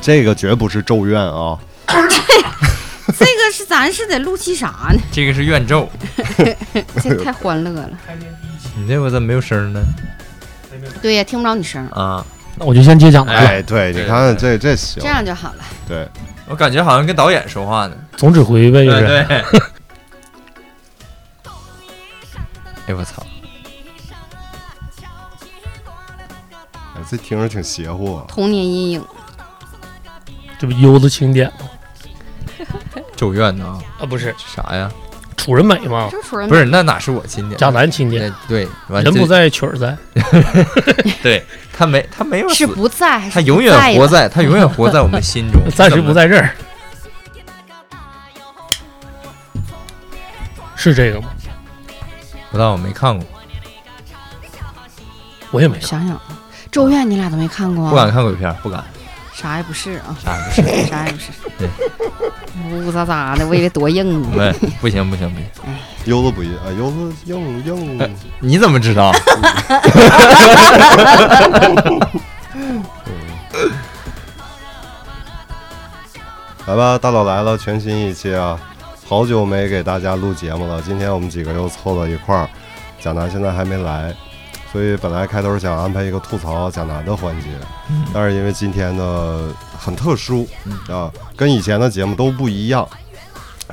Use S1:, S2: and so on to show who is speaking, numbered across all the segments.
S1: 这个绝不是咒怨啊！
S2: 这个是咱是得录期啥呢？
S3: 这个是怨咒，
S2: 这太欢乐了。
S3: 你这回怎么没有声儿呢？
S2: 对呀，听不着你声儿，
S3: 啊，
S4: 那我就先接讲吧。
S1: 哎，对，你看这这行
S2: 这，样就好了。
S1: 对，
S3: 我感觉好像跟导演说话呢。
S4: 总指挥呗，就是。
S3: 对。 哎我操！
S1: 哎这听着挺邪乎啊。
S2: 童年阴影，
S3: 哦
S4: 这不优子经典吗？
S3: 咒怨呢？
S4: 啊，不是
S3: 啥呀？
S4: 楚人美吗？
S2: 这主人
S3: 不是，那哪是我亲
S4: 贾
S3: 家？
S4: 南经典，
S3: 那对，完
S4: 人
S3: 这
S4: 不在曲儿在，，
S3: 对他没他没有
S2: 是
S3: 死，
S2: 不在还是
S3: 他永远活在他永远活在我们心中
S4: 暂时不在这儿。是这个吗？
S3: 不知道我没看过，
S4: 啊我也没看。
S2: 想想啊，咒怨你俩都没看过
S3: 不
S2: 啊？
S3: 敢看鬼片，不敢。哎
S2: 啥也不是啊，
S3: 啥也不是，
S2: 啥也不是
S3: 对。
S2: 呜呜喳喳的，我以为多硬啊呢。
S3: 没不行不行不行！
S1: 悠子不一啊，悠子硬 硬，
S3: 你怎么知道？
S1: 来吧，大佬来了，全新一期啊，好久没给大家录节目了，今天我们几个又凑到一块儿，贾南现在还没来，所以本来开头想安排一个吐槽贾南的环节，但是因为今天呢很特殊啊，跟以前的节目都不一样。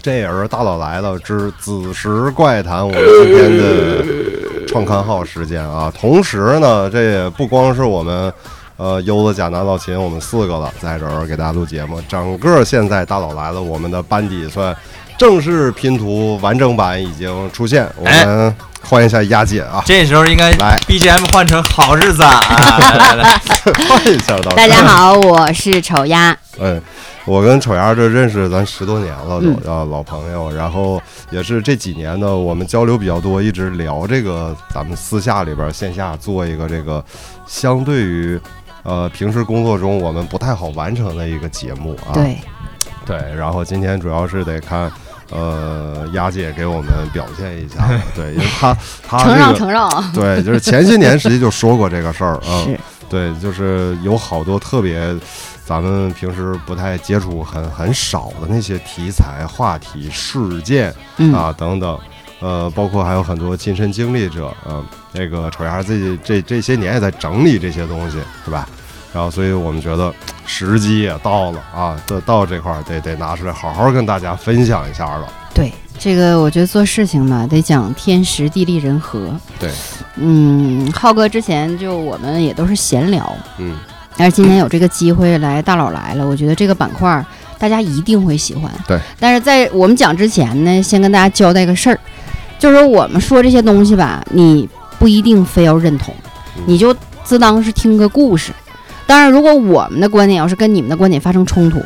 S1: 这也是大佬来了之子时怪谈，我们今天的创刊号时间啊。同时呢，这也不光是我们呃，优子、贾南、老秦，我们四个了，在这儿给大家录节目。整个现在大佬来了，我们的班底算正式拼图完整版已经出现，我们欢迎一下丫姐啊，
S3: 这时候应该
S1: 来
S3: BGM 换成好日子 啊！来来来，
S1: 欢迎一下大佬。
S2: 大家，好，我是丑丫，
S1: 嗯，我跟丑丫这认识咱十多年了
S2: 嗯
S1: 都，啊，老朋友。然后也是这几年呢，我们交流比较多，一直聊这个咱们私下里边儿线下做一个这个相对于。呃，平时工作中我们不太好完成的一个节目啊，
S2: 对，
S1: 对，然后今天主要是得看，呃，丫姐给我们表现一下，啊对，因为她她
S2: 承
S1: 这
S2: 让
S1: 个
S2: 承让 啊，
S1: 对，就是前些年实际就说过这个事 儿啊，
S2: 是
S1: 对，就是有好多特别咱们平时不太接触、很很少的那些题材、话题、事件
S2: 嗯，
S1: 啊等等。呃，包括还有很多亲身经历者，嗯、那个丑丫这这这些年也在整理这些东西，是吧？然后，所以我们觉得时机也到了啊，这到这块儿得得拿出来好好跟大家分享一下了。
S2: 对，这个我觉得做事情吧，得讲天时地利人和。
S1: 对，
S2: 嗯，浩哥之前就我们也都是闲聊，
S1: 嗯，
S2: 但是今天有这个机会来大佬来了，我觉得这个板块儿大家一定会喜欢。
S1: 对，
S2: 但是在我们讲之前呢，先跟大家交代个事儿，就是说我们说这些东西吧，你不一定非要认同
S1: 嗯，
S2: 你就自当是听个故事。当然，如果我们的观点要是跟你们的观点发生冲突，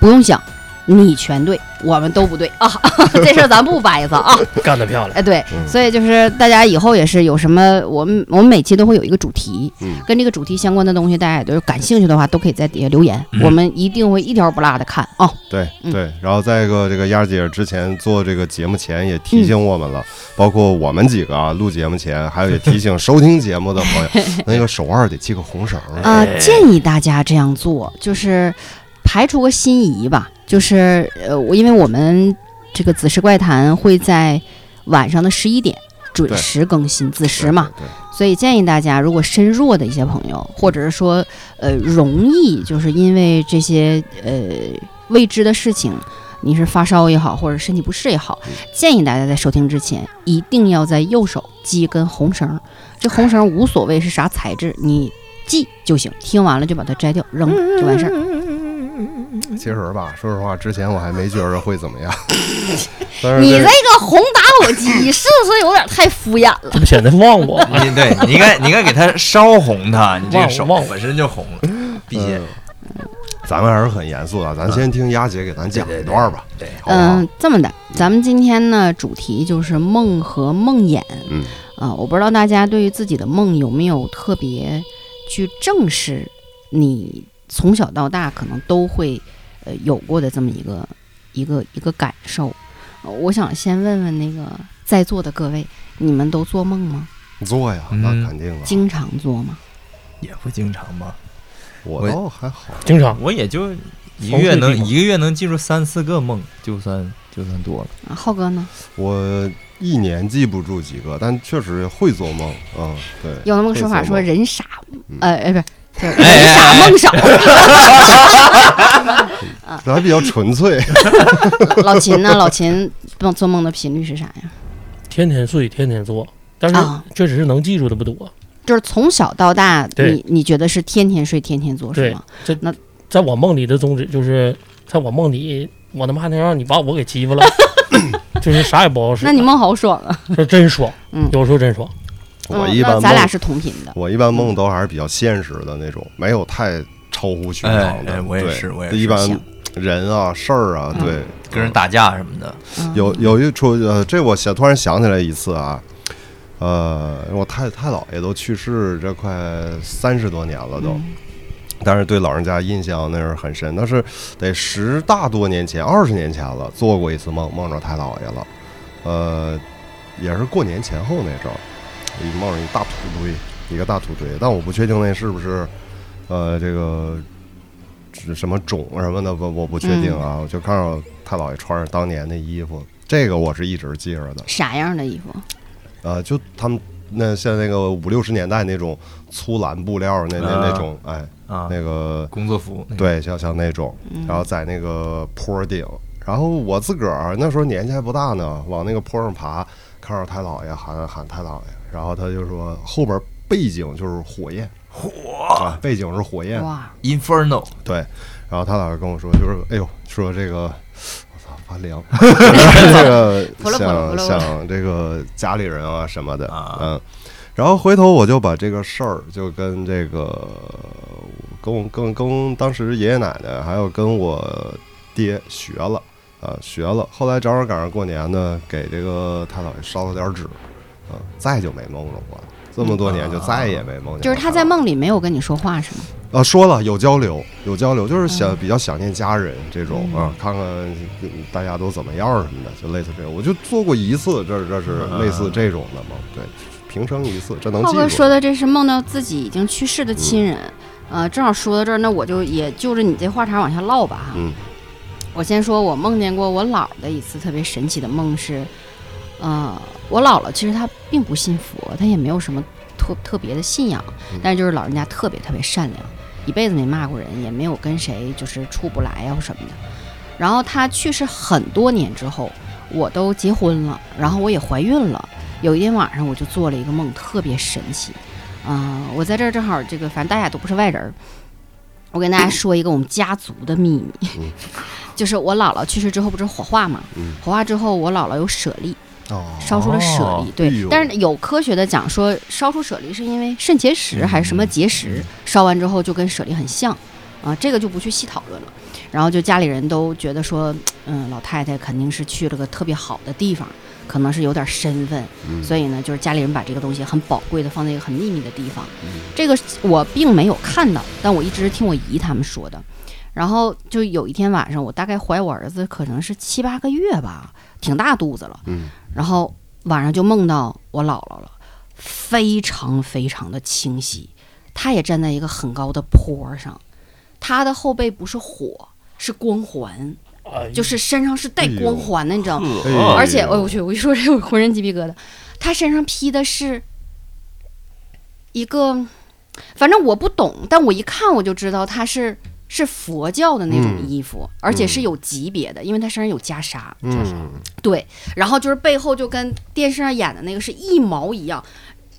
S2: 不用想，你全对，我们都不对啊， 这事儿咱不掰扯啊。
S4: 干得漂亮！
S2: 哎，对，
S1: 嗯
S2: 所以就是大家以后也是有什么，我们我们每期都会有一个主题，
S1: 嗯
S2: 跟这个主题相关的东西，大家也都是感兴趣的话，都可以在底下留言，
S3: 嗯
S2: 我们一定会一条不落的看啊、
S1: 对
S2: 嗯
S1: 对，然后再一个，这个燕儿姐之前做这个节目前也提醒我们了，包括我们几个啊录节目前，还有也提醒收听节目的朋友， 那个手腕得系个红绳儿。
S2: 呃，建议大家这样做，就是排除个心疑吧，就是呃，我因为我们这个《子时怪谈》会在晚上的十一点准
S1: 对
S2: 时更新，子时
S1: 对
S2: 嘛，，
S1: 对
S2: 所以建议大家，如果身弱的一些朋友，或者是说呃容易就是因为这些呃未知的事情，你是发烧也好，或者身体不适也好，建议大家在收听之前一定要在右手系一根红绳儿。这红绳儿无所谓是啥材质，你系就行。听完了就把它摘掉扔了就完事儿。
S1: 对其实吧，说实话，之前我还没觉着会怎么 样，但是
S2: 你
S1: 这
S2: 这个红打火机 是不是有点太敷衍了？
S4: 这不显得忘我 吗？
S3: 你对你应该你应该给他烧红他，你这个手
S4: 忘了
S3: 本身就红了，嗯毕竟
S1: 嗯咱们还是很严肃的，咱先听丫姐给咱讲一段吧，
S3: 对对对
S1: 好啊不好
S2: 嗯？，这么的，咱们今天呢主题就是梦和梦魇。
S1: 嗯，
S2: 啊、我不知道大家对于自己的梦有没有特别去正视，你从小到大可能都会呃有过的这么一个一个一个感受、呃我想先问问那个在座的各位，你们都做梦吗？
S1: 做呀，那
S3: 嗯
S1: 肯定啊，
S2: 经常做吗？
S3: 也不经常吧。
S1: 我
S3: 我
S1: 倒还好，
S4: 经常
S3: 我也就一个
S4: 防
S3: 月
S4: 退避
S3: 能
S4: 嘛
S3: 一个月能记住三四个梦，就算就算多了。
S2: 啊浩哥呢？
S1: 我一年记不住几个，但确实会做梦啊、嗯。对，
S2: 有那么个说法
S1: 会做
S2: 说
S1: 梦
S2: 人傻
S1: 嗯，
S2: 呃，哎，不是。 就是人傻梦少，
S1: 还比较纯粹。
S2: 老秦呢？老秦梦做梦的频率是啥呀？
S4: 天天睡，天天做，但是
S2: 啊
S4: 确实是能记住的不多。
S2: 就是从小到大，
S4: 对
S2: 你你觉得是天天睡，天天做是
S4: 对
S2: 吗？
S4: 在我梦里的宗旨就是，在我梦里，我他妈还能让你把我给欺负 了，就是啥也不好使。
S2: 那你梦好爽啊！
S4: 这真爽，
S2: 嗯
S4: 有时候真爽。
S1: 我
S2: 嗯
S1: 一般
S2: 那咱俩
S1: 梦，
S2: 是同频的。
S1: 我一般梦都还是比较现实的那种，没有太超乎寻常的。
S3: 哎哎我也
S1: 对
S3: 是我也
S1: 一般
S2: 行
S1: 人啊、事儿啊，
S2: 嗯
S1: 对，
S3: 跟人打架什么的，
S2: 嗯
S1: 有有一出呃，这我想突然想起来一次啊，呃，我太太姥爷都去世这快三十多年了都，
S2: 嗯
S1: 但是对老人家印象那是很深，那是得十大多年前、二十年前了，做过一次梦，梦着太姥爷了，呃，也是过年前后那阵儿，一梦着一大土堆，一个大土堆，但我不确定那是不是呃这个是什么种什么的，我我不确定啊，我就看着太姥爷穿着当年的衣服，这个我是一直记着的。
S2: 啥样的衣服？
S1: 呃，就他们那像那个五六十年代那种粗蓝布料儿那那那
S3: 啊
S1: 种，哎，
S3: 啊，
S1: 那个
S3: 工作服，那个，
S1: 对，像像那种，
S2: 嗯
S1: 然后在那个坡顶，然后我自个儿那时候年纪还不大呢，往那个坡上爬，看着太姥爷喊喊太姥爷，然后他就说后边背景就是火焰，火、啊，背景是火焰，
S2: 哇，
S3: Inferno，
S1: 对，然后他老师跟我说，就是哎呦，说这个，我操，发 凉，这个
S2: 扑了扑了扑
S1: 想
S2: 了
S1: 想这个家里人啊什么的
S3: 啊，
S1: 嗯，然后回头我就把这个事儿就跟这个跟我跟跟当时爷爷奶奶还有跟我爹学了。啊，学了。后来正好赶上过年呢，给这个太姥爷烧了点儿纸，啊，再就没梦着过了。这么多年就再也没梦见过太姥爷。
S2: 就是他在梦里没有跟你说话是吗？
S1: 啊，说了有交流，有交流，就是想
S2: 嗯
S1: 比较想念家人这种啊，看看嗯大家都怎么样什么的，就类似这种。我就做过一次，这这是类似这种的嘛，对，平生一次，这能
S2: 浩
S1: 记
S2: 哥
S1: 住。嗯
S2: 说的这是梦到自己已经去世的亲人，呃，正好说到这儿，那我就也就着你这话茬往下唠吧哈。
S1: 嗯
S2: 我先说，我梦见过我姥儿的一次特别神奇的梦是，呃，我姥姥其实她并不信佛，她也没有什么特特别的信仰
S1: 嗯，
S2: 但是就是老人家特别特别善良，一辈子没骂过人，也没有跟谁就是处不来呀、啊或什么的。然后她去世很多年之后，我都结婚了，然后我也怀孕了。有一天晚上，我就做了一个梦，特别神奇。啊、我在这儿正好，这个反正大家都不是外人儿，我跟大家说一个我们家族的秘密，
S1: 嗯
S2: 就是我姥姥去世之后不是火化嘛，
S1: 嗯
S2: 火化之后我姥姥有舍利，
S1: 哦，
S2: 烧出了舍利，
S3: 哦
S1: 哎
S2: 对
S1: 呦。
S2: 但是有科学的讲说，烧出舍利是因为肾结石
S1: 嗯
S2: 还是什么结石，烧完之后就跟舍利很像，啊，这个就不去细讨论了。然后就家里人都觉得说，嗯，老太太肯定是去了个特别好的地方，可能是有点身份，
S1: 嗯
S2: 所以呢，就是家里人把这个东西很宝贵的放在一个很秘密的地方。
S1: 嗯
S2: 这个我并没有看到，但我一直听我姨他们说的。然后就有一天晚上，我大概怀我儿子可能是七八个月吧，挺大肚子了。
S1: 嗯，
S2: 然后晚上就梦到我姥姥了，非常非常的清晰。她也站在一个很高的坡上，她的后背不是火，是光环，
S4: 哎
S2: 就
S4: 呀
S2: 是身上是带
S1: 哎呦
S2: 光环的，你知道吗？
S1: 哎
S3: 呃
S1: 呦
S2: 而且，哎呦我去，我一说这我浑身鸡皮疙瘩。他身上披的是一个，反正我不懂，但我一看我就知道他是是佛教的那种
S1: 嗯
S2: 衣服，而且是有级别的，因为他身上有袈裟。
S1: 嗯，
S2: 对，然后就是背后就跟电视上演的那个是一毛一样，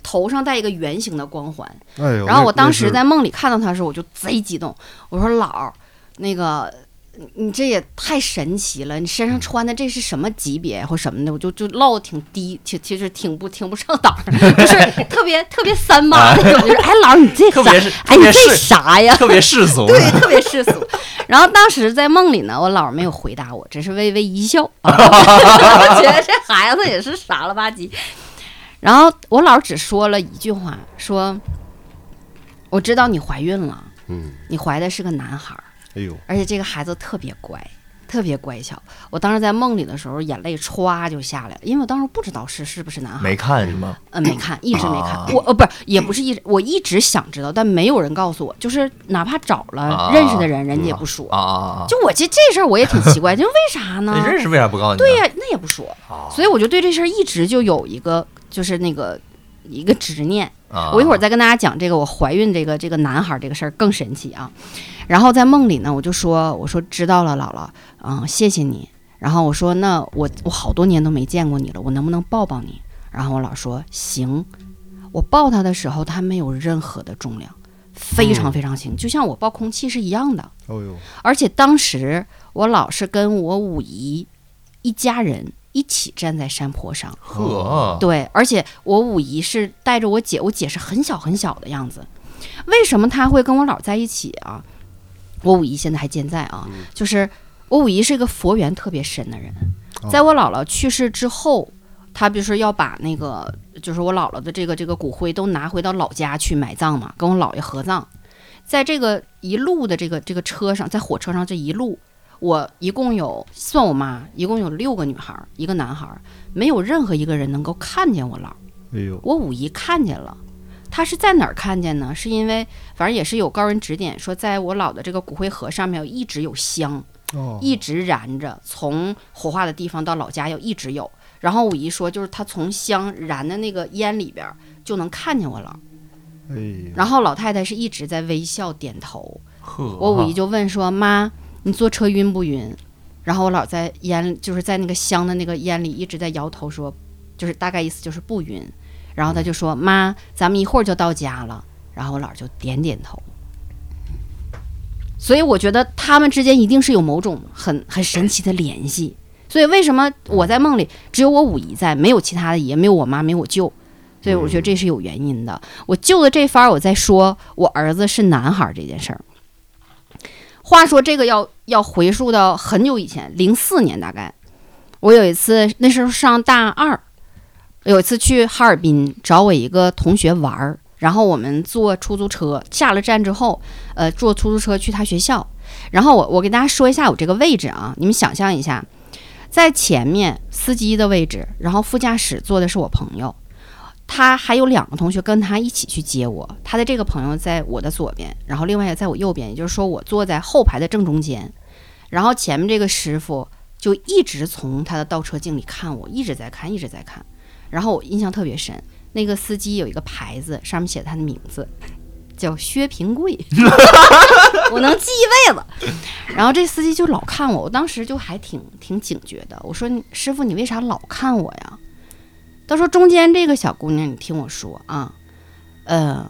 S2: 头上戴一个圆形的光环。
S1: 哎呦，
S2: 然后
S1: 那
S2: 我当时，
S1: 那
S2: 在梦里看到他的时候，我就贼激动，我说老儿，那个你你这也太神奇了，你
S3: 嗯
S2: 身上穿的这是什么级别或什么的，我就就唠的挺低，其其实挺不挺不上档儿， 就是特别特别三八那 种，就是哎老儿你这
S3: 啊特
S2: 啥
S3: 别是
S2: 哎
S3: 特
S2: 你
S3: 别
S2: 这
S3: 世
S2: 啥呀？
S3: 特别世俗，
S2: 对，特别世俗。然后当时在梦里呢，我姥儿没有回答我，只是微微一笑，啊 我觉得这孩子也是傻了吧唧。然后我姥儿只说了一句话，说：“我知道你怀孕了，
S1: 嗯，
S2: 你怀的是个男孩儿，
S1: 哎呦，
S2: 而且这个孩子特别乖。”特别乖巧。我当时在梦里的时候，眼泪歘就下来了，因为我当时不知道是是不是男孩，
S3: 啊没看是吗？
S2: 嗯，没看，一直没看。
S3: 啊
S2: 我呃，不是，也不是一直，我一直想知道，但没有人告诉我，就是哪怕找了、
S3: 啊
S2: 认识的人，人家也不说。
S3: 啊啊啊！
S2: 就我这这事儿我也挺奇 怪，就为啥呢
S3: 你？认识为啥不告诉你？
S2: 对呀、那也不说，
S3: 啊，
S2: 所以我就对这事儿一直就有一个就是那个一个执念。
S3: 啊
S2: 我一会儿再跟大家讲这个我怀孕这个这个男孩儿这个事儿更神奇啊。然后在梦里呢，我就说我说知道了，姥姥，嗯，谢谢你。然后我说那我我好多年都没见过你了，我能不能抱抱你？然后我姥说行。我抱他的时候，他没有任何的重量，非
S1: 嗯
S2: 常非常轻，就像我抱空气是一样的。
S1: 哦呦，
S2: 而且当时我老是跟我五姨一家人一起站在山坡上，
S3: 啊呵，
S2: 对，而且我五姨是带着我姐，我姐是很小很小的样子。为什么她会跟我姥在一起啊？我五姨现在还健在啊，就是我五姨是一个佛缘特别深的人，
S1: 哦
S2: 在我姥姥去世之后，她就是要把那个就是我姥姥的这个这个骨灰都拿回到老家去埋葬嘛，跟我姥爷合葬。在这个一路的这个这个车上，在火车上这一路，我一共有算我妈，一共有六个女孩儿，一个男孩儿，没有任何一个人能够看见我姥儿。
S1: 哎呦，
S2: 我五姨看见了，她是在哪儿看见呢？是因为反正也是有高人指点，说在我姥的这个骨灰盒上面一直有香，
S1: 哦
S2: 一直燃着，从火化的地方到老家要一直有。然后五姨说，就是她从香燃的那个烟里边儿就能看见我姥。
S1: 哎呦，
S2: 然后老太太是一直在微笑点头。
S3: 呵，啊
S2: 我五姨就问说：“妈，你坐车晕不晕？”然后我姥在烟，就是在那个香的那个烟里一直在摇头说，就是大概意思就是不晕。然后她就说：“妈，咱们一会儿就到家了。”然后我姥就点点头。所以我觉得他们之间一定是有某种很很神奇的联系。所以为什么我在梦里只有我五姨在，没有其他的爷，没有我妈，没有我舅？所以我觉得这是有原因的。我舅的这番儿，我在说我儿子是男孩儿这件事儿。话说这个要要回溯到很久以前，零四年大概，我有一次那时候上大二，有一次去哈尔滨找我一个同学玩儿，然后我们坐出租车下了站之后，呃，坐出租车去他学校。然后我我给大家说一下我这个位置啊，你们想象一下，在前面司机的位置，然后副驾驶坐的是我朋友，他还有两个同学跟他一起去接我，他的这个朋友在我的左边，然后另外一个在我右边，也就是说我坐在后排的正中间，然后前面这个师傅就一直从他的倒车镜里看我，一直在看，一直在看，然后我印象特别深，那个司机有一个牌子，上面写他的名字。叫薛平贵，我能记一辈子。然后这司机就老看我，我当时就还挺挺警觉的。我说你：“师傅，你为啥老看我呀？”他说：“中间这个小姑娘，你听我说啊，呃，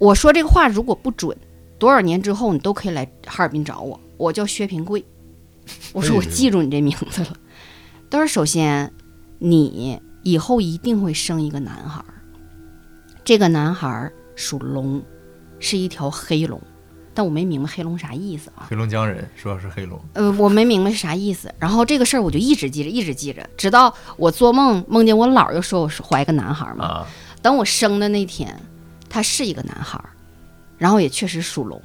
S2: 我说这个话如果不准，多少年之后你都可以来哈尔滨找我。我叫薛平贵。”我说：“我
S1: 哎呦
S2: 记住你这名字了。”他说：“首先，你以后一定会生一个男孩儿，这个男孩儿属龙，是一条黑龙，但我没明白黑龙啥意思啊。”
S3: 黑龙江人，说是黑龙，
S2: 呃，我没明白是啥意思。然后这个事儿我就一直记着，一直记着，直到我做梦梦见我姥儿又说我是怀个男孩儿嘛。
S3: 啊
S2: 等我生的那天，他是一个男孩儿，然后也确实属龙。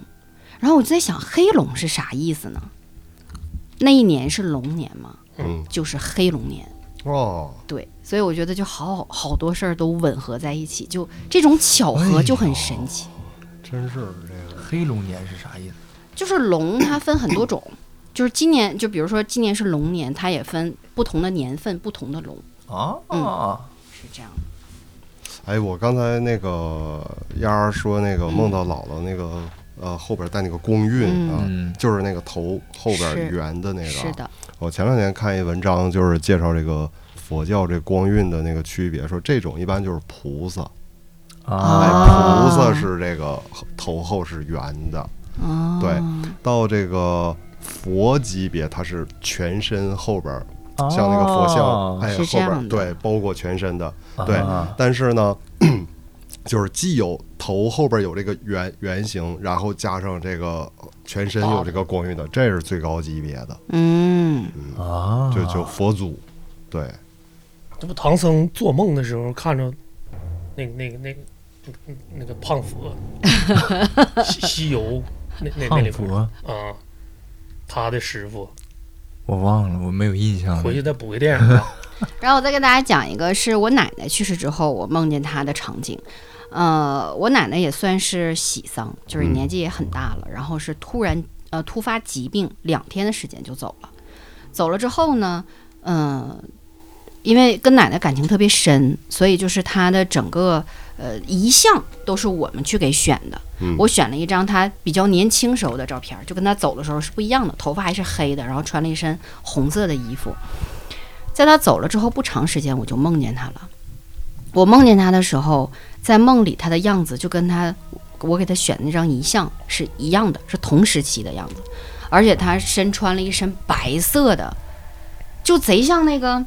S2: 然后我就在想，黑龙是啥意思呢？那一年是龙年嘛，
S1: 嗯
S2: 就是黑龙年。
S1: 哦，
S2: 对，所以我觉得就好好多事儿都吻合在一起，就这种巧合就很神奇。
S1: 真是这个，
S3: 黑龙年是啥意思？
S2: 就是龙，它分很多种，就是今年，就比如说今年是龙年，它也分不同的年份、不同的龙，
S3: 啊
S2: 是这样
S1: 哎，我刚才那个丫儿说那个
S2: 嗯
S1: 梦到姥姥那个呃后边带那个公运啊，
S3: 嗯
S1: 就是那个头后边
S2: 是
S1: 圆的那
S2: 的。
S1: 个，
S2: 是的，
S1: 我前两天看一文章，就是介绍这个佛教这光晕的那个区别，说这种一般就是菩萨，哎，
S2: 啊
S1: 菩萨是这个头后是圆的，
S2: 哦，
S1: 对到这个佛级别它是全身后边儿，像那个佛像，
S3: 哦
S1: 哎，
S2: 是
S1: 后
S2: 这样
S1: 边
S2: 的
S1: 儿对包裹全身的，
S3: 啊
S1: 对
S3: 啊
S1: 但是呢。 就是既有头后边有这个圆圆形，然后加上这个全身有这个光晕的，这是最高级别的，
S2: 嗯，
S3: 啊，
S1: 就就佛祖，对，
S4: 这不唐僧做梦的时候看着那个那个那个那那个胖佛西西游那那那
S3: 胖
S4: 里边
S3: 佛
S4: 啊，他的师傅
S3: 我忘了，我没有印象了。
S4: 回去再补个电影吧。
S2: 然后我再跟大家讲一个，是我奶奶去世之后，我梦见她的场景。呃，我奶奶也算是喜丧，就是
S1: 嗯
S2: 年纪也很大了，然后是突然呃突发疾病，两天的时间就走了。走了之后呢，嗯、因为跟奶奶感情特别深，所以就是她的整个呃遗像都是我们去给选的。
S1: 嗯
S2: 我选了一张她比较年轻时候的照片，就跟她走的时候是不一样的，头发还是黑的，然后穿了一身红色的衣服。在她走了之后不长时间，我就梦见她了。我梦见她的时候，在梦里她的样子就跟她我给她选的那张遗像是一样的，是同时期的样子，而且她身穿了一身白色的，就贼像那个，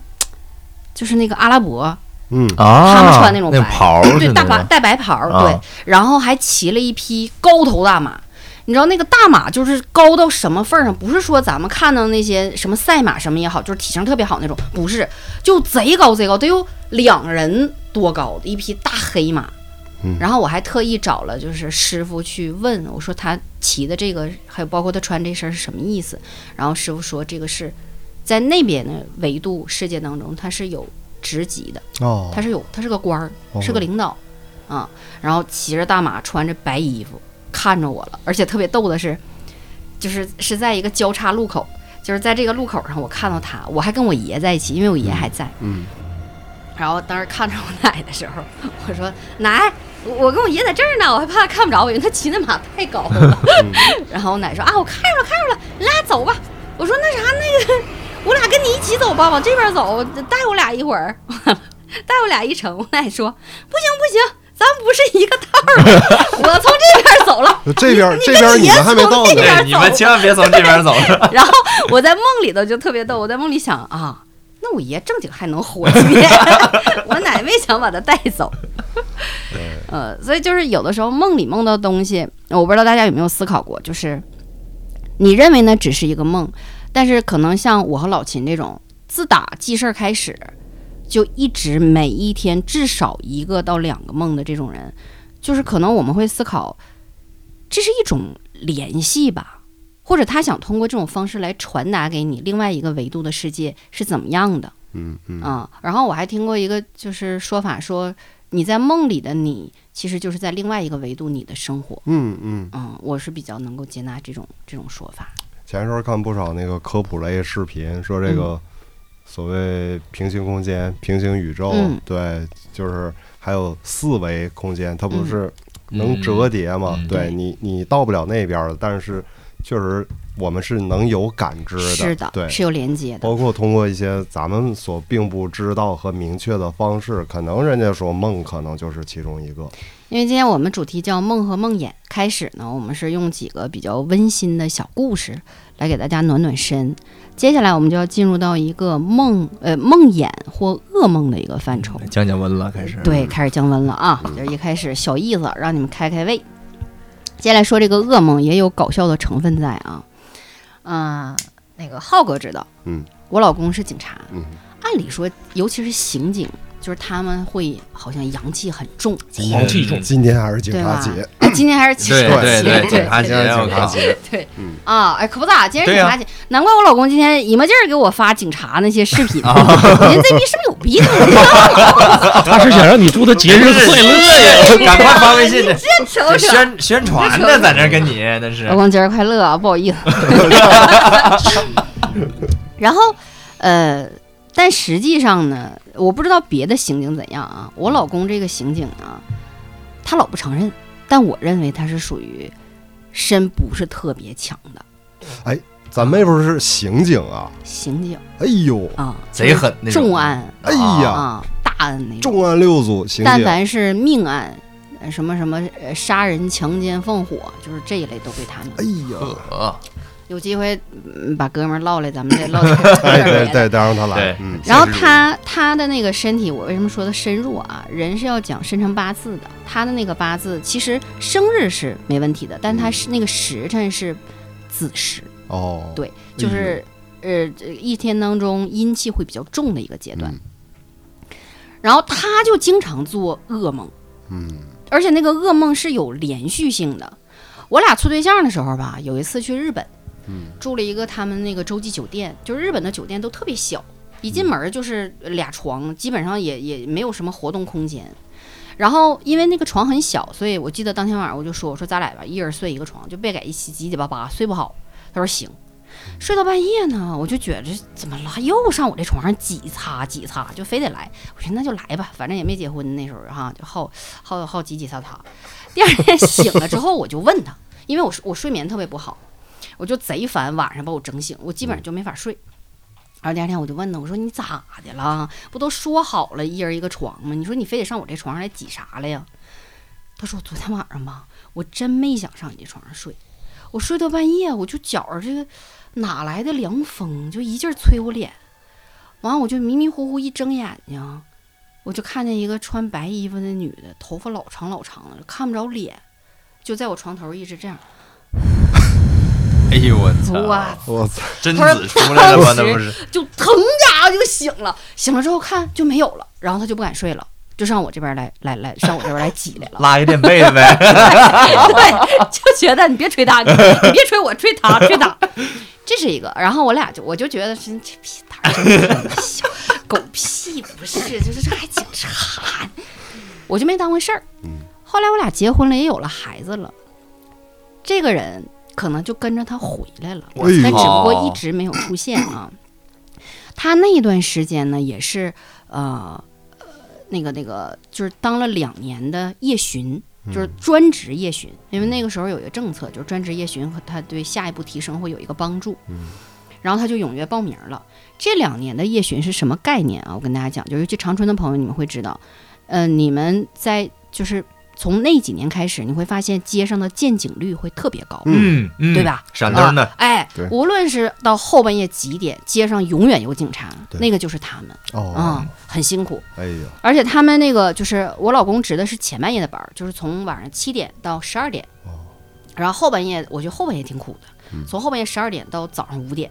S2: 就是那个阿拉伯，
S1: 嗯，
S3: 啊，
S2: 他们穿那种白
S3: 袍似
S2: 对
S3: 的，
S2: 大白带白袍儿，
S3: 啊
S2: 对，然后还骑了一匹高头大马。你知道那个大马就是高到什么份儿上？不是说咱们看到那些什么赛马什么也好，就是体型特别好那种，不是，就贼高贼高，得有两人多高的一匹大黑马。
S1: 嗯
S2: 然后我还特意找了就是师傅去问，我说他骑的这个，还有包括他穿这身是什么意思？然后师傅说这个是在那边的维度世界当中，它是有职级的，
S1: 哦
S2: 它是有它是个官儿，是个领导，啊，然后骑着大马，穿着白衣服，看着我了，而且特别逗的是，就是是在一个交叉路口，就是在这个路口上，我看到他，我还跟我爷在一起，因为我爷还在，
S1: 嗯，
S2: 然后当时看着我奶的时候， 我说奶，我我跟我爷在这儿呢，我还怕他看不着我，因为他骑那马太高了。
S1: 嗯
S2: 然后我奶说啊，我看着了，看着了，你俩走吧。我说那啥，那个我俩跟你一起走吧，往这边走，带我俩一会儿， 带我俩一程。我奶说不行不行，咱们不是一个道儿的， 我从这边走了。
S1: 那这边
S2: 你
S1: 这边你们还没到
S2: 你跟
S1: 呢，
S2: 爷
S3: 对，你们千万别从这边 走。
S2: 然后 我在梦里头就特别逗，我在梦里想啊，那我爷正经还能活几年，我奶没想把他带走。呃，所以就是有的时候梦里梦到东西，我不知道大家有没有思考过，就是你认为呢只是一个梦，但是可能像我和老秦这种，自打记事儿开始，就一直每一天至少一个到两个梦的这种人，就是可能我们会思考，这是一种联系吧，或者他想通过这种方式来传达给你另外一个维度的世界是怎么样的
S1: 嗯嗯，
S2: 啊、然后我还听过一个就是说法说，你在梦里的你其实就是在另外一个维度你的生活。
S1: 嗯嗯，
S2: 嗯，我是比较能够接纳这种这种说法。
S1: 前时候看不少那个科普类视频，说这
S2: 嗯
S1: 个所谓平行空间、平行宇宙
S2: 嗯，
S1: 对，就是还有四维空间，它不
S2: 嗯
S1: 是能折叠嘛
S3: 嗯？
S1: 对
S2: 对
S1: 你，你到不了那边儿，但是确实我们是能有感知
S2: 是
S1: 的
S2: 的，，
S1: 对，
S2: 是有连接的。
S1: 包括通过一些咱们所并不知道和明确的方式，可能人家说梦可能就是其中一个。
S2: 因为今天我们主题叫梦和梦魇，开始呢，我们是用几个比较温馨的小故事来给大家暖暖身。接下来我们就要进入到一个梦呃梦魇或噩梦的一个范畴，
S3: 降降温了，开始。
S1: 嗯
S2: 对，开始降温了啊，就是一开始小意思，让你们开开胃。接下来说这个噩梦也有搞笑的成分在啊，嗯、那个浩哥知道，
S1: 嗯，
S2: 我老公是警察，
S1: 嗯，
S2: 按理说，尤其是刑警，就是他们会好像阳气很 重，
S4: 黄气重，
S1: 今天还是警
S2: 对
S1: 察
S2: 吧
S1: 节，？
S2: 哎，今天还是警
S3: 对
S2: 察
S3: 对
S2: 节，
S3: 对，
S2: 对
S3: 警察节，
S1: 今天是
S3: 我
S1: 警察
S3: 靠，
S1: 节，嗯
S2: 啊，哎，可不咋，今天是
S3: 对
S2: 警
S3: 呀
S2: 察节，难怪我老公今天一么劲儿给我发警察那些视 频，您这逼是不是有病？
S4: 他是想让你祝他节日快
S3: 乐
S4: 乐。
S3: 呀！赶快发微信 去，
S2: 这瞅
S3: 这
S2: 瞅。
S3: 宣宣传呢，在这跟你那是
S2: 老。公节日快乐啊，不好意思。 然后，呃，但实际上呢，我不知道别的刑警怎样啊。我老公这个刑警呢，他老不承认，但我认为他是属于身不是特别强的
S1: 咱妹夫是刑警啊！
S2: 刑警
S1: 哎呦，
S2: 啊，
S3: 贼狠那种
S2: 重案
S1: 哎呀，
S2: 啊，大案那种。
S1: 重案六组刑
S2: 但
S1: 警，
S2: 凡是命案，呃什么什么呃杀人、强奸、放火，就是这一类都归他们。
S1: 哎呀，
S3: 呃
S2: 有机会、嗯、把哥们儿唠来，咱们再 唠点唠
S1: 哎，
S2: 点别
S1: 对
S2: 的。
S1: 对，得让他来
S3: 对，
S1: 嗯，
S2: 然后
S3: 现实主义
S2: 他他的那个身体，我为什么说他深入啊？人是要讲生辰八字的，他的那个八字其实生日是没问题的，但他是那个时辰是子时，
S1: 哦，
S2: 对就是、呃这一天当中阴气会比较重的一个阶段。
S1: 嗯
S2: 然后他就经常做噩梦，
S1: 嗯，
S2: 而且那个噩梦是有连续性的。我俩处对象的时候吧，有一次去日本，
S1: 嗯
S2: 住了一个他们那个洲际酒店，就是日本的酒店都特别小，一进门儿就是俩床，基本上也也没有什么活动空间。然后因为那个床很小，所以我记得当天晚上我就说，我说咱俩吧，一人睡一个床，就别在一起挤挤巴巴，睡不好。他说行。睡到半夜呢，我就觉着怎么了，又上我这床上挤擦挤擦，就非得来。我说那就来吧，反正也没结婚那时候哈，就好好好挤挤擦擦。第二天醒了之后，我就问他，因为我睡我睡眠特别不好，我就贼烦晚上把我整醒，我基本上就没法睡。然后第二天我就问他，我说你咋的了？不都说好了一人一个床吗？你说你非得上我这床上来挤啥来呀？他说昨天晚上吧，我真没想上你这床上睡，我睡到半夜，我就觉着这个哪来的凉风，就一劲儿吹我脸。完了我就迷迷糊糊一睁眼睛，我就看见一个穿白衣服的女的，头发老长老长的，看不着脸，就在我床头一直这样。
S3: 哎呦我
S2: 哇
S3: 操！
S1: 我操，
S3: 贞子出来了吗？那不是？
S2: 就腾家就醒了，醒了之后看就没有了，然后他就不敢睡了，就上我这边来来来上我这边来挤来了，
S3: 拉一垫被子 呗。
S2: 对，就觉得你别吹他，你你别吹我，吹他，吹他，这是一个。然后我俩就我就觉得是这屁胆儿小，狗屁不是，就是这还警察，我就没当回事儿
S1: 嗯。
S2: 后来我俩结婚了，也有了孩子了，这个人可能就跟着他回来了。
S1: 哎
S3: 嗯
S2: 但只
S1: 呦，
S2: 不过一直没有出现啊。他那一段时间呢，也是呃呃那个那个，就是当了两年的夜巡，
S1: 嗯
S2: 就是专职夜巡，因为那个时候有一个政策，就是专职夜巡和他对下一步提升会有一个帮助。
S1: 嗯
S2: 然后他就踊跃报名了。这两年的夜巡是什么概念啊？我跟大家讲，就尤其长春的朋友，你们会知道，呃，你们在就是从那几年开始，你会发现街上的见警率会特别高，
S3: 嗯嗯
S2: 对？吧？
S3: 闪灯的
S2: 啊，哎
S1: 对，
S2: 无论是到后半夜几点，街上永远有警察，
S1: 对
S2: 那个就是他们
S1: 哦
S2: 啊、，嗯很辛苦。
S1: 哎呀，
S2: 而且他们那个就是我老公值的是前半夜的班儿，就是从晚上七点到十二点，
S1: 哦
S2: 然后后半夜我觉得后半夜挺苦的，
S1: 嗯
S2: 从后半夜十二点到早上五点。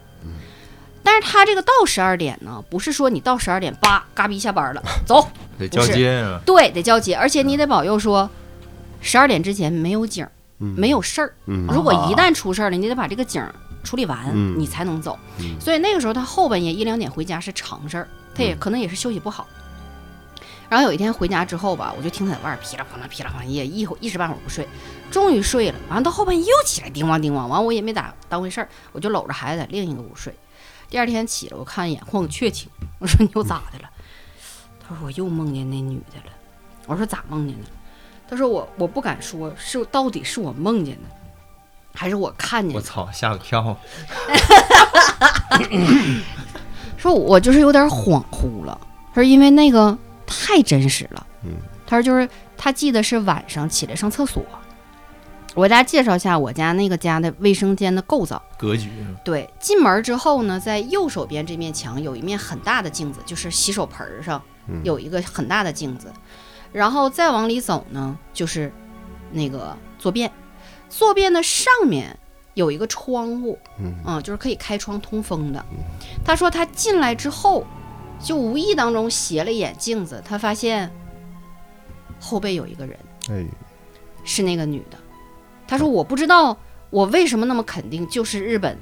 S2: 但是他这个到十二点呢，不是说你到十二点叭嘎逼下班了，走，
S3: 得交接啊。
S2: 对，得交接，而且你得保佑说，十二点之前没有警儿，
S1: 嗯
S2: 没有事儿，
S1: 嗯
S2: 如果一旦出事儿了，你得把这个景儿处理完，
S1: 嗯
S2: 你才能走。
S1: 嗯
S2: 所以那个时候他后半夜一两点回家是常事儿，他也
S1: 嗯
S2: 可能也是休息不好。然后有一天回家之后吧，我就听他在外边噼里啪啦噼里啪啦一夜一会一时半会儿不睡，终于睡了。完了到后半夜又起来叮咣叮咣，完我也没咋当回事儿，我就搂着孩子在另一个屋睡。第二天起来，我看一眼，晃个确清， 我说你又咋的了？他说我又梦见那女的了。我说咋梦见的？他说我我不敢说，是到底是我梦见的，还是我看见的
S3: 我？操，吓我一跳！
S2: 说我就是有点恍惚了，他说因为那个太真实了。
S1: 嗯，
S2: 他说就是他记得是晚上起来上厕所。我给大家介绍一下我家那个家的卫生间的构造。
S3: 格局
S1: 嗯
S2: 对，进门之后呢，在右手边这面墙有一面很大的镜子，就是洗手盆儿上
S1: 嗯
S2: 有一个很大的镜子，然后再往里走呢，就是那个坐便，坐便的上面有一个窗户，
S1: 嗯
S2: 嗯，就是可以开窗通风的。他说他进来之后，就无意当中斜了一眼镜子，他发现后背有一个人，
S1: 哎呀，
S2: 是那个女的。他说我不知道我为什么那么肯定就是日本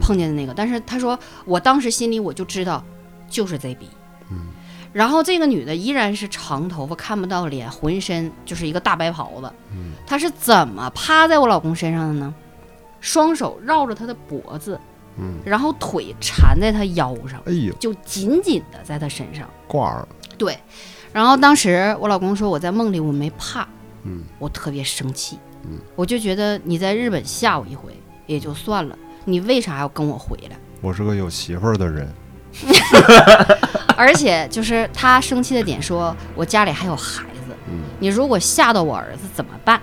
S2: 碰见的
S1: 嗯
S2: 那个，但是他说我当时心里我就知道就是贼逼。
S1: 嗯
S2: 然后这个女的依然是长头发，看不到脸，浑身就是一个大白袍子。
S1: 嗯
S2: 她是怎么趴在我老公身上的呢？双手绕着他的脖子，
S1: 嗯，
S2: 然后腿缠在他腰上，
S1: 哎呦，
S2: 就紧紧的在他身上。
S1: 挂耳，
S2: 对，然后当时我老公说我在梦里我没怕，
S1: 嗯
S2: 我特别生气，
S1: 嗯
S2: 我就觉得你在日本吓我一回也就算了，你为啥要跟我回来？
S1: 我是个有媳妇儿的人，
S2: 而且就是他生气的点说，我家里还有孩子，
S1: 嗯
S2: 你如果吓到我儿子怎么办？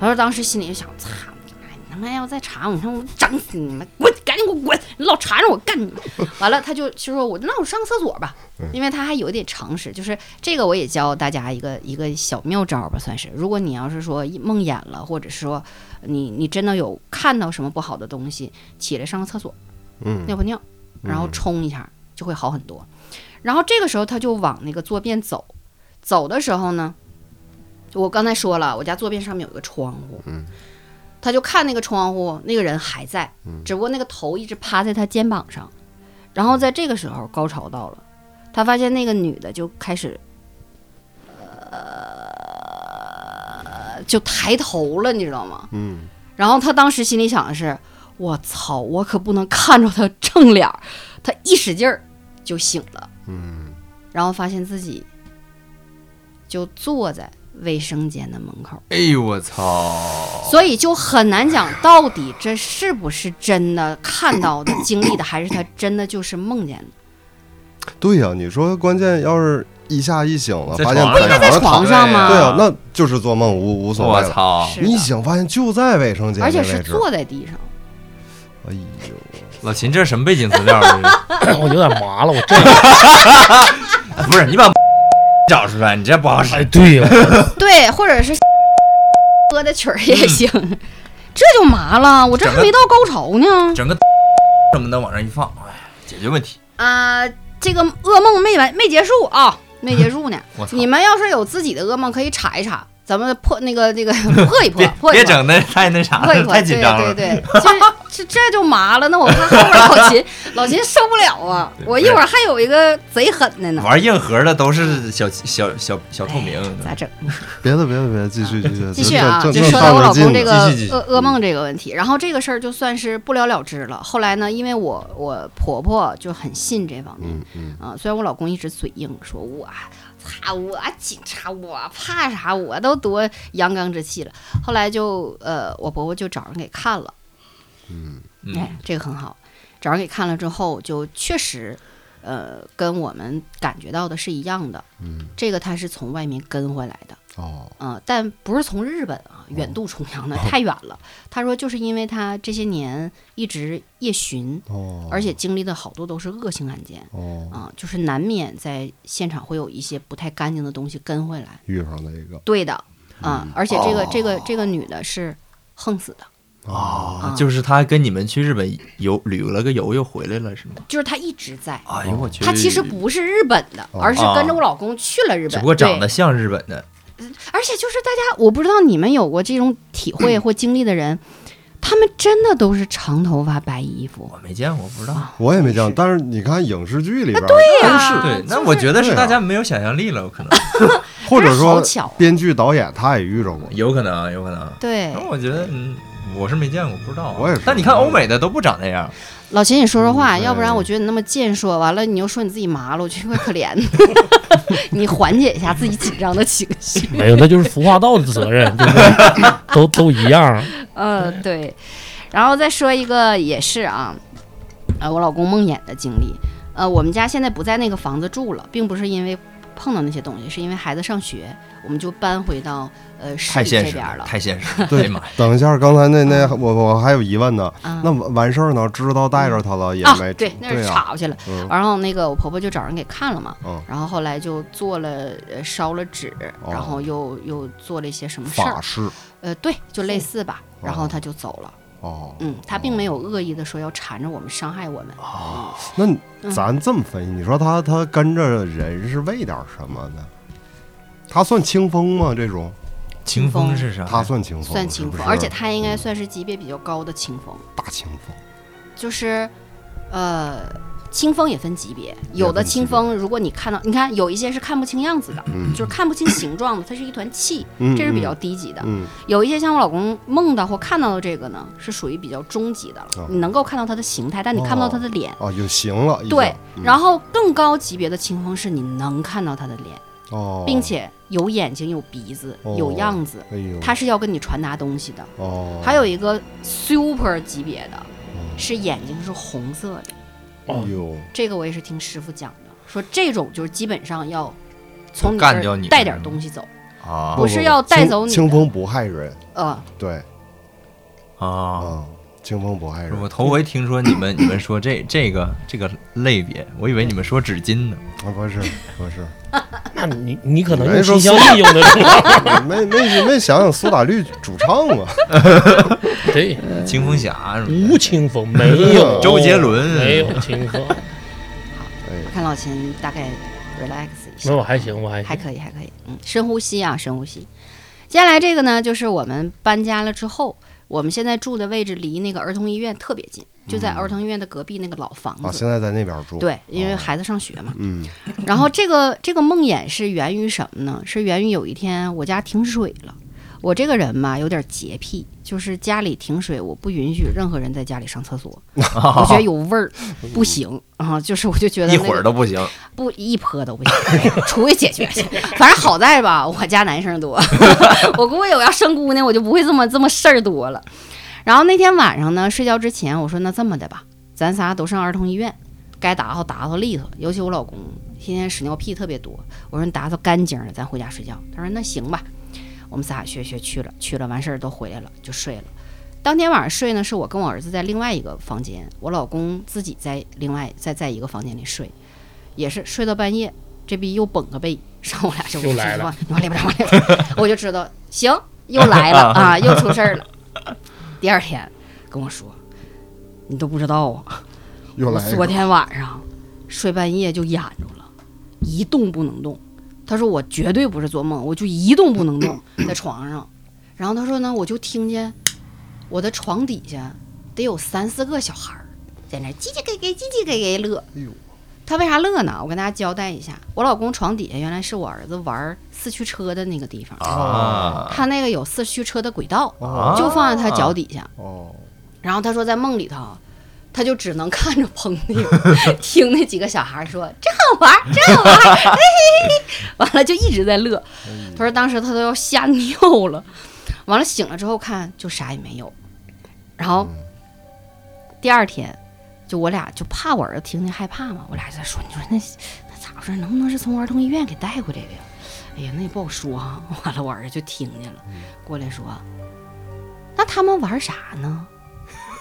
S2: 他说当时心里就想，操你妈，你他妈要再查我，你看我整死你们，滚，赶紧给我滚！你老缠着我干你 们。完了，他就就说我那我上个厕所吧
S1: 嗯，
S2: 因为他还有一点常识，就是这个我也教大家一个一个小妙招吧，算是。如果你要是说梦魇了，或者是说你你真的有看到什么不好的东西，起来上个厕所，
S1: 嗯
S2: 尿不尿，然后冲一下就会好很多。然后这个时候他就往那个坐便走，走的时候呢，我刚才说了，我家坐便上面有一个窗户，
S1: 嗯
S2: 他就看那个窗户，那个人还在，
S1: 嗯
S2: 只不过那个头一直趴在他肩膀上。然后在这个时候，高潮到了，他发现那个女的就开始，呃，就抬头了，你知道吗？
S1: 嗯，
S2: 然后他当时心里想的是：我操，我可不能看着他正脸儿。他一使劲儿就醒了，
S1: 嗯，
S2: 然后发现自己就坐在卫生间的门口，
S3: 哎呦我操！
S2: 所以就很难讲到底这是不是真的看到的、经历的，还是他真的就是梦见的。
S1: 对呀、你说关键要是一下一醒了，
S3: 在
S1: 发现
S3: 床上
S1: 在
S2: 在
S1: 躺
S2: 床上吗
S1: 对啊，那就是做梦无无所
S3: 我
S1: 谓了。
S3: 操！
S2: 是
S1: 你一
S2: 的，
S1: 醒发现就在卫生间
S2: 而
S1: 那
S2: 且
S1: 位置，
S2: 是坐在地上。
S1: 哎呦，
S3: 老秦，这是什么背景资料？ 这
S4: 我有点麻了，我这
S3: 是不是你把 找出来，你这不好使。
S4: 哎对呀，
S2: 对，或者 是播的曲儿也行，这就麻了。我这还
S3: 整个
S2: 没到高潮呢。
S3: 整个 什么的往上一放，哎呀，解决问题。
S2: 啊、这个噩梦没完没结束啊，没结束 呢。
S3: 我操！
S2: 你们要是有自己的噩梦，可以查一查，咱们破那个 那个破一破
S3: 别，
S2: 破一破。
S3: 别整的太那啥
S2: 破一
S3: 了，
S2: 破，
S3: 太紧张
S2: 对
S3: 了。
S2: 对对，就是这这就麻了。那我怕后边老秦，老秦受不了啊！
S3: 对
S2: 我一会儿还有一个贼狠的呢，
S3: 玩硬核的都是小小小
S2: 哎
S3: 小透明，
S2: 咋整？
S1: 别的别的别的，继续继续
S2: 继续啊，
S1: 正
S2: 就
S1: 正正
S2: 说到
S1: 上
S2: 我老
S1: 着
S2: 公
S1: 劲
S2: 这
S1: 呢。
S2: 个
S3: 继续继续
S2: 噩
S1: 嗯
S2: 噩梦这个问题，然后这个事儿就算是不了了之了。后来呢，因为我我婆婆就很信这方面，
S1: 嗯嗯，
S2: 啊，虽然我老公一直嘴硬，说我擦我啊警察我怕啥，我都多阳刚之气了。后来就呃，我伯伯就找人给看了，哎
S3: 嗯，，
S2: 这个很好，找人给看了之后，就确实呃跟我们感觉到的是一样的。
S1: 嗯，
S2: 这个他是从外面跟回来的，
S1: 哦，
S2: 嗯、但不是从日本啊远渡重洋的，太远了。他说就是因为他这些年一直夜巡，
S1: 哦，
S2: 而且经历的好多都是恶性案件。
S1: 哦，
S2: 啊、就是难免在现场会有一些不太干净的东西跟回来。
S1: 遇上了一个
S2: 对的，啊、
S3: 嗯
S2: 而且这个、这
S3: 哦
S2: 个这个女的是横死的，
S1: 啊，
S2: 啊
S3: 就是他跟你们去日本游旅了个游，又回来了是吗？
S2: 就是她一直在，
S3: 哎呦我去！
S2: 她其实，不是日本的，
S1: 哦
S2: 而是跟着我老公去了日本。
S3: 啊只不过长得
S2: 对，
S3: 像日本的，
S2: 而且就是大家，我不知道你们有过这种体会或经历的人，他们真的都是长头发、白衣服。
S3: 我没见过，不知道。
S1: 我也没见过，但是你看影视剧里边儿，
S2: 啊对呀、
S3: 对，那我觉得
S1: 对
S3: 是
S1: 啊
S3: 大家没有想象力了，有可能，
S1: 或者
S2: 好
S1: 说
S2: 巧啊
S1: 编剧导演他也遇着过，
S3: 有可能，有可能。
S2: 对
S3: 那，我觉得，嗯，我是没见过，不知道啊。
S1: 我也是
S3: 但你看欧美的都不长那样，
S2: 老秦，你说说话，
S1: 嗯
S2: 要不然我觉得你那么健硕，完了你又说你自己麻了，我觉得怪可怜 的。你缓解一下自己紧张的情绪。
S4: 没有，那就是服化道的责任，对不对？都都一样，
S2: 嗯，对。然后再说一个也是啊，呃，我老公梦魇的经历。呃，我们家现在不在那个房子住了，并不是因为碰到那些东西，是因为孩子上学，我们就搬回到呃市
S3: 太
S2: 里这
S3: 现实
S2: 边儿了。
S3: 太现实了。
S1: 对
S3: 哎呀妈呀，
S1: 等一下，刚才那那
S2: 嗯
S1: 我我还有疑问呢，
S2: 啊
S1: 那完完事儿呢？知道带着他了也
S2: 啊
S1: 没，
S2: 对，那是
S1: 啊，
S2: 吵去了。
S1: 嗯
S2: 然后那个我婆婆就找人给看了嘛，
S1: 嗯
S2: 然后后来就做了呃烧了纸，
S1: 哦
S2: 然后又又做了一些什么事
S1: 法
S2: 儿，
S1: 师
S2: 呃，对，就类似吧。然后
S1: 哦
S2: 她就走了，
S1: 哦，
S2: 嗯，她并没有恶意的说要缠着我们伤害我们，
S1: 那你
S2: 嗯
S1: 咱这么分析，你说他他跟着人是为点儿什么呢？他算清风吗？这种
S3: 清风是啥？
S1: 他算清风，
S2: 嗯算清
S1: 是
S2: 风，
S1: 不是嗯
S2: 而且他应该算是级别比较高的清风，
S1: 大清风。
S2: 就是，呃，清风也分级别，有的
S1: 分级
S2: 清风如果你看到，你看有一些是看不清样子的，
S1: 嗯
S2: 就是看不清形状的，它是一团气，
S1: 嗯
S2: 这是比较低级的。
S1: 嗯
S2: 有一些像我老公梦到或看到的这个呢，是属于比较中级的了，
S1: 哦
S2: 你能够看到它的形态，但你看不到它的脸。
S1: 哦，就行了。已经
S2: 对，
S1: 嗯
S2: 然后更高级别的清风是你能看到它的脸，
S1: 哦，
S2: 并且有眼睛、有鼻子、有
S1: 哦
S2: 样子，
S1: 哎呦，
S2: 它是要跟你传达东西的。
S1: 哦，
S2: 还有一个 super 级别的
S1: 嗯
S2: 是眼睛是红色的，
S1: 哎呦，
S2: 这个我也是听师傅讲的，说这种就是基本上要从你这
S3: 干掉你
S2: 儿带点东西走，
S3: 啊
S2: 我是要带走你的
S1: 清清风不害人，
S2: 呃，
S1: 对
S3: 啊！
S1: 啊，清风不害人
S3: 我头回听说你们你们说这这个这个类别，我以为你们说纸巾呢。
S1: 啊，不是不是，
S4: 那你你可能
S1: 人
S4: 用
S1: 说
S4: 心相印用的这种，
S1: 没没没想想苏打绿主唱啊，
S4: 对，
S3: 清风侠什么
S4: 无清风没有，
S3: 周杰伦
S4: 没有清风，
S1: 哎，
S2: 看老秦大概 relax 一下
S4: 那，我还行，我还
S2: 还
S4: 行，
S2: 可以，还可以，嗯，深呼吸啊，深呼吸。接下来这个呢，就是我们搬家了之后，我们现在住的位置离那个儿童医院特别近，就在
S1: 嗯
S2: 儿童医院的隔壁那个老房
S1: 啊，
S2: 子。
S1: 现在在那边住，，
S2: 对，因为
S1: 哦
S2: 孩子上学嘛。
S1: 嗯
S2: 然后这个这个梦魇是源于什么呢？是源于有一天我家停水了。我这个人吧，有点洁癖，就是家里停水，我不允许任何人在家里上厕 所，我觉得有味儿，不行啊！就是我就觉得
S3: 嗯一
S2: 那
S3: 会儿
S2: 个
S3: 都不行，
S2: 不一泼都不行， 出去解决去。反正好在吧，我家男生多， 我估计我要生姑娘，我就不会这么这么事儿多了。然后那天晚上呢，睡觉之前我说那这么的吧，咱仨都上儿童医院，该打扫打扫利索，尤其我老公天天屎尿屁特别多，我说你打扫干净了，咱回家睡觉。他说那行吧，我们仨学学去了，去了完事儿都回来了就睡了。当天晚上睡呢，是我跟我儿子在另外一个房间，我老公自己在另外在在一个房间里睡，也是睡到半夜，这逼又绷个背，上我俩就
S4: 又来了，
S2: 往里边往里边，我就知道行，又来了啊，又出事儿了。第二天跟我说，你都不知道啊，
S1: 又
S2: 我
S1: 来一
S2: 昨
S1: 个，
S2: 天晚上睡半夜就眼着了，一动不能动。他说我绝对不是做梦，我就一动不能动 在床上。然后他说呢，我就听见我的床底下得有三四个小孩儿在那叽叽咯咯、叽叽咯咯乐
S1: 哎呦。
S2: 他为啥乐呢？我跟大家交代一下，我老公床底下原来是我儿子玩四驱车的那个地方，
S3: 啊
S2: 他那个有四驱车的轨道，
S1: 哦
S2: 就放在他脚底下。
S1: 哦，
S2: 然后他说在梦里头，他就只能 看着棚里，听那几个小孩说真好玩儿，真好玩儿， 嘿嘿嘿。完了就一直在乐。他说当时他都要吓尿了，完了醒了之后看就啥也没有。然后第二天，就我俩就怕我儿子听见害怕嘛，我俩就在说，你说那那咋回事？能不能是从儿童医院给带回来的呀？哎呀，那也不好说啊。 完了，我儿子就听见了，过来说，那他们玩啥呢？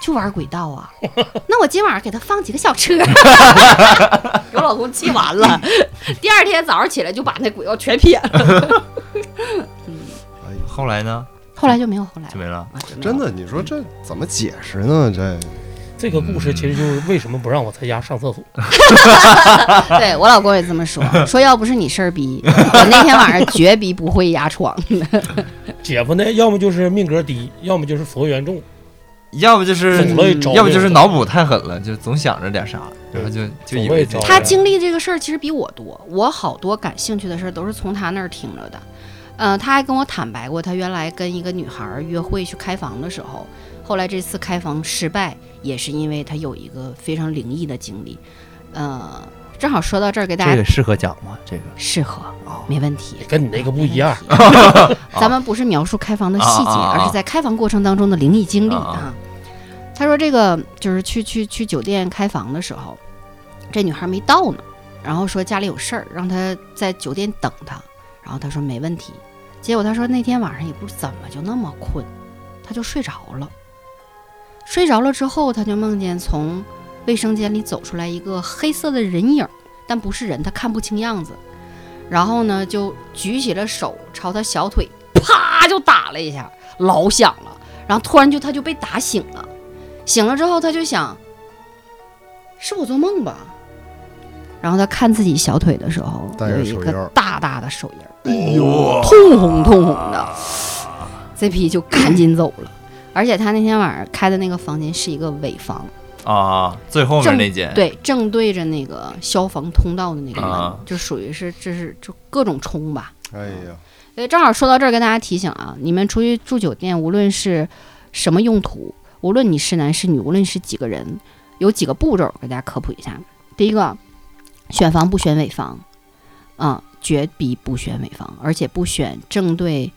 S2: 就玩轨道啊？ 那我今晚上给他放几个小 车。给我老公气完了， 第二天早上起来就把那轨道全撇了。
S1: 哎呀，
S3: 后来呢
S2: 后来就没有后来
S3: 就
S2: 了
S3: 没了。
S2: 啊，就没有
S1: 真的，你说这怎么解释呢？这
S4: 这个故事其实就是为什么不让我在家上厕所，
S2: 对我老公也这么说，说要不是你事儿逼，我那天晚上绝逼不会压床。
S4: 姐夫呢，要么就是命格低，要么就是佛缘重，
S3: 要不就是
S4: 总乐意找
S3: 嗯要不就是
S4: 人
S3: 脑补太狠了，就总想着点啥，然后就就以为这
S4: 总会找
S2: 他经历这个事儿其实比我多，我好多感兴趣的事儿都是从他那儿听着的。呃，他还跟我坦白过，他原来跟一个女孩儿约会去开房的时候，后来这次开房失败，也是因为他有一个非常灵异的经历。呃，正好说到这儿，给大家
S3: 个适合讲吗？这个
S2: 适合
S3: 哦，
S2: 没问题。
S4: 跟你那个不一样。
S3: 嗯
S2: 没问题。 咱们不是描述开房的细节，
S3: 啊啊啊啊
S2: 而是在开房过程当中的灵异经历
S3: 啊啊
S2: 啊。他说这个就是去去去酒店开房的时候，这女孩没到呢，然后说家里有事儿，让她在酒店等她。然后他说没问题，结果他说那天晚上也不知怎么就那么困，他就睡着了。睡着了之后，他就梦见从卫生间里走出来一个黑色的人影儿，但不是人，他看不清样子。然后呢，就举起了手朝他小腿啪就打了一下，老响了。然后突然就他就被打醒了，醒了之后他就想，是我做梦吧？然后他看自己小腿的时候，
S1: 带着
S2: 有一
S1: 手印
S2: 个
S1: 儿
S2: 大大的手印儿，哎通红通红的。这批就赶紧走了。而且他那天晚上开的那个房间是一个尾房，
S3: 啊，最后面那间
S2: 对，正对着那个消防通道的那个门，
S3: 啊
S2: 就属于是这是就各种冲吧。
S1: 哎呀，
S2: 哎，正好说到这儿，跟大家提醒啊，你们出去住酒店，无论是什么用途，无论你是男是女，无论是几个人，有几个步骤给大家科普一下。第一个，选房不选尾房，啊、绝逼不选尾房，而且不选正对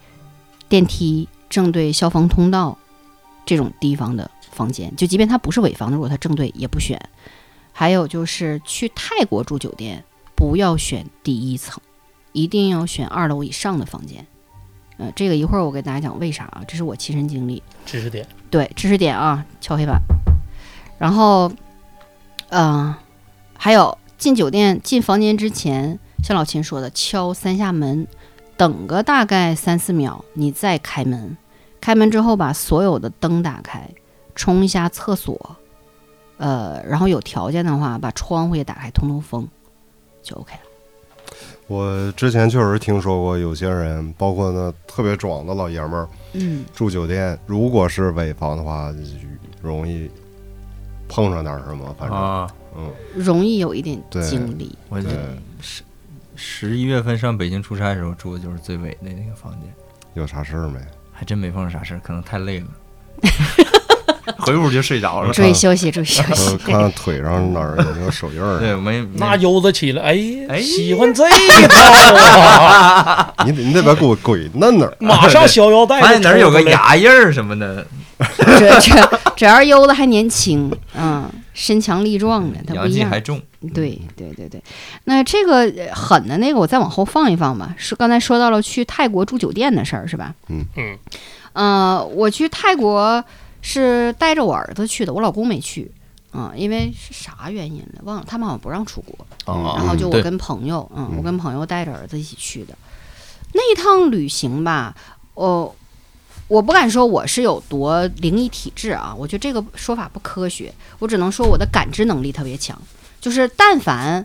S2: 电梯、正对消防通道这种地方的房间，就即便它不是尾房的，如果它正对也不选。还有就是去泰国住酒店，不要选第一层。一定要选二楼以上的房间。呃，这个一会儿我给大家讲为啥啊，这是我亲身经历。
S4: 知识点，
S2: 对，知识点啊，敲黑板。然后，嗯，还有进酒店进房间之前，像老秦说的，敲三下门，等个大概三四秒，你再开门。开门之后，把所有的灯打开，冲一下厕所，呃，然后有条件的话，把窗户也打开通通风，就 OK 了。
S1: 我之前确实听说过有些人，包括那特别壮的老爷们儿，
S2: 嗯，
S1: 住酒店，如果是尾房的话，容易碰上点儿什么，反正、
S3: 啊，
S1: 嗯，
S2: 容易有一点
S1: 对
S2: 经历。
S3: 我
S1: 对，
S3: 十十一月份上北京出差的时候住的就是最尾的那个房间，
S1: 有啥事儿没？
S3: 还真没碰上啥事儿，可能太累了， 回屋就睡着了。
S2: 注意休息，注意休息
S1: 呃。看看腿上哪儿有没有手印儿，
S3: 嗯对，没没
S4: 那悠着起来，
S3: 哎
S4: 哎，喜欢这 一套啊！
S1: 你得你得把鬼鬼摁那儿。
S4: 马上小腰带，
S3: 发现哪儿有个，牙印儿什么的，
S2: 主主主要是悠子还年轻，嗯，身强力壮的，他不
S3: 阳
S2: 一
S3: 气
S2: 样。
S3: 嗯还重。
S2: 对对对对，那这个呃狠的那个我再往后放一放吧。是刚才说到了去泰国住酒店的事儿是吧？
S1: 嗯
S4: 嗯。
S2: 呃，我去泰国是带着我儿子去的，我老公没去。嗯，因为是啥原因呢？忘了，他们好像不让出国。
S1: 哦
S2: 然后就
S3: 对
S2: 我跟朋友，嗯，
S1: 嗯
S2: 我跟朋友带着儿子一起去的。那一趟旅行吧，呃，我不敢说我是有多灵异体质啊，我觉得这个说法不科学。我只能说我的感知能力特别强，就是但凡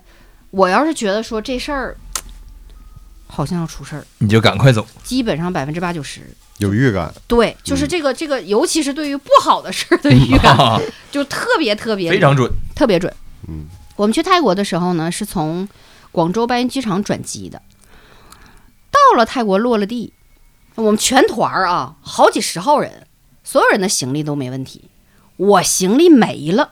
S2: 我要是觉得说这事儿好像要出事儿，
S3: 你就赶快走。
S2: 基本上百分之八九十。
S1: 有预感，
S2: 对，就是
S1: 嗯
S2: 这个、这个，尤其是对于不好的事儿的预感， 就特别特别
S3: 非常准。
S2: 特别准。
S1: 嗯，
S2: 我们去泰国的时候呢，是从广州白云机场转机的，到了泰国落了地，我们全团儿啊，好几十号人，所有人的行李都没问题，我行李没了。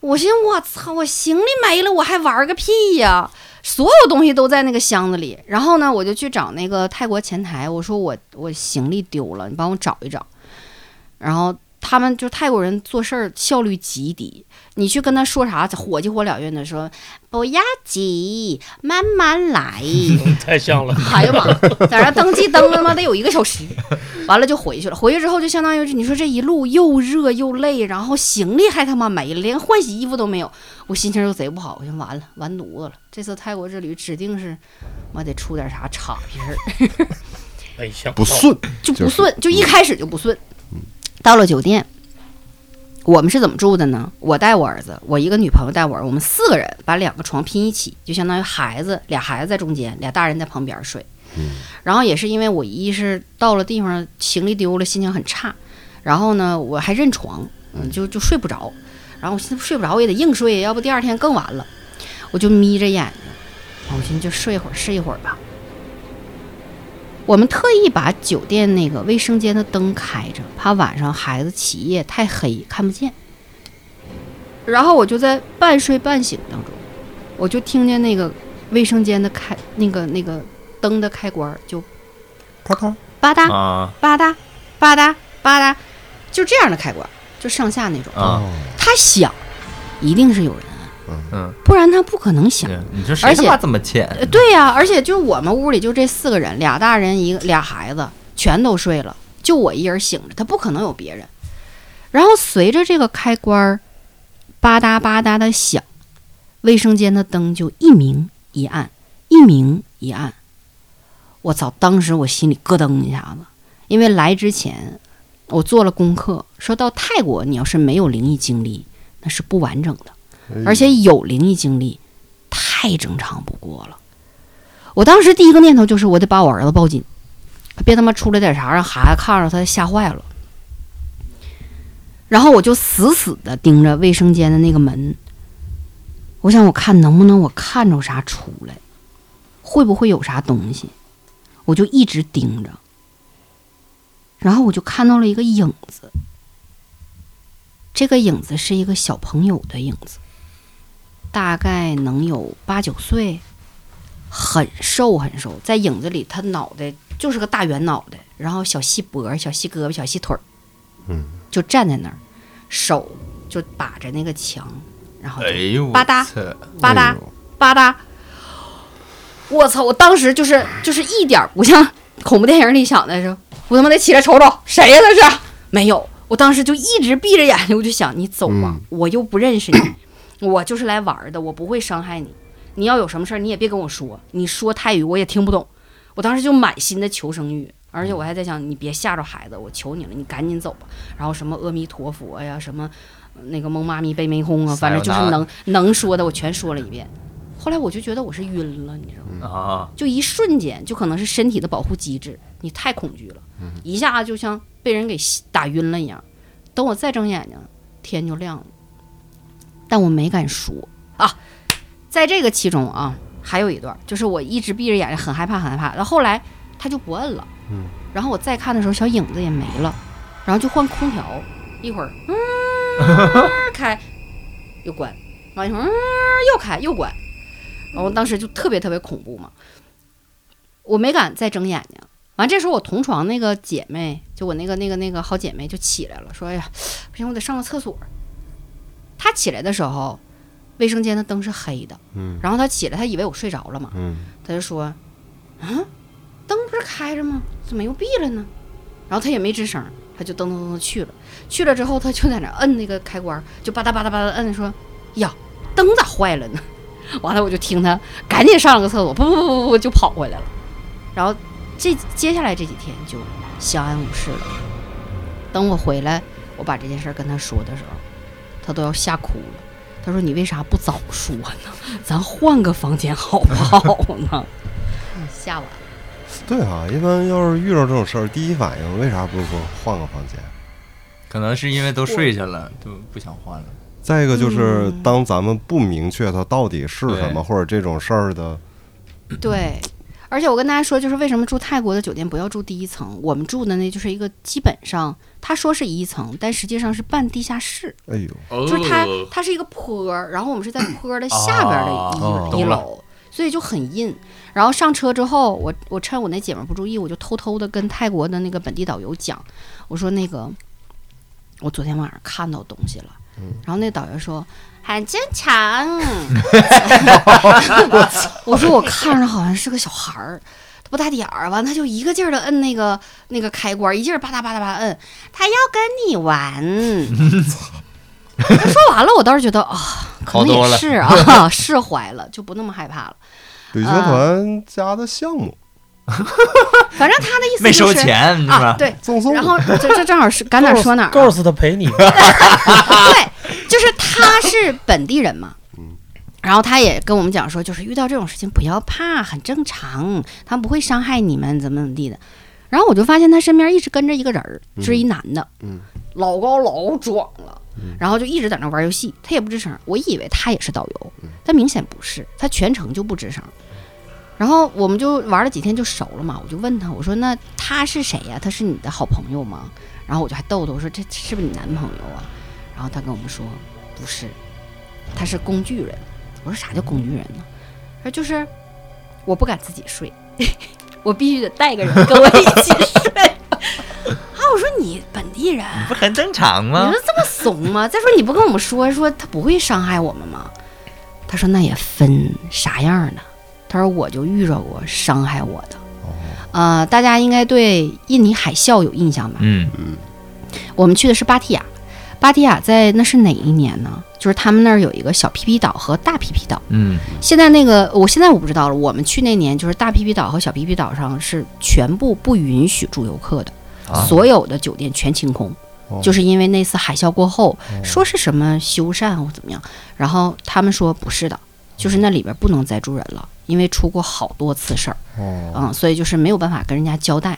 S2: 我寻思，我操，我行李没了，我还玩个屁呀！所有东西都在那个箱子里。然后呢，我就去找那个泰国前台，我说我我行李丢了，你帮我找一找。然后他们就泰国人做事儿效率极低，你去跟他说啥，火急火燎原的说不要急，慢慢来。
S4: 太 像了。
S2: 哎呀妈，在那登记登他妈得有一个小时， 完了就回去了。回去之后就相当于是你说这一路又热又累，然后行李还他妈没了，连换洗衣服都没有，我心情就贼不好。我寻思完了，完犊子了，这次泰国之旅指定是我得出点啥岔皮儿。
S4: 哎呀，
S1: 不顺，
S2: 就
S1: 就是嗯
S2: 不顺，就一开始就不顺。到了酒店，我们是怎么住的呢？我带我儿子，我一个女朋友带我儿子，我们四个人把两个床拼一起，就相当于孩子俩孩子在中间，俩大人在旁边睡。
S1: 嗯
S2: 然后也是因为我一是到了地方行李丢了，心情很差，然后呢我还认床，嗯，就就睡不着。然后我寻思睡不着也得硬睡，要不第二天更完了。我就眯着眼睛，我寻思就睡一会儿，睡一会儿吧。我们特意把酒店那个卫生间的灯开着，怕晚上孩子起夜太黑看不见。然后我就在半睡半醒当中，我就听见那个卫生间的开那个那个灯的开关儿就
S1: 啪嗒，
S2: 吧嗒
S3: 啊
S2: 吧嗒吧嗒吧嗒，就这样的开关儿，就上下那种。
S1: 哦
S3: 啊，
S2: 它响，一定是有人，
S3: 嗯，
S2: 不然它不可能响。
S3: 对，你说谁
S2: 而
S3: 他
S2: 且
S3: 妈这么欠？
S2: 呃，对呀、而且就我们屋里就这四个人，俩大人一个俩孩子，全都睡了，就我一人醒着，他不可能有别人。然后随着这个开关儿吧嗒吧嗒的响，卫生间的灯就一明一暗，一明一暗。我操！当时我心里咯噔一下子，因为来之前我做了功课，说到泰国你要是没有灵异经历，那是不完整的。
S1: 哎
S2: 而且有灵异经历，太正常不过了。我当时第一个念头就是，我得把我儿子抱紧，别他妈出来点啥，让孩子看着他吓坏了。然后我就死死的盯着卫生间的那个门，我想我看能不能我看着啥出来，会不会有啥东西，我就一直盯着。然后我就看到了一个影子，这个影子是一个小朋友的影子。大概能有八九岁，很瘦很瘦，在影子里，他脑袋就是个大圆脑袋，然后小细脖儿、小细胳膊、小细腿儿，
S1: 嗯，
S2: 就站在那儿，手就把着那个墙，然后就
S3: 哎呦，
S2: 吧嗒
S3: 我操
S2: 吧
S1: 哎
S2: 嗒
S1: 呦
S2: 吧嗒，我操！我当时就是就是一点儿不像恐怖电影里想的是，我他妈得起来瞅瞅谁呀、这是没有。我当时就一直闭着眼睛，我就想你走吧，
S1: 嗯
S2: 我又不认识你，我就是来玩儿的，我不会伤害你。你要有什么事儿，你也别跟我说，你说泰语我也听不懂。我当时就满心的求生欲，而且我还在想，你别吓着孩子，我求你了，你赶紧走吧。然后什么阿弥陀佛呃呀，什么那个蒙妈咪被没轰啊，反正就是能能说的我全说了一遍。后来我就觉得我是晕了，你知道吗？
S3: 啊，
S2: 就一瞬间，就可能是身体的保护机制，你太恐惧了，一下就像被人给吸打晕了一样。等我再睁眼睛，天就亮了，但我没敢说啊。在这个其中啊，还有一段，就是我一直闭着眼睛，很害怕，很害怕。然后后来他就不摁了，
S1: 嗯，
S2: 然后我再看的时候，小影子也没了，然后就换空调，一会儿嗯开，又关，完一会儿嗯又开又关，然后当时就特别特别恐怖嘛，我没敢再睁眼睛。完，这时候我同床那个姐妹，就我那个那个那个好姐妹就起来了，说：“哎呀，不行，我得上个厕所。”她起来的时候，卫生间的灯是黑的，
S1: 嗯
S2: 然后她起来，她以为我睡着了嘛，
S1: 嗯
S2: 她就说：“啊，灯不是开着吗？怎么又闭了呢？”然后她也没吱声，她就噔噔噔噔去了。去了之后，她就在那摁那个开关，就吧嗒吧嗒吧嗒摁，说：“呀，灯咋坏了呢？” 完了，我就听她赶紧上了个厕所，噗噗噗噗噗就跑回来了。然后这接下来这几天就相安无事了。等我回来，我把这件事儿跟她说的时候，她都要吓哭了。她说：“你为啥不早说呢？咱换个房间好不好呢？” 吓完了。
S1: 对啊，一般要是遇到这种事儿，第一反应为啥不说换个房间？
S3: 可能是因为都睡下了，就不想换了。
S1: 再一个就是，
S2: 嗯
S1: 当咱们不明确它到底是什么，
S3: 对
S1: 或者这种事儿的，
S2: 对，而且我跟大家说，就是为什么住泰国的酒店不要住第一层，我们住的那就是一个基本上他说是一层，但实际上是半地下室，
S1: 哎呦，
S2: 就是它
S3: 哦
S2: 它是一个坡儿，然后我们是在坡儿的下边儿的一、
S1: 哦
S2: 一
S3: 懂了
S2: 楼。所以就很硬，然后上车之后，我我趁我那姐们儿不注意，我就偷偷的跟泰国的那个本地导游讲，我说那个我昨天晚上看到东西了，然后那导游说很正常，我说我看着好像是个小孩儿，他不大点儿，完他就一个劲儿的摁那个那个开关，一劲儿吧嗒吧嗒吧嗒摁，他要跟你玩。 他说完了，我倒是觉得啊、可
S3: 好
S2: 能
S3: 多
S2: 也
S3: 了
S2: 是 啊， 释怀了，就不那么害怕了。
S1: 旅行
S2: 啊
S1: 团家的项目
S2: 反正他的意思、就是、
S3: 没收钱是
S2: 啊，
S3: 吧？
S2: 对。
S1: 赠送，
S2: 然后这这正好是赶哪儿说哪儿啊，
S4: 告诉他陪你，
S2: 对，就是他是本地人嘛
S1: 嗯。
S2: 然后他也跟我们讲说，就是遇到这种事情不要怕，很正常，他们不会伤害你们，怎么怎么地的。然后我就发现他身边一直跟着一个人儿，是一男的，
S1: 嗯
S2: 老高老壮了，然后就一直在那玩游戏，他也不吱声。我以为他也是导游，但明显不是，他全程就不吱声。然后我们就玩了几天就熟了嘛，我就问他，我说那他是谁呀、他是你的好朋友吗？然后我就还逗他，我说这是不是你男朋友啊？然后他跟我们说不是，他是工具人。我说啥叫工具人呢？他说就是我不敢自己睡， 我必须得带个人跟我一起睡。啊，我说你本地人，
S3: 不很正常
S2: 你
S3: 吗
S2: 说？这么怂 吗？再说你不跟我们说说他不会伤害我们吗？他说那也分啥样儿的。他说我就遇着过伤害我的。
S3: 哦
S2: 呃，大家应该对印尼海啸有印象吧？
S3: 嗯，
S2: 我们去的是芭提雅，芭提雅在那是哪一年呢？就是他们那儿有一个小皮皮岛和大皮皮岛。
S3: 嗯，
S2: 现在那个，我现在我不知道了。我们去那年，就是大皮皮岛和小皮皮岛上是全部不允许住游客的，
S3: 啊
S2: 所有的酒店全清空，
S1: 哦
S2: 就是因为那次海啸过后，说是什么修缮或怎么样，然后他们说不是的，就是那里边不能再住人了，因为出过好多次事儿。
S1: 哦，
S2: 嗯，所以就是没有办法跟人家交代。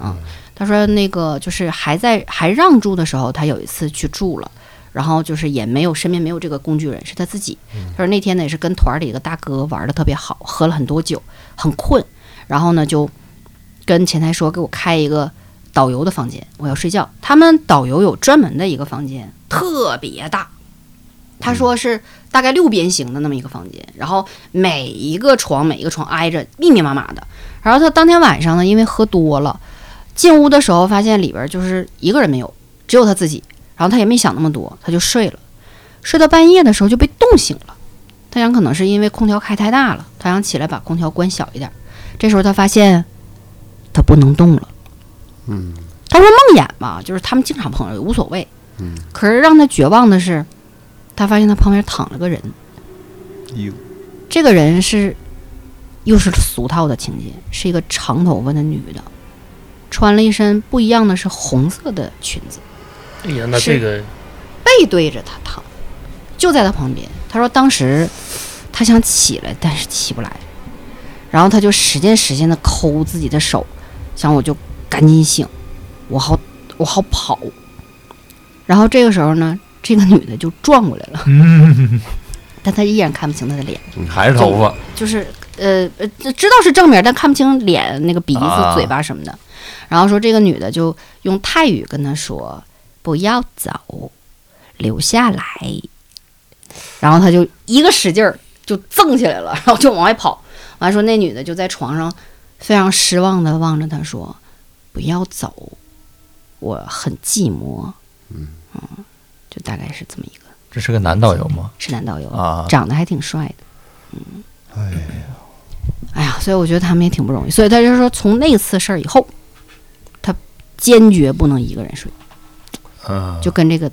S2: 嗯，他说那个就是还在还让住的时候，他有一次去住了，然后就是也没有身边没有这个工具人，是他自己。他说那天呢也是跟团儿里一个大哥玩的特别好，喝了很多酒，很困，然后呢就跟前台说给我开一个导游的房间，我要睡觉。他们导游有专门的一个房间，特别大。他说是大概六边形的那么一个房间，然后每一个床每一个床挨着密密麻麻的，然后他当天晚上呢，因为喝多了，进屋的时候发现里边就是一个人没有，只有他自己。然后他也没想那么多，他就睡了。睡到半夜的时候就被冻醒了。他想可能是因为空调开太大了，他想起来把空调关小一点。这时候他发现他不能动了。
S1: 嗯，
S2: 他说梦魇吧，就是他们经常碰上，无所谓。
S1: 嗯，
S2: 可是让他绝望的是，他发现他旁边躺了个人。
S1: 哟
S2: 这个人是又是俗套的情节，是一个长头发的女的，穿了一身不一样的是红色的裙子，
S4: 哎呀，那
S2: 是
S4: 这个
S2: 背对着他躺，就在他旁边。他说当时他想起来，但是起不来，然后他就使劲使劲的抠自己的手，想我就赶紧醒，我好我好跑。然后这个时候呢，这个女的就转过来了，
S3: 嗯，
S2: 但她依然看不清她的脸，
S3: 还是头发，
S2: 就是呃呃知道是正面，但看不清脸、那个鼻子、
S3: 啊
S2: 嘴巴什么的。然后说这个女的就用泰语跟他说：“不要走，留下来。”然后他就一个使劲儿就蹭起来了，然后就往外跑。完说那女的就在床上非常失望的望着他说：“不要走，我很寂寞。”
S1: 嗯
S2: 就大概是这么一个，
S3: 这是个男导游吗？
S2: 是男导游，
S3: 啊，
S2: 长得还挺帅的。
S1: 哎呀，
S2: 哎呀，所以我觉得他们也挺不容易。所以他就说，从那次事儿以后，他坚决不能一个人睡，
S3: 嗯，
S2: 就跟这个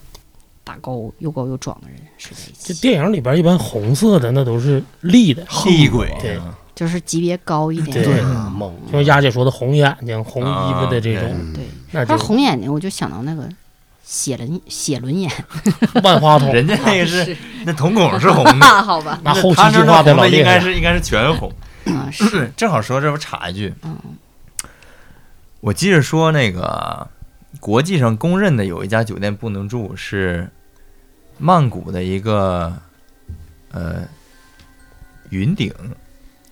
S2: 打勾又高又壮的人睡在一
S4: 这
S2: 起，
S4: 电影里边一般红色的那都是立的，
S3: 厉鬼啊，
S4: 对
S2: 就是级别高一点
S4: 对
S2: 的。
S1: 对
S2: 对
S1: 啊，猛啊，
S4: 像丫姐说的红眼睛、红衣
S3: 啊
S4: 服的这种，
S1: 嗯
S2: 对，
S4: 那
S2: 他
S4: 就
S2: 说红眼睛，我就想到那个写轮写轮眼，
S4: 万花筒。
S3: 人家那个是那瞳孔是红的，
S2: 啊，好吧，
S4: 那
S3: 那
S4: 后期
S3: 他
S4: 进
S3: 那
S4: 化
S3: 红
S4: 的老
S3: 的
S4: 厉
S3: 应
S4: 害
S3: 该
S4: 了，
S3: 是应该是全红。
S2: 啊是，
S3: 正好说这，我插一句，
S2: 嗯，
S3: 我记着说那个国际上公认的有一家酒店不能住是曼谷的一个呃云顶，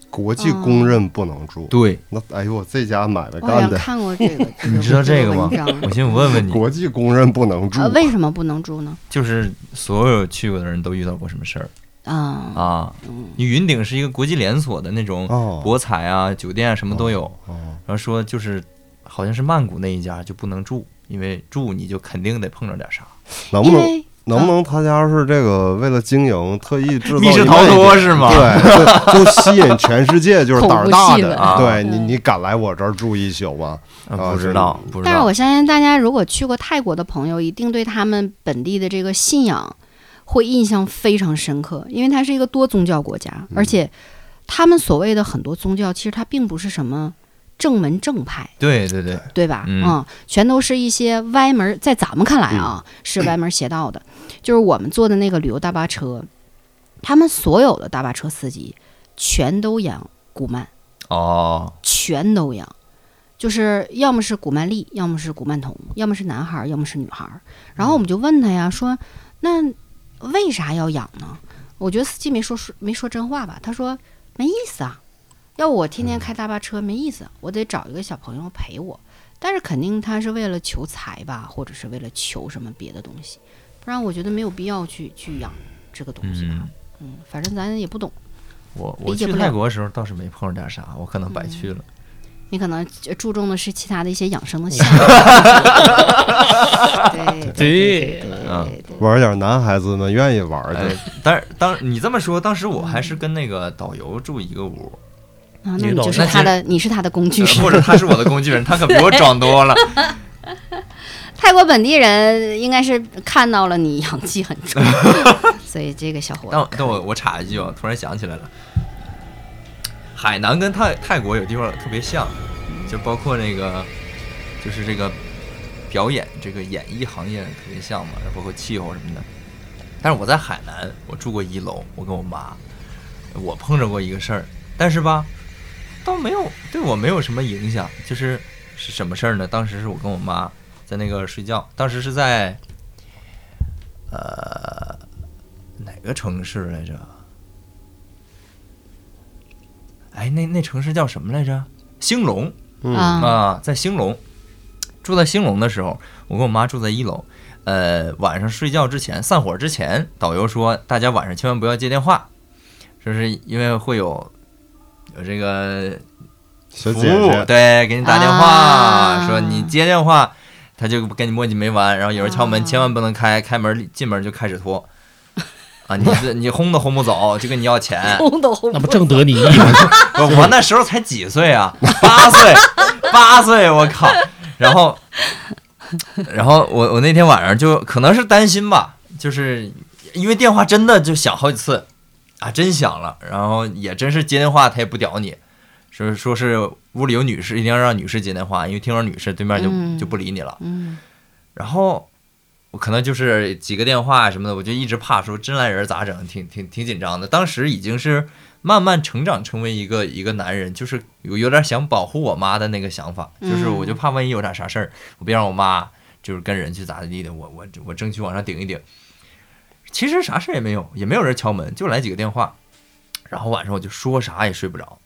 S1: 国际公认不能
S2: 嗯
S1: 住。
S3: 对，
S1: 那哎呦，我这家买卖
S2: 我好
S1: 干
S2: 像
S1: 的，
S2: 看过这个，个
S3: 你知道这个吗
S2: 文章
S3: 我寻思我问问你，
S1: 国际公认不能住啊
S2: 呃，，为什么不能住呢？
S3: 就是所有去过的人都遇到过什么事儿
S2: 啊，
S3: 啊？因为云顶是一个国际连锁的那种
S1: 哦
S3: 博彩啊、酒店啊什么都有，
S1: 哦，
S3: 然后说就是好像是曼谷那一家就不能住，因为住你就肯定得碰着点啥。
S1: 能不
S2: 因
S1: 能
S2: 为嗯
S1: 能不能他家是这个为了经营特意制造
S3: 密室
S1: 一
S3: 逃
S1: 类
S3: 脱
S1: 的
S3: 是吗
S1: 对，就就吸引全世界就是胆儿大
S2: 恐怖气
S1: 的，
S2: 氛
S3: 啊
S1: 对你
S2: 对
S1: 你敢来我这儿住一宿吗？
S3: 啊
S1: 啊
S3: 不知道，不知
S2: 哦但是
S3: 道
S2: 我。相信大家如果去过泰国的朋友，一定对他们本地的这个信仰会印象非常深刻，因为它是一个多宗教国家，
S3: 嗯
S2: 而且他们所谓的很多宗教，其实它并不是什么正门正派，
S3: 对对对，
S2: 对吧？
S3: 嗯
S2: 全都是一些歪门儿，在咱们看来啊，
S3: 嗯
S2: 是歪门儿邪道的。就是我们坐的那个旅游大巴车，他们所有的大巴车司机全都养古曼。
S3: 哦，
S2: 全都养，就是要么是古曼丽，要么是古曼童，要么是男孩儿，要么是女孩儿。然后我们就问他呀，说那为啥要养呢？我觉得司机没说说没说真话吧，他说没意思啊，要我天天开大巴车没意思，我得找一个小朋友陪我。但是肯定他是为了求财吧，或者是为了求什么别的东西，不然我觉得没有必要去去养这个东西吧。
S3: 嗯，
S2: 嗯，反正咱也不懂，
S3: 我我
S2: 理解
S3: 去
S2: 不了嗯
S3: 泰国的时候倒是没碰上点啥，我可能白去了。
S2: 你可能就注重的是其他的一些养生的项目。 对对
S3: 啊
S2: 对对，
S1: 玩点男孩子们愿意玩
S3: 哎
S1: 的，，
S3: 但是当你这么说，当时我还
S2: 嗯
S3: 是跟那个导游住一个屋，
S2: 啊，那
S4: 女
S2: 你
S4: 导
S2: 就是
S3: 那
S2: 他的，你是他的工具
S3: 呃
S2: 人。
S3: 或者他是我的工具人，他可比我壮多了。
S2: 泰国本地人应该是看到了你阳气很 重，所以这个小伙
S3: 但
S2: 子
S3: 我但我我插一句啊，突然想起来了，海南跟泰泰国有地方特别像，就包括那个，就是这个表演这个演艺行业特别像嘛，然后包括气候什么的。但是我在海南，我住过一楼，我跟我妈，我碰着过一个事儿，但是吧，倒没有对我没有什么影响。就是是什么事儿呢？当时是我跟我妈在那个睡觉，当时是在，呃，哪个城市来着？哎，那那城市叫什么来着？兴隆
S1: 嗯，
S2: 啊，
S3: 啊，在兴隆。住在兴隆的时候，我跟我妈住在一楼。呃，晚上睡觉之前，散伙之前，导游说大家晚上千万不要接电话，就是因为会有有这个
S1: 小
S3: 服
S1: 姐哎
S3: 务，
S1: 姐，
S3: 对，给你打电话、
S2: 啊
S3: 说你接电话，他就跟你磨叽没完，然后有人敲门，
S2: 啊。
S3: 千万不能开，开门进门就开始拖，啊，你是你轰都轰不走，就跟你要钱
S2: 轰都轰
S4: 那不
S2: 不
S4: 正得你意 吗？
S3: 我 我那时候才几岁啊，八岁，八岁，我靠！然后，然后我我那天晚上就可能是担心吧，就是因为电话真的就响好几次，啊，真响了，然后也真是接电话他也不屌你，说说是屋里有女士，一定要让女士接电话，因为听着女士对面就、
S2: 嗯
S3: 就不理你了。
S2: 嗯
S3: 然后我可能就是几个电话什么的，我就一直怕说真来人咋整，挺挺挺紧张的。当时已经是慢慢成长成为一个一个男人，就是有有点想保护我妈的那个想法，就是我就怕万一有点啥事儿，我别让我妈就是跟人去咋地的，我我我争取往上顶一顶。其实啥事儿也没有，也没有人敲门，就来几个电话，然后晚上我就说啥也睡不着，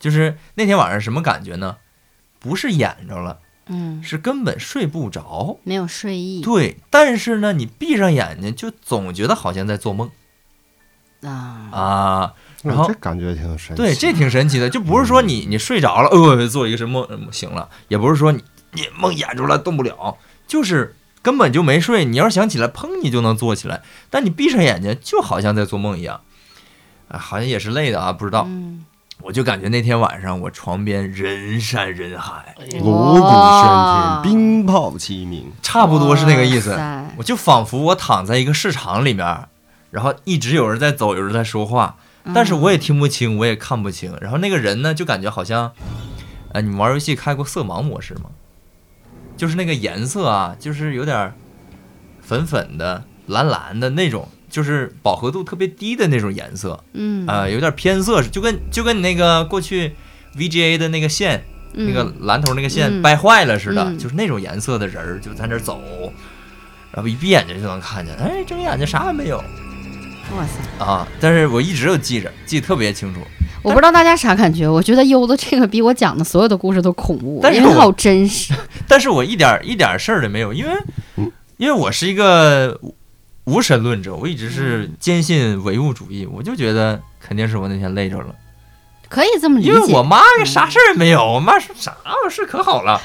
S3: 就是那天晚上什么感觉呢？不是演着了，
S2: 嗯，
S3: 是根本睡不着。
S2: 没有睡意
S3: 对，但是呢，你闭上眼睛就总觉得好像在做梦
S2: 啊，
S3: 啊。然
S1: 嗯
S3: 后
S1: 这感觉挺神奇。
S3: 对，这挺神奇的，就不是说你你睡着了，呃，做一个什么梦醒了，也不是说你你梦魇住了动不了，就是根本就没睡。你要是想起来，砰，你就能坐起来，但你闭上眼睛就好像在做梦一样。啊，好像也是累的啊，不知道。
S2: 嗯，
S3: 我就感觉那天晚上我床边人山人海，
S4: 哎
S1: 锣
S4: 呦，
S1: 鼓喧天，
S2: 哇
S1: 冰炮齐鸣。
S3: 差不多是那个意思
S2: 哇。塞
S3: 我就仿佛我躺在一个市场里面，然后一直有人在走，有人在说话，但是我也听不清，我也看不清。然后那个人呢，就感觉好像，呃，你们玩游戏开过色盲模式吗？就是那个颜色啊，就是有点儿粉粉的、蓝蓝的那种，就是饱和度特别低的那种颜色，
S2: 嗯
S3: 呃，有点偏色，就跟就跟你那个过去 VGA 的那个线那个蓝头那个线
S2: 嗯
S3: 掰坏了似的，
S2: 嗯
S3: 就是那种颜色的人儿就在那儿走，然后一闭眼睛就能看见，哎，睁眼睛啥也没有
S2: 嗯哇塞，
S3: 啊！但是我一直有记着，记得特别清楚。
S2: 我不知道大家啥感觉，我觉得悠的这个比我讲的所有的故事都恐怖，
S3: 但是
S2: 因为
S3: 我
S2: 好真实，
S3: 但是我一点一点事儿都没有，因为
S1: 嗯
S3: 因为我是一个无无神论者，我一直是
S2: 嗯
S3: 坚信唯物主义，我就觉得肯定是我那天累着了，
S2: 可以这么理解。
S3: 因为我妈啥事儿也没有，我妈说啥事可好 了，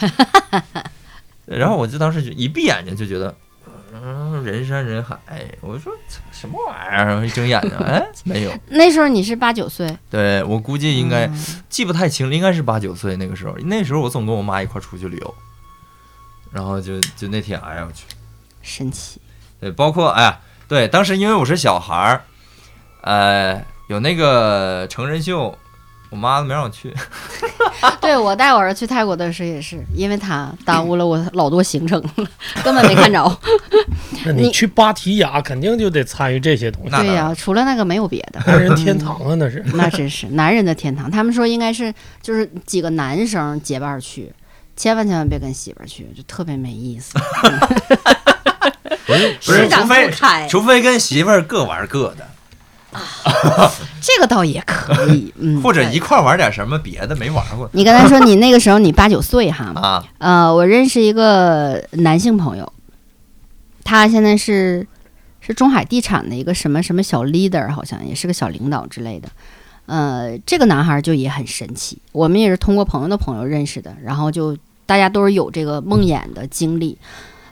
S3: 然后我就当时就一闭眼睛就觉得。嗯，人山人海，哎我说什么玩意儿？我一睁眼睛，哎，没有。
S2: 那时候你是八九岁，
S3: 对我估计应该、
S2: 嗯
S3: 记不太清了，应该是八九岁那个时候。那时候我总跟我妈一块儿出去旅游，然后就就那天，哎呀我去，
S2: 神奇。
S3: 对，包括哎呀，对，当时因为我是小孩儿，呃，有那个成人秀，我妈没让我去。
S2: 对我带我儿子去泰国的时候也是，因为他耽误了我老多行程 了，根本没看着。
S4: 那
S2: 你
S4: 你去芭提雅肯定就得参与这些东西，
S3: 那
S2: 对
S3: 当
S2: 呀、
S3: 然
S2: 除了那个没有别的。嗯
S4: 男人天堂啊，那是。
S2: 那真是男人的天堂。他们说应该是就是几个男生结伴儿去，千万千万别跟媳妇儿去，就特别没意思。
S3: 不是
S2: 施展
S3: 除非
S2: 不开
S3: 除非跟媳妇儿各玩各的，
S2: 这个倒也可以，嗯，
S3: 或者
S2: 对
S3: 一块儿玩点什么别的没玩过
S2: 你刚才说你那个时候你八九岁哈，
S3: 啊。
S2: 呃，我认识一个男性朋友，他现在是是中海地产的一个什么什么小 leader，好像也是个小领导之类的。呃，这个男孩就也很神奇，我们也是通过朋友的朋友认识的，然后就大家都是有这个梦魇的经历。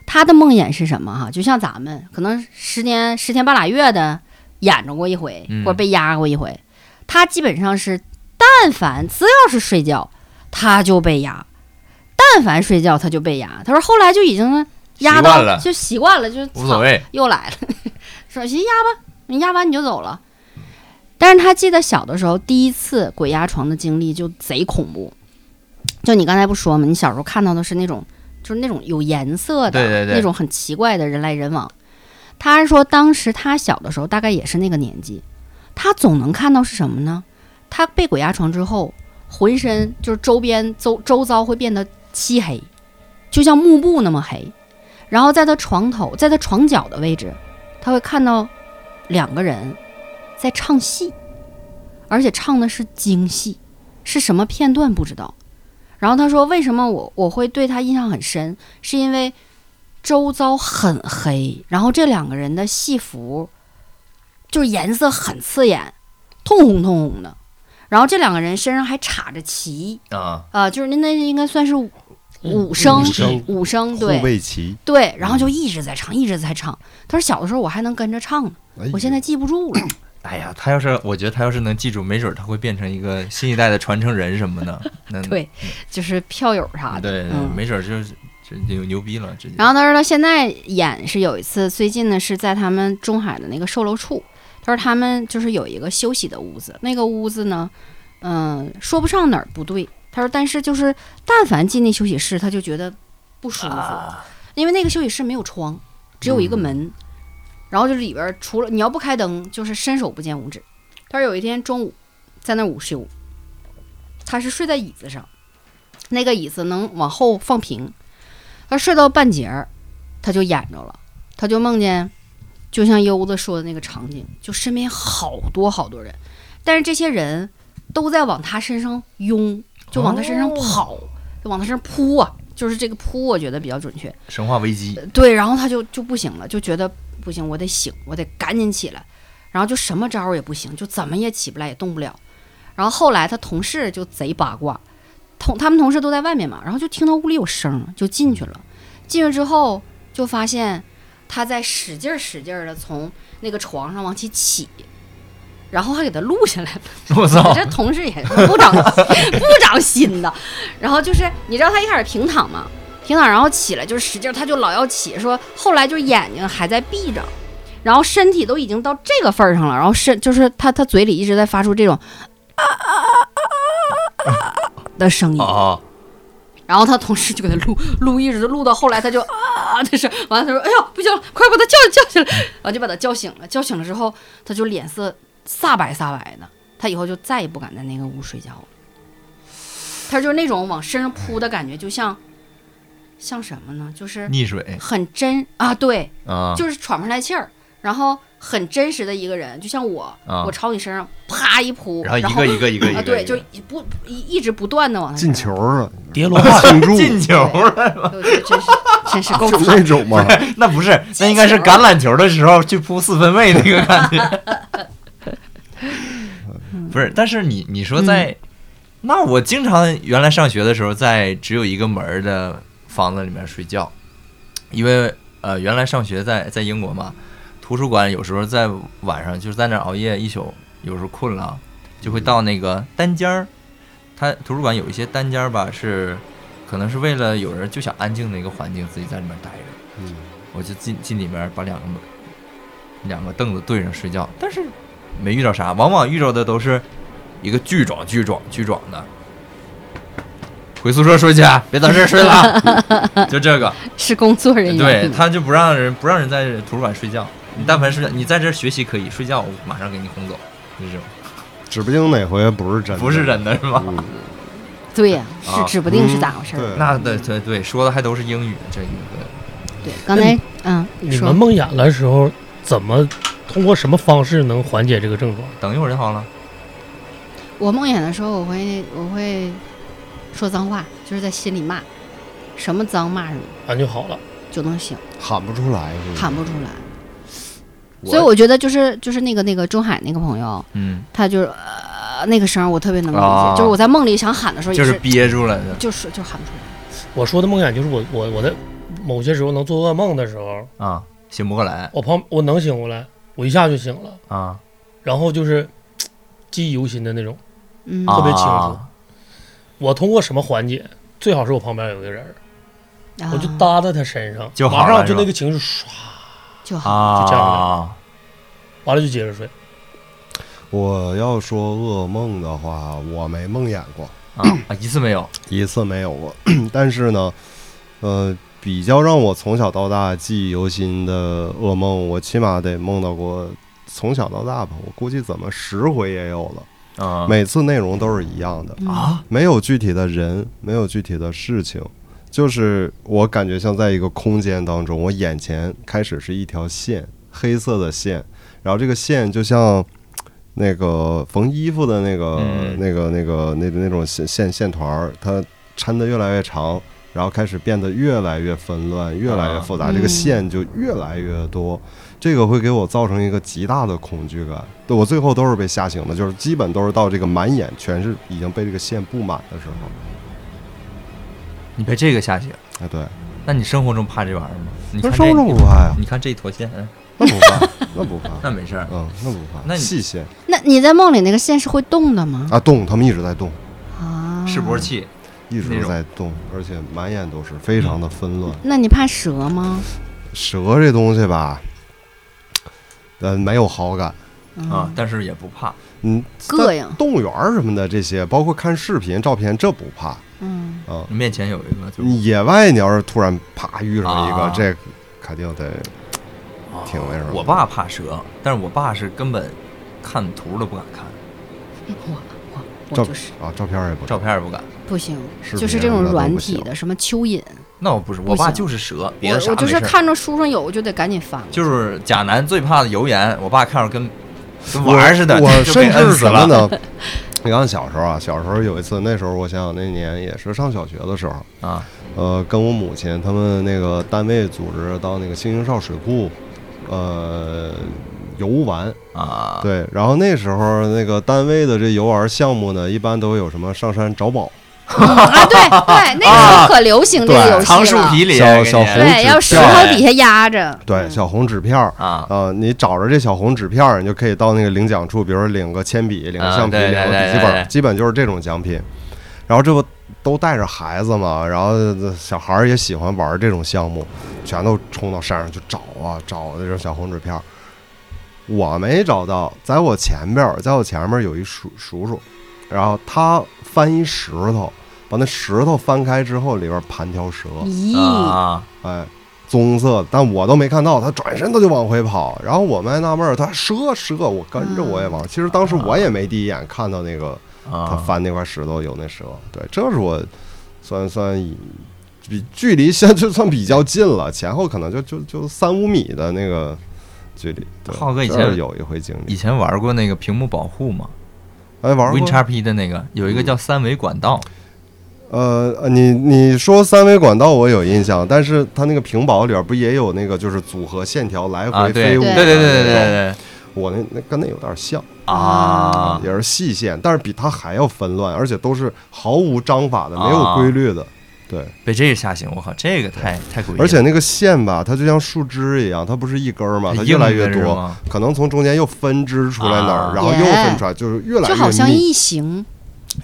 S2: 他的梦魇是什么哈？就像咱们可能十年十天半拉月的演着过一回，
S3: 嗯
S2: 或者被压过一回。他基本上是，但凡只要是睡觉，他就被压；但凡睡觉，他就被压。他说后来就已经压
S3: 习
S2: 到
S3: 惯了
S2: 就习惯了，就
S3: 无所谓，
S2: 又来了， 说行压吧，你压完你就走了。但是他记得小的时候第一次鬼压床的经历就贼恐怖，就你刚才不说吗？你小时候看到的是那种，就是那种有颜色的，
S3: 对对对
S2: 那种很奇怪的人来人往。他是说当时他小的时候大概也是那个年纪，他总能看到是什么呢？他被鬼压床之后，浑身就是周边周周遭会变得漆黑，就像幕布那么黑。然后在他床头，在他床角的位置，他会看到两个人在唱戏，而且唱的是京戏，是什么片段不知道。然后他说：“为什么我我会对他印象很深？是因为周遭很黑，然后这两个人的戏服就是颜色很刺眼，通红通红的。然后这两个人身上还插着旗，
S3: 啊，
S2: 啊，就是那那应该算是武武
S4: 生
S2: 生，
S4: 生
S2: 武生
S1: 护
S2: 嗯对
S1: 卫旗，
S2: 对，然后
S1: 嗯
S2: 就一直在唱，一直在唱。他说小的时候我还能跟着唱呢，
S1: 哎呦
S2: 我现在记不 住了。
S3: 哎呀，他要是我觉得他要是能记住，没准他会变成一个新一代的传承人什么 的。那
S2: 对，就是票友啥的。
S3: 对，
S2: 嗯
S3: 没准儿就是这就牛逼了，直接。
S2: 然后他说他现在演是有一次，最近呢是在他们中海的那个售楼处，他说他们就是有一个休息的屋子，那个屋子呢，嗯、说不上哪儿不对。他说但是就是但凡进那休息室，他就觉得不舒服，因为那个休息室没有窗，只有一个门，然后就是里边儿除了你要不开灯，就是伸手不见五指。但是有一天中午在那儿午休，他是睡在椅子上，那个椅子能往后放平，他睡到半截儿，他就演着了，他就梦见，就像优子说的那个场景，就身边好多好多人，但是这些人都在往他身上拥，就往他身上跑，就往他身上扑啊，就是这个扑，我觉得比较准确。
S3: 生化危机，
S2: 对，然后他就就不行了，就觉得不行，我得醒，我得赶紧起来，然后就什么招儿也不行，就怎么也起不来，也动不了。然后后来他同事就贼八卦，同他们同事都在外面嘛，然后就听到屋里有声儿，就进去了。进去之后就发现他在使劲儿使劲儿的从那个床上往起起，然后还给他录下来了。
S3: 我操
S2: 你！这同事也不长不长心的。然后就是你知道他一开始平躺嘛，平躺然后起来就是使劲儿，他就老要起，说后来就是眼睛还在闭着，然后身体都已经到这个份儿上了，然后身就是他他嘴里一直在发出这种啊啊啊啊啊啊的声音。
S3: 啊，
S2: 然后他同事就给他录 录，一直录到后来他就啊，这是完了，他说哎呦不行了，快把他叫叫起来，然后就把他叫醒了。叫醒了之后，他就脸色煞白煞白的，他以后就再也不敢在那个屋睡觉了。他就是那种往身上扑的感觉，就像像什么呢？就是
S3: 溺水
S2: 很真啊，对，
S3: 啊，
S2: 就是喘不上来气儿，然后很真实的一个人，就像我，
S3: 啊
S2: 我朝你身上啪一扑，
S3: 然后
S2: 然
S3: 一个一个一个一
S2: 啊
S3: 个，
S2: 对，
S3: 一
S2: 就
S3: 个
S2: 一不一一直不断的往他身
S1: 进
S2: 上
S1: 球了，
S4: 叠罗汉，
S1: 庆祝
S3: 进球了，
S2: 我觉得 真是真是够
S1: 就
S2: 惨。
S1: 那种嘛，
S3: 那不是，那应该是橄榄球的时候去扑四分卫那个感觉。不是，但是你你说在，那我经常原来上学的时候，在只有一个门儿的房子里面睡觉，因为呃原来上学在在英国嘛，图书馆有时候在晚上就是在那儿熬夜一宿，有时候困了就会到那个单间儿，它图书馆有一些单间儿吧是，可能是为了有人就想安静的一个环境，自己在里面待着。
S1: 嗯
S3: 我就进进里面把两个门两个凳子对上睡觉，但是没遇到啥，往往遇到的都是一个巨壮巨壮巨壮的，回宿舍睡去，啊别在这儿睡了，就这个，
S2: 是工作人员。嗯
S3: 对，他就不让人不让人在图书馆睡觉，你但凡是你在这儿学习可以，睡觉我马上给你轰走，就是这种，
S1: 指不定哪回不是真的，
S3: 不是真的是吧？
S1: 嗯，
S2: 对呀、
S3: 啊
S2: 是指不定是咋回事
S1: 嗯
S2: 儿、
S1: 对
S3: 那对对对，说的还都是英语，这一个
S2: 对，刚才嗯，你
S4: 你
S2: 说
S4: 们梦魇的时候怎么通过什么方式能缓解这个症状？
S3: 等一会儿就好了。
S2: 我梦魇的时候，我会我会说脏话，就是在心里骂，什么脏骂什么
S4: 完就好了。
S2: 就能醒，
S1: 喊不出来
S3: 嗯
S1: 是吧？
S2: 喊不出来。所以我觉得就是就是那个那个中海那个朋友，
S3: 嗯，
S2: 他就是呃那个声儿我特别能理解，
S3: 啊
S2: 就是我在梦里想喊的时候也
S3: 就是是啊憋住了的，
S2: 就是就喊不出来，
S4: 我说的梦魇就是我我我在某些时候能做噩梦的时候，
S3: 啊，醒不过来
S4: 我旁我能醒过来，我一下就醒了，
S3: 啊，
S4: 然后就是嘖记忆犹新的那种。
S2: 嗯，
S4: 特别清楚
S3: 啊
S4: 我通过什么缓解？最好是我旁边有一个人儿，
S2: 啊
S4: 我就搭在他身上，
S3: 就好
S4: 马
S3: 了
S4: 上就是
S3: 吧
S4: 那个情绪唰，
S2: 就好，
S3: 啊，
S4: 就这样的完了就接着睡。
S1: 我要说噩梦的话，我没梦魇过，
S3: 啊，啊一次没有
S1: 一次没有过。但是呢，呃，比较让我从小到大记忆犹新的噩梦，我起码得梦到过从小到大吧，我估计怎么十回也有了，
S3: 啊
S1: 每次内容都是一样的，
S2: 嗯
S3: 啊
S1: 没有具体的人，没有具体的事情。就是我感觉像在一个空间当中，我眼前开始是一条线，黑色的线，然后这个线就像那个缝衣服的那个、
S3: 嗯
S1: 那个那个那那种线线线团儿，它抻得越来越长，然后开始变得越来越纷乱，越来越复杂，
S2: 嗯
S1: 这个线就越来越多。这个会给我造成一个极大的恐惧感，对我最后都是被吓醒的，就是基本都是到这个满眼全是已经被这个线布满的时候。
S3: 你被这个吓醒，
S1: 哎，对，
S3: 那你生活中怕这玩意儿吗？你
S1: 那
S3: 看
S1: 生
S3: 这
S1: 活中不怕 呀，
S3: 你看这一坨线，嗯
S1: 那不怕，那不怕，
S3: 那没事儿。
S1: 嗯，那不怕，
S3: 那你嗯
S1: 细线
S2: 那你在梦里那个线是会动的吗？
S1: 啊，动，他们一直在动，
S2: 啊，
S3: 示波器，
S1: 一直
S3: 那
S1: 都
S3: 种
S1: 在动，而且满眼都是，非常
S3: 嗯
S1: 的纷乱。
S2: 那你怕蛇吗？
S1: 蛇这东西吧，呃，没有好感。
S3: 啊，但是也不怕。
S1: 嗯，
S2: 嗯膈应
S1: 但动物园儿什么的这些，包括看视频、照片，这不怕
S2: 嗯，
S1: 啊。
S3: 你面前有一个，就
S1: 你野外你要是突然啪遇上一个，
S3: 啊
S1: 这肯定得挺那什么的。
S3: 我爸怕蛇，但是我爸是根本看图都不敢看，
S2: 我我我
S1: 照
S2: 就是
S1: 啊，照片也不
S3: 照片也不敢。
S2: 不行，
S1: 视频
S2: 就是这种
S1: 什么的都
S2: 软
S1: 不
S2: 体
S1: 行
S2: 的，什么蚯蚓，
S3: 那我不是，
S2: 不
S3: 我爸
S2: 行
S3: 就是蛇，别
S2: 我
S3: 的啥
S2: 我就
S3: 没
S2: 是
S3: 事儿
S2: 看着书上有，我就得赶紧 翻。
S3: 就是贾南最怕的油盐，我爸看着跟跟玩儿似的，
S1: 我
S3: 就
S1: 甚
S3: 给摁
S1: 至
S3: 死
S1: 什么
S3: 了。
S1: 呢？ 你看小时候啊，小时候有一次，那时候我想想，那年也是上小学的时候，
S3: 啊，
S1: 呃，跟我母亲他们那个单位组织到那个星星哨水库，呃，游玩。
S3: 啊，
S1: 对，然后那时候那个单位的这游玩项目呢，一般都会有什么上山找宝，
S2: 啊，对对，那个时候可流行这个
S1: 啊对
S2: 游戏
S3: 藏树
S2: 了。
S3: 皮里
S1: 小
S3: 给
S1: 小
S3: 你
S1: 红
S2: 对，
S1: 纸
S2: 要石
S1: 片
S2: 头
S3: 儿
S2: 底下压着。
S1: 哎对，
S2: 嗯
S1: 小红纸片儿。
S3: 啊，
S1: 啊、你找着这小红纸片儿，你就可以到那个领奖处，比如说领个铅笔、领个
S3: 啊
S1: 橡皮、
S3: 对对
S1: 领个笔记
S3: 对对
S1: 本
S3: 对
S1: 儿，基本就是这种奖品。然后这不都带着孩子嘛，然后这小孩儿也喜欢玩这种项目，全都冲到山上去找啊找那种小红纸片儿。我没找到，在我前边儿，在我前面有一叔叔叔，然后他翻一石头，把那石头翻开之后，里边儿盘条蛇。
S2: 咦，
S3: 啊，
S1: 哎，棕色的，但我都没看到，他转身他就往回跑，然后我们还纳闷儿，他蛇蛇，我跟着我也往，其实当时我也没第一眼看到那个他
S3: 啊，
S1: 翻那块石头有那蛇，对，这是我算算以比距离现在就算比较近了，前后可能就就就三五米的那个距离。对
S3: 浩哥以
S1: 这
S3: 前
S1: 是有一回经
S3: 以
S1: 历，
S3: 前玩过那个屏幕保护嘛
S1: 哎，玩过
S3: WinXP 的那个，有一个叫三维管道，
S1: 呃，呃你你说三维管道我有印象，但是它那个屏保里边不也有那个就是组合线条来
S3: 啊，
S1: 回
S3: 对
S1: 飞舞的
S3: 对
S1: 那种？
S3: 对对对对对
S1: 我那那跟那有点像，
S3: 啊
S1: 也是细线，但是比它还要纷乱，而且都是毫无章法的，
S3: 啊
S1: 没有规律的。对，
S3: 被这个吓醒，我靠，这个太太诡异了，
S1: 而且那个线吧，它就像树枝一样，它不是一根儿嘛，它越
S3: 硬
S1: 来越
S3: 的是
S1: 多，
S3: 吗
S1: 可能从中间又分支出来哪儿，
S3: 啊
S1: 然后又分出来，就是越来
S2: 就好
S1: 越
S2: 像
S1: 密，
S2: 异形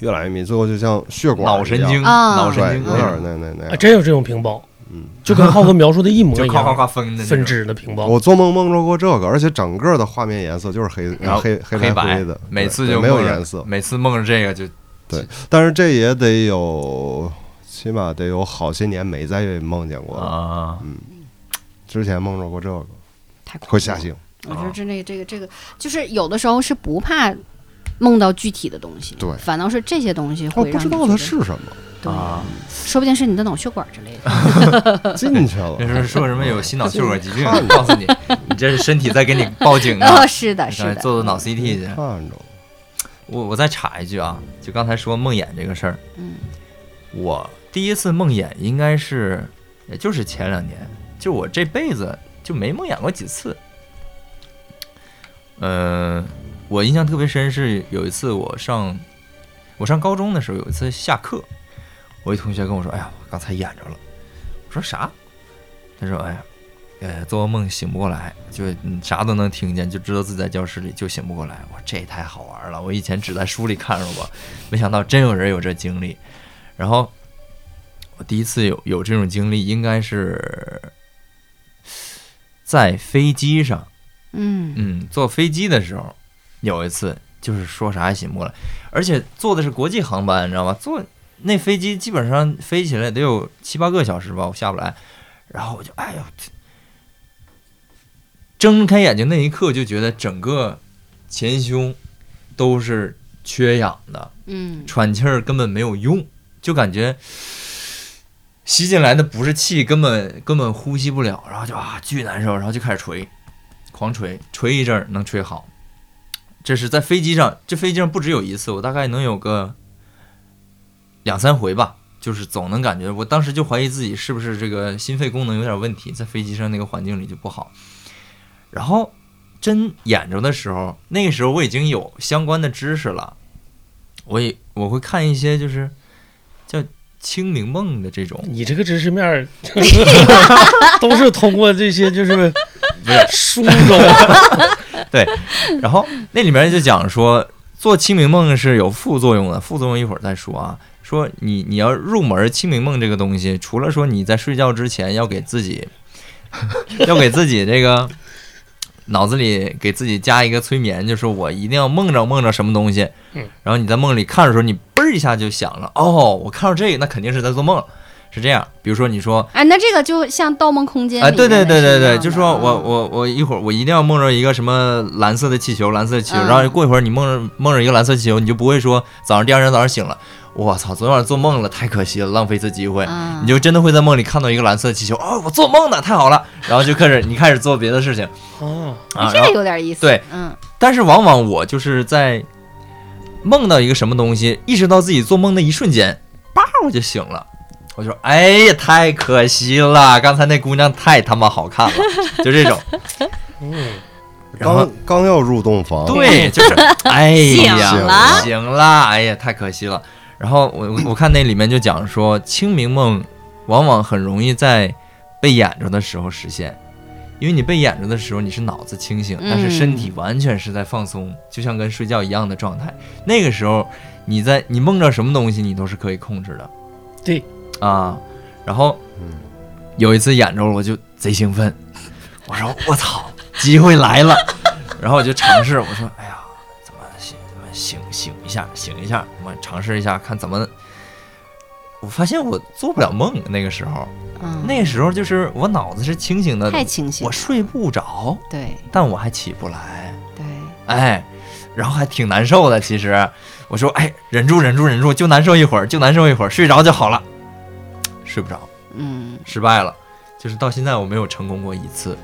S1: 越来越密，最后就像血管一样
S3: 脑神经，
S2: 啊
S3: 脑
S1: 对，
S3: 神经
S1: 有
S3: 嗯那
S1: 点
S3: 种，
S1: 那那那
S4: 啊，
S1: 样。
S4: 真有这种屏保，
S1: 嗯
S4: 就跟浩哥描述的一 模
S3: 就
S4: 一
S3: 咔咔
S4: 样，
S3: 咔分的那种
S4: 分支的屏保。
S1: 我做梦梦着过这个，而且整个的画面颜色就是黑
S3: 然后
S1: 黑
S3: 黑
S1: 白
S3: 白
S1: 灰的，
S3: 每
S1: 对
S3: 次
S1: 对
S3: 就
S1: 没有
S3: 梦着
S1: 颜色，
S3: 每次梦着这个就
S1: 但是这也得有，起码得有好些年没再梦见过了。
S3: 啊，
S1: 之前梦着过这个，
S2: 太恐怖
S1: 会
S2: 了
S1: 吓 醒。啊
S2: 我觉得这那个这个这个，就是有的时候是不怕梦到具体的东西，
S1: 对
S2: 反倒是这些东西
S1: 我
S2: 会
S1: 哦不
S2: 让
S1: 知
S2: 你
S1: 道
S2: 觉
S1: 它
S2: 得
S1: 是什 么，
S2: 对，
S3: 啊
S2: 说不定是你的脑血管之类
S1: 嗯
S2: 的。
S1: 进去了
S3: 那。时候说什么有心脑血管疾病
S1: 看，
S3: 告诉你，你这是身体在给你报警啊
S2: 哦，！ 是的，是
S3: 上去
S2: 的，
S3: 做做脑 CT 去。
S1: 看着，
S3: 我我再插一句啊，就刚才说梦魇这个事儿，
S2: 嗯，
S3: 我第一次梦魇应该是，也就是前两年，就我这辈子就没梦魇过几次。嗯，我印象特别深是有一次我上我上高中的时候，有一次下课，我一同学跟我说：“哎呀，我刚才演着了。”我说啥？他说：“哎呀，呃，做梦醒不过来，就嗯啥都能听见，就知道自己在教室里，就醒不过来。”我说：“这也太好玩了！我以前只在书里看着过，没想到真有人有这经历。”然后我第一次有有这种经历，应该是在飞机上。
S2: 嗯，
S3: 嗯，坐飞机的时候，有一次就是说啥也醒不过来，而且坐的是国际航班，你知道吗？坐那飞机基本上飞起来得有七八个小时吧，我下不来。然后我就哎呦，这睁开眼睛那一刻就觉得整个前胸都是缺氧的，
S2: 嗯，
S3: 喘气儿根本没有用，就感觉吸进来的不是气，根本根本呼吸不了，然后就啊巨难受，然后就开始捶，狂捶，捶一阵儿能捶好。这是在飞机上，这飞机上不只有一次，我大概能有个两三回吧，就是总能感觉，我当时就怀疑自己是不是这个心肺功能有点问题，在飞机上那个环境里就不好。然后真演着的时候，那个时候我已经有相关的知识了，我也我会看一些就是叫清明梦的这种，
S4: 你这个知识面儿 都是通过这些就是
S3: 不是
S4: 书中，
S3: 然后那里面就讲说，做清明梦是有副作用的，副作用一会儿再说啊。说你你要入门清明梦这个东西，除了说你在睡觉之前要给自己， 要给自己这个脑子里给自己加一个催眠，就说我一定要梦着梦着什么东西
S4: 嗯，
S3: 然后你在梦里看的时候，你嘣儿一下就想了，哦，我看到这个，那肯定是在做梦。是这样，比如说你说，
S2: 哎，那这个就像《盗梦空间》
S3: 哎，
S2: 里
S3: 对对
S2: 面的
S3: 对对
S2: 是一样
S3: 对，
S2: 的啊
S3: 就说我我我一会儿我一定要梦着一个什么蓝色的气球，蓝色的气球，
S2: 嗯
S3: 然后过一会儿你梦着梦着一个蓝色气球，你就不会说早上第二天早上醒了，我操，昨天晚上做梦了，太可惜了，浪费一次机会。
S2: 嗯
S3: 你就真的会在梦里看到一个蓝色的气球，哦，我做梦呢，太好了，然后就开始你开始做别的事情
S4: 啊，
S3: 啊，
S2: 哎这
S3: 然后
S2: 个有点意思。
S3: 对，
S2: 嗯
S3: 但是往往我就是在梦到一个什么东西，意识到自己做梦的一瞬间，叭我就醒了。我就说，哎呀，太可惜了，刚才那姑娘太他妈好看了，就这 种。
S4: 嗯，
S3: 然后
S1: 刚刚要入洞房，
S3: 对，就是，哎呀，
S1: 醒了
S3: 醒了，哎呀，太可惜了。然后我我我看那里面就讲说，清明梦往往很容易在被演着的时候实现，因为你被演着的时候你是脑子清醒，
S2: 嗯
S3: 但是身体完全是在放松，就像跟睡觉一样的状态。那个时候你在你梦着什么东西，你都是可以控制的。
S4: 对，
S3: 啊，然后
S1: 嗯，
S3: 有一次演着我就贼兴奋，我说我操，机会来了， 然后我就尝试，我说哎呀，怎么醒怎么醒醒一下醒一下，我尝试一下看怎么。我发现我做不了梦，那个时候，
S2: 嗯，
S3: 那个时候就是我脑子是清醒的，
S2: 太清醒
S3: 我
S2: 了。
S3: 睡不着，
S2: 对
S3: 但我还起不来，
S2: 对，
S3: 哎，然后还挺难受的。其实我说，哎，忍住，忍住，忍住，就难受一会儿，就难受一会儿，睡着就好了。睡不着，
S2: 嗯，
S3: 失败了，就是到现在我没有成功过一次。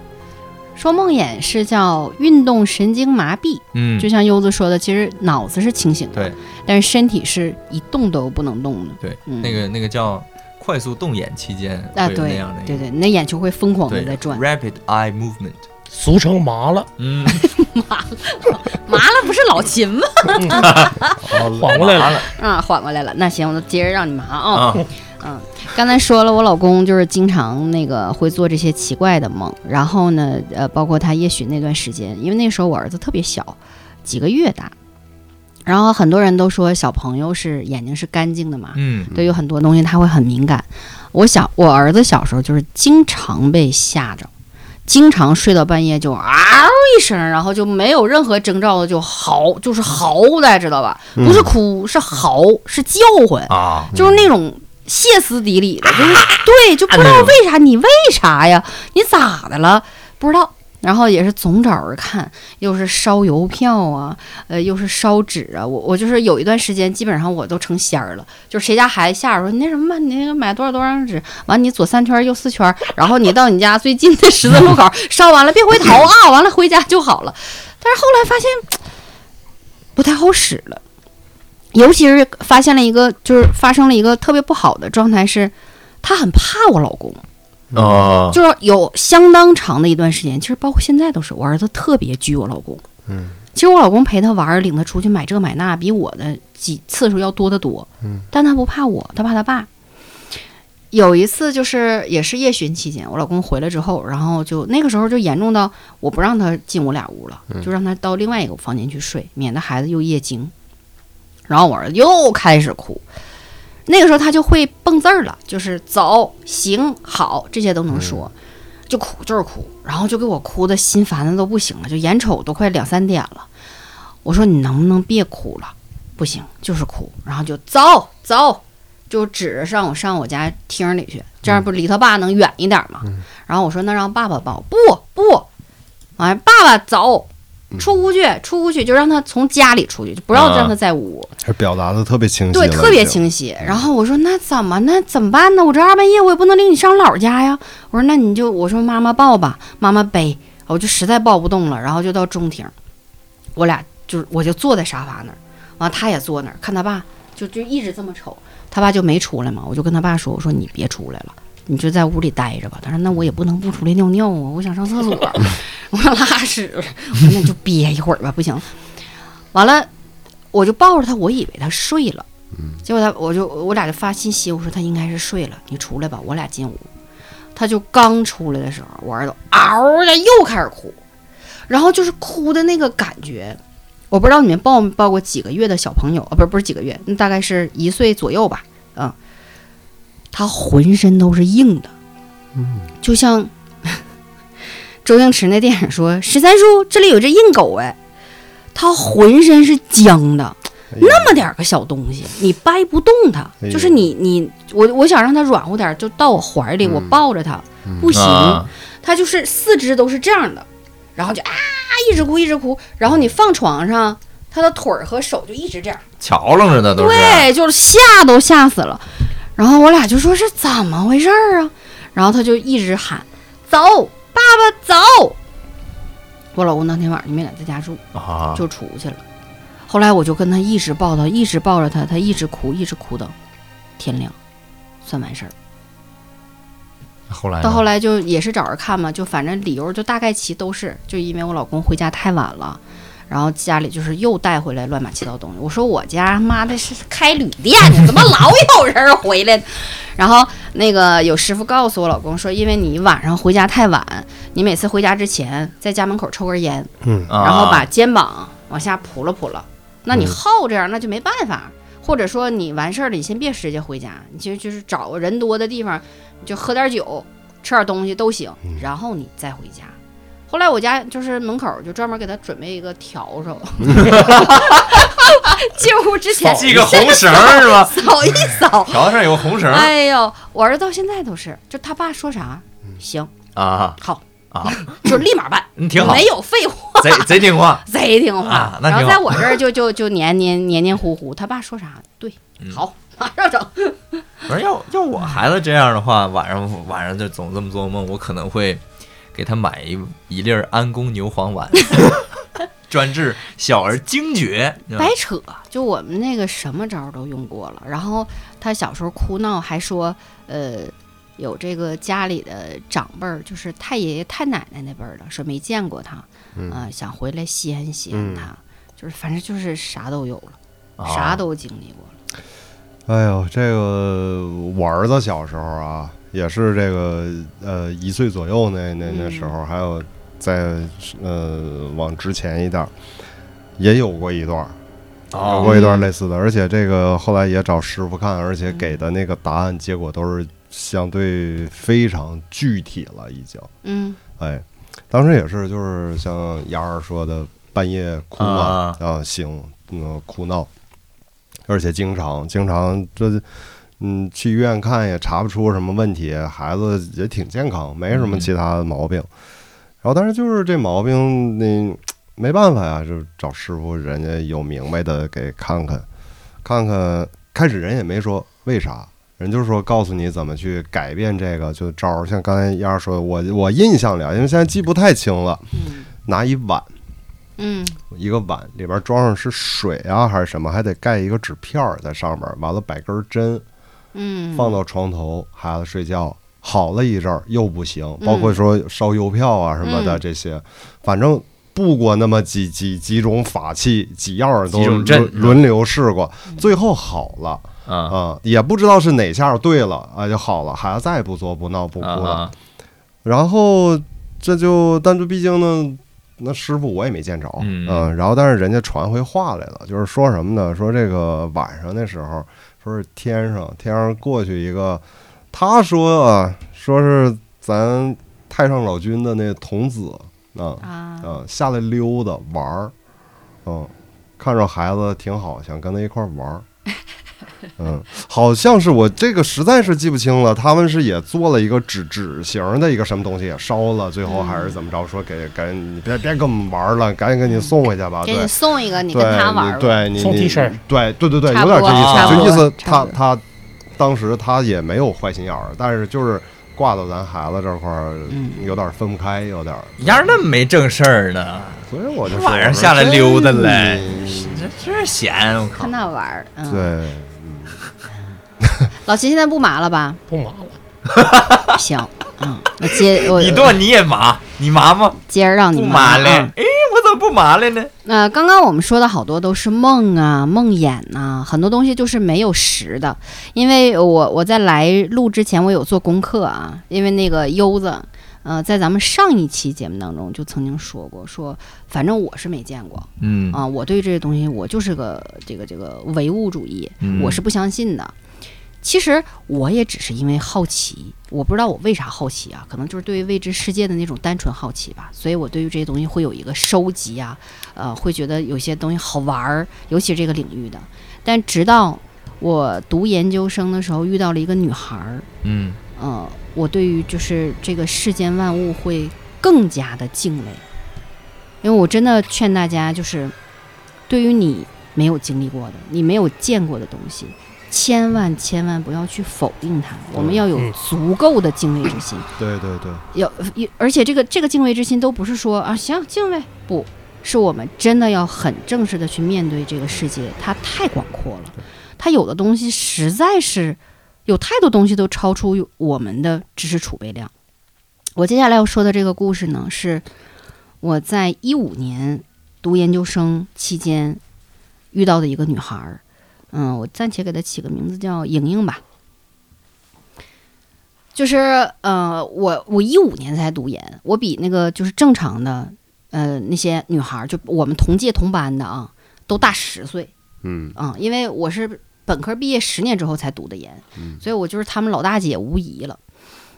S2: 说梦魇是叫运动神经麻痹，
S3: 嗯，
S2: 就像优子说的，其实脑子是清醒的，
S3: 对，
S2: 但是身体是一动都不能动的。
S3: 对，
S2: 嗯
S3: 那个那个叫快速动眼期间
S2: 啊，
S3: 会有那
S2: 对
S3: 样的一
S2: 对
S3: 个
S2: 对，你的眼球会疯狂的在转，
S3: rapid eye movement。
S4: 俗称麻了，
S3: 嗯，
S2: 麻了不是老秦吗？
S4: 缓过来了，
S3: 哦了
S2: 啊，缓过来了。那行，我就接着让你麻啊。
S3: 啊！
S2: 刚才说了，我老公就是经常那个会做这些奇怪的梦，然后呢，呃，包括他夜巡那段时间，因为那时候我儿子特别小，几个月大，然后很多人都说小朋友是眼睛是干净的嘛，
S3: 嗯，
S2: 对于很多东西他会很敏感。我小我儿子小时候就是经常被吓着，经常睡到半夜就嗷一声，然后就没有任何征兆的就嚎，就是嚎，大家知道吧？不是哭，是嚎，是叫唤。
S3: 啊，
S2: 就是那种歇斯底里的，就是对，就不知道为啥你为啥呀？你咋的了？不知道。然后也是总找人看，又是烧邮票啊，呃，又是烧纸啊。我我就是有一段时间，基本上我都成仙儿了。就是谁家孩子吓着说你那什么，你那个买多少多少张纸，完你左三圈右四圈，然后你到你家最近的十字路口烧完了，别回头啊，完了回家就好了。但是后来发现不太好使了。尤其是发现了一个，就是发生了一个特别不好的状态是，她很怕我老公，
S1: 啊
S3: 哦，
S2: 就是有相当长的一段时间，其实包括现在都是，我儿子特别拘我老公。
S1: 嗯，
S2: 其实我老公陪他玩儿，领他出去买这买那，比我的几次数要多得多。
S1: 嗯，
S2: 但他不怕我，他怕他爸。有一次就是也是夜巡期间，我老公回来之后，然后就那个时候就严重到我不让他进我俩屋了，
S1: 嗯
S2: 就让他到另外一个房间去睡，免得孩子又夜惊。然后我儿子又开始哭，那个时候他就会蹦字儿了，就是走、行、好这些都能说，就哭就是哭，然后就给我哭的心烦的都不行了，就眼瞅都快两三点了，我说你能不能别哭了？不行，就是哭，然后就走走，就指着上我上我家厅里去，这样不离他爸能远一点吗？然后我说那让爸爸抱，不不，完爸爸走。出屋去，出屋去，就让他从家里出去，就不要让他在屋。
S1: 还表达的特别清晰了
S2: 对，
S1: 已经，嗯
S2: 特别清晰。然后我说那怎么那怎么办呢？我这二半夜我也不能领你上姥儿家呀。我说那你就我说妈妈抱吧，妈妈背，我就实在抱不动了，然后就到中庭，我俩就是我就坐在沙发那儿，完了他也坐那儿，看他爸就就一直这么瞅，他爸就没出来嘛，我就跟他爸说，我说你别出来了。你就在屋里待着吧。他说：“那我也不能不出来尿尿啊，我想上厕所， 我想拉屎了。”我说：“那你就憋一会儿吧，不行。”完了，我就抱着他，我以为他睡了。结果他我就我俩就发信息，我说他应该是睡了，你出来吧，我俩进屋。他就刚出来的时候，我儿子嗷的又开始哭，然后就是哭的那个感觉，我不知道你们抱没抱过几个月的小朋友啊，不是不是几个月，那大概是一岁左右吧，嗯，他浑身都是硬的，嗯，就像 周星驰那电影说十三叔这里有只硬狗哎，他浑身是僵的，那么点儿个小东西，你掰不动它，
S1: 哎呦
S2: 就是你你我我想让它软乎点儿，就到我怀里，
S1: 嗯
S2: 我抱着它，
S1: 嗯
S2: 不行，
S3: 啊
S2: 它就是四肢都是这样的，然后就啊一直哭一直哭，然后你放床上，它的腿儿和手就一直这样，
S3: 瞧楞着呢都是。啊
S2: 对，就是吓都吓死了。然后我俩就说是怎么回事儿啊？然后他就一直喊走，爸爸走。我老公当天晚上就没敢在家住，
S3: 啊，
S2: 就出去了。后来我就跟他一直抱他，一直抱着他，他一直哭，一直哭到天亮，算完事儿。
S3: 后来呢
S2: 到后来就也是找人看嘛，就反正理由就大概其都是，就因为我老公回家太晚了，然后家里就是又带回来乱码七糟东西。我说我家妈的是开旅店的，怎么老有人回来呢？然后那个有师傅告诉我老公说，因为你晚上回家太晚，你每次回家之前在家门口抽根烟，
S1: 嗯
S3: 啊嗯
S2: 然后把肩膀往下扑了扑了。那你耗这样，那就没办法。或者说你完事儿了，你先别直接回家，你就就是找个人多的地方，你就喝点酒，吃点东西都行，
S3: 嗯
S2: 然后你再回家。后来我家就是门口就专门给他准备一个笤 帚，进屋之前
S3: 系个红绳儿是吧？嗯
S2: 扫一扫。
S3: 条上有个红绳儿
S2: 哎呦，我儿子到现在都是，就他爸说啥，
S3: 嗯
S2: 行
S3: 啊
S2: 好，
S3: 啊，
S2: 就立马办，
S3: 嗯挺好，
S2: 没有啊废话。
S3: 贼贼听话。
S2: 贼听话。
S3: 啊那
S2: 然
S3: 挺好
S2: 后在我这儿就就就黏黏黏黏糊糊，他爸说啥对，
S3: 嗯
S2: 好，马上整。
S3: 反正要要我孩子这样的话，晚上晚上就总这么做梦，我可能会给他买一一粒儿安宫牛黄 丸，专治小儿惊厥。
S1: 嗯
S3: 你知道吗
S2: 白扯，就我们那个什么招儿都用过了。然后他小时候哭闹还说，呃，有这个家里的长辈儿，就是太爷爷太奶奶那辈儿的，说没见过他，
S1: 嗯
S2: 呃，想回来稀罕稀罕他，就是反正就是啥都有了，
S1: 哦
S3: 啊
S2: 啥都经历过了。
S1: 哎呦，这个我儿子小时候啊，也是这个呃一岁左右那那
S2: 嗯
S1: 那时候，还有在呃往之前一点儿，也有过一段儿，有
S3: 哦
S1: 过一段类似的，而且这个后来也找师傅看，而且给的那个答案结果都是相对非常具体了，已经。
S2: 嗯
S1: 哎，当时也是，就是像杨二说的，半夜哭嘛
S3: 啊，
S1: 啊，醒，嗯，哭闹，而且经常经常这，嗯，去医院看也查不出什么问题，孩子也挺健康，没什么其他的毛病。然后，但是就是这毛病，你没办法呀，就找师傅，人家有明白的给看看，看看。开始人也没说为啥，人就是说告诉你怎么去改变这个就招儿。像刚才丫儿说的，我我印象里啊，因为现在记不太清了，
S2: 嗯
S1: 拿一碗，
S2: 嗯
S1: 一个碗里边装上是水啊还是什么，还得盖一个纸片儿在上面，完了摆根针
S2: 嗯，
S1: 放到床头，孩子睡觉。好了一阵儿又不行，包括说烧邮票啊什么的
S2: 嗯
S1: 这些，反正布过那么几几几种法器，几样儿都
S3: 几种阵嗯
S1: 轮轮流试过，
S2: 嗯
S1: 最后好了。
S3: 啊
S1: 啊、也不知道是哪下对了啊就好了，孩子再也不作不闹不哭了。
S3: 啊
S1: 然后这就，但是毕竟呢，那师傅我也没见着，呃
S3: 嗯
S1: 然后但是人家传回话来了，就是说什么呢？说这个晚上的时候，说是天上天上过去一个，他说啊，说是咱太上老君的那童子啊
S2: 啊，
S1: 啊下来溜达玩儿，嗯，看着孩子挺好，想跟他一块儿玩 儿。嗯，好像是我这个实在是记不清了，他们是也做了一个纸纸型的一个什么东西，也烧了，最后还是怎么着？说给赶紧，你别别跟我们玩了，赶紧给你送回去吧。
S2: 啊给
S1: 对
S2: 你，送一个，你
S1: 对
S2: 跟他玩儿吧。
S1: 你对你
S4: 送
S1: 你
S4: T-shirt
S1: 对对对对，
S2: 差
S1: 有
S2: 不多
S1: 点这意
S3: 差
S1: 思，
S3: 不
S1: 就
S2: 多
S1: 意思
S2: 差
S1: 他
S2: 不多
S1: 他当时他也没有坏心眼儿，但是就是挂到咱孩子这块儿
S2: 嗯
S1: 有点分不开，有点儿。
S3: 丫儿那么没正事儿呢，
S1: 所以我就说
S3: 晚上
S1: 我说
S3: 下来溜达嘞
S1: 真是
S3: 这这闲，我靠
S2: 看！他玩儿，嗯，
S1: 对，
S2: 老秦现在不麻了 吧？
S4: 不麻了。
S2: 行，嗯，我接我
S3: 你剁你也麻，你麻吗？
S2: 接着让你
S3: 不
S2: 们
S3: 麻
S2: 啊
S3: 嘞？哎，我怎么不麻嘞呢？
S2: 那、刚刚我们说的好多都是梦啊、梦魇呐、很多东西就是没有实的。因为我我在来录之前，我有做功课啊，因为那个优子，呃，在咱们上一期节目当中就曾经说过，说反正我是没见过
S3: 嗯
S2: 啊、我对这些东西我就是个这个这个唯物主义，
S3: 嗯
S2: 我是不相信的。其实我也只是因为好奇，我不知道我为啥好奇啊，可能就是对于未知世界的那种单纯好奇吧。所以我对于这些东西会有一个收集啊，呃，会觉得有些东西好玩儿，尤其这个领域的。但直到我读研究生的时候遇到了一个女孩儿，
S3: 嗯，
S2: 嗯，我对于就是这个世间万物会更加的敬畏，因为我真的劝大家，就是对于你没有经历过的、你没有见过的东西，千万千万不要去否定它。我们要有
S4: 嗯
S2: 足够的敬畏之心，
S1: 对对对，
S2: 要也而且这个这个敬畏之心都不是说啊行敬畏，不是我们真的要很正式的去面对这个世界，它太广阔了，它有的东西实在是有太多东西都超出我们的知识储备量。我接下来要说的这个故事呢，是我在一五年读研究生期间遇到的一个女孩儿，嗯，我暂且给她起个名字叫莹莹吧。就是呃，我我一五年才读研，我比那个就是正常的呃那些女孩儿，就我们同届同班的啊，都大十岁
S1: 嗯
S2: 啊、因为我是本科毕业十年之后才读的研，所以我就是他们老大姐无疑了。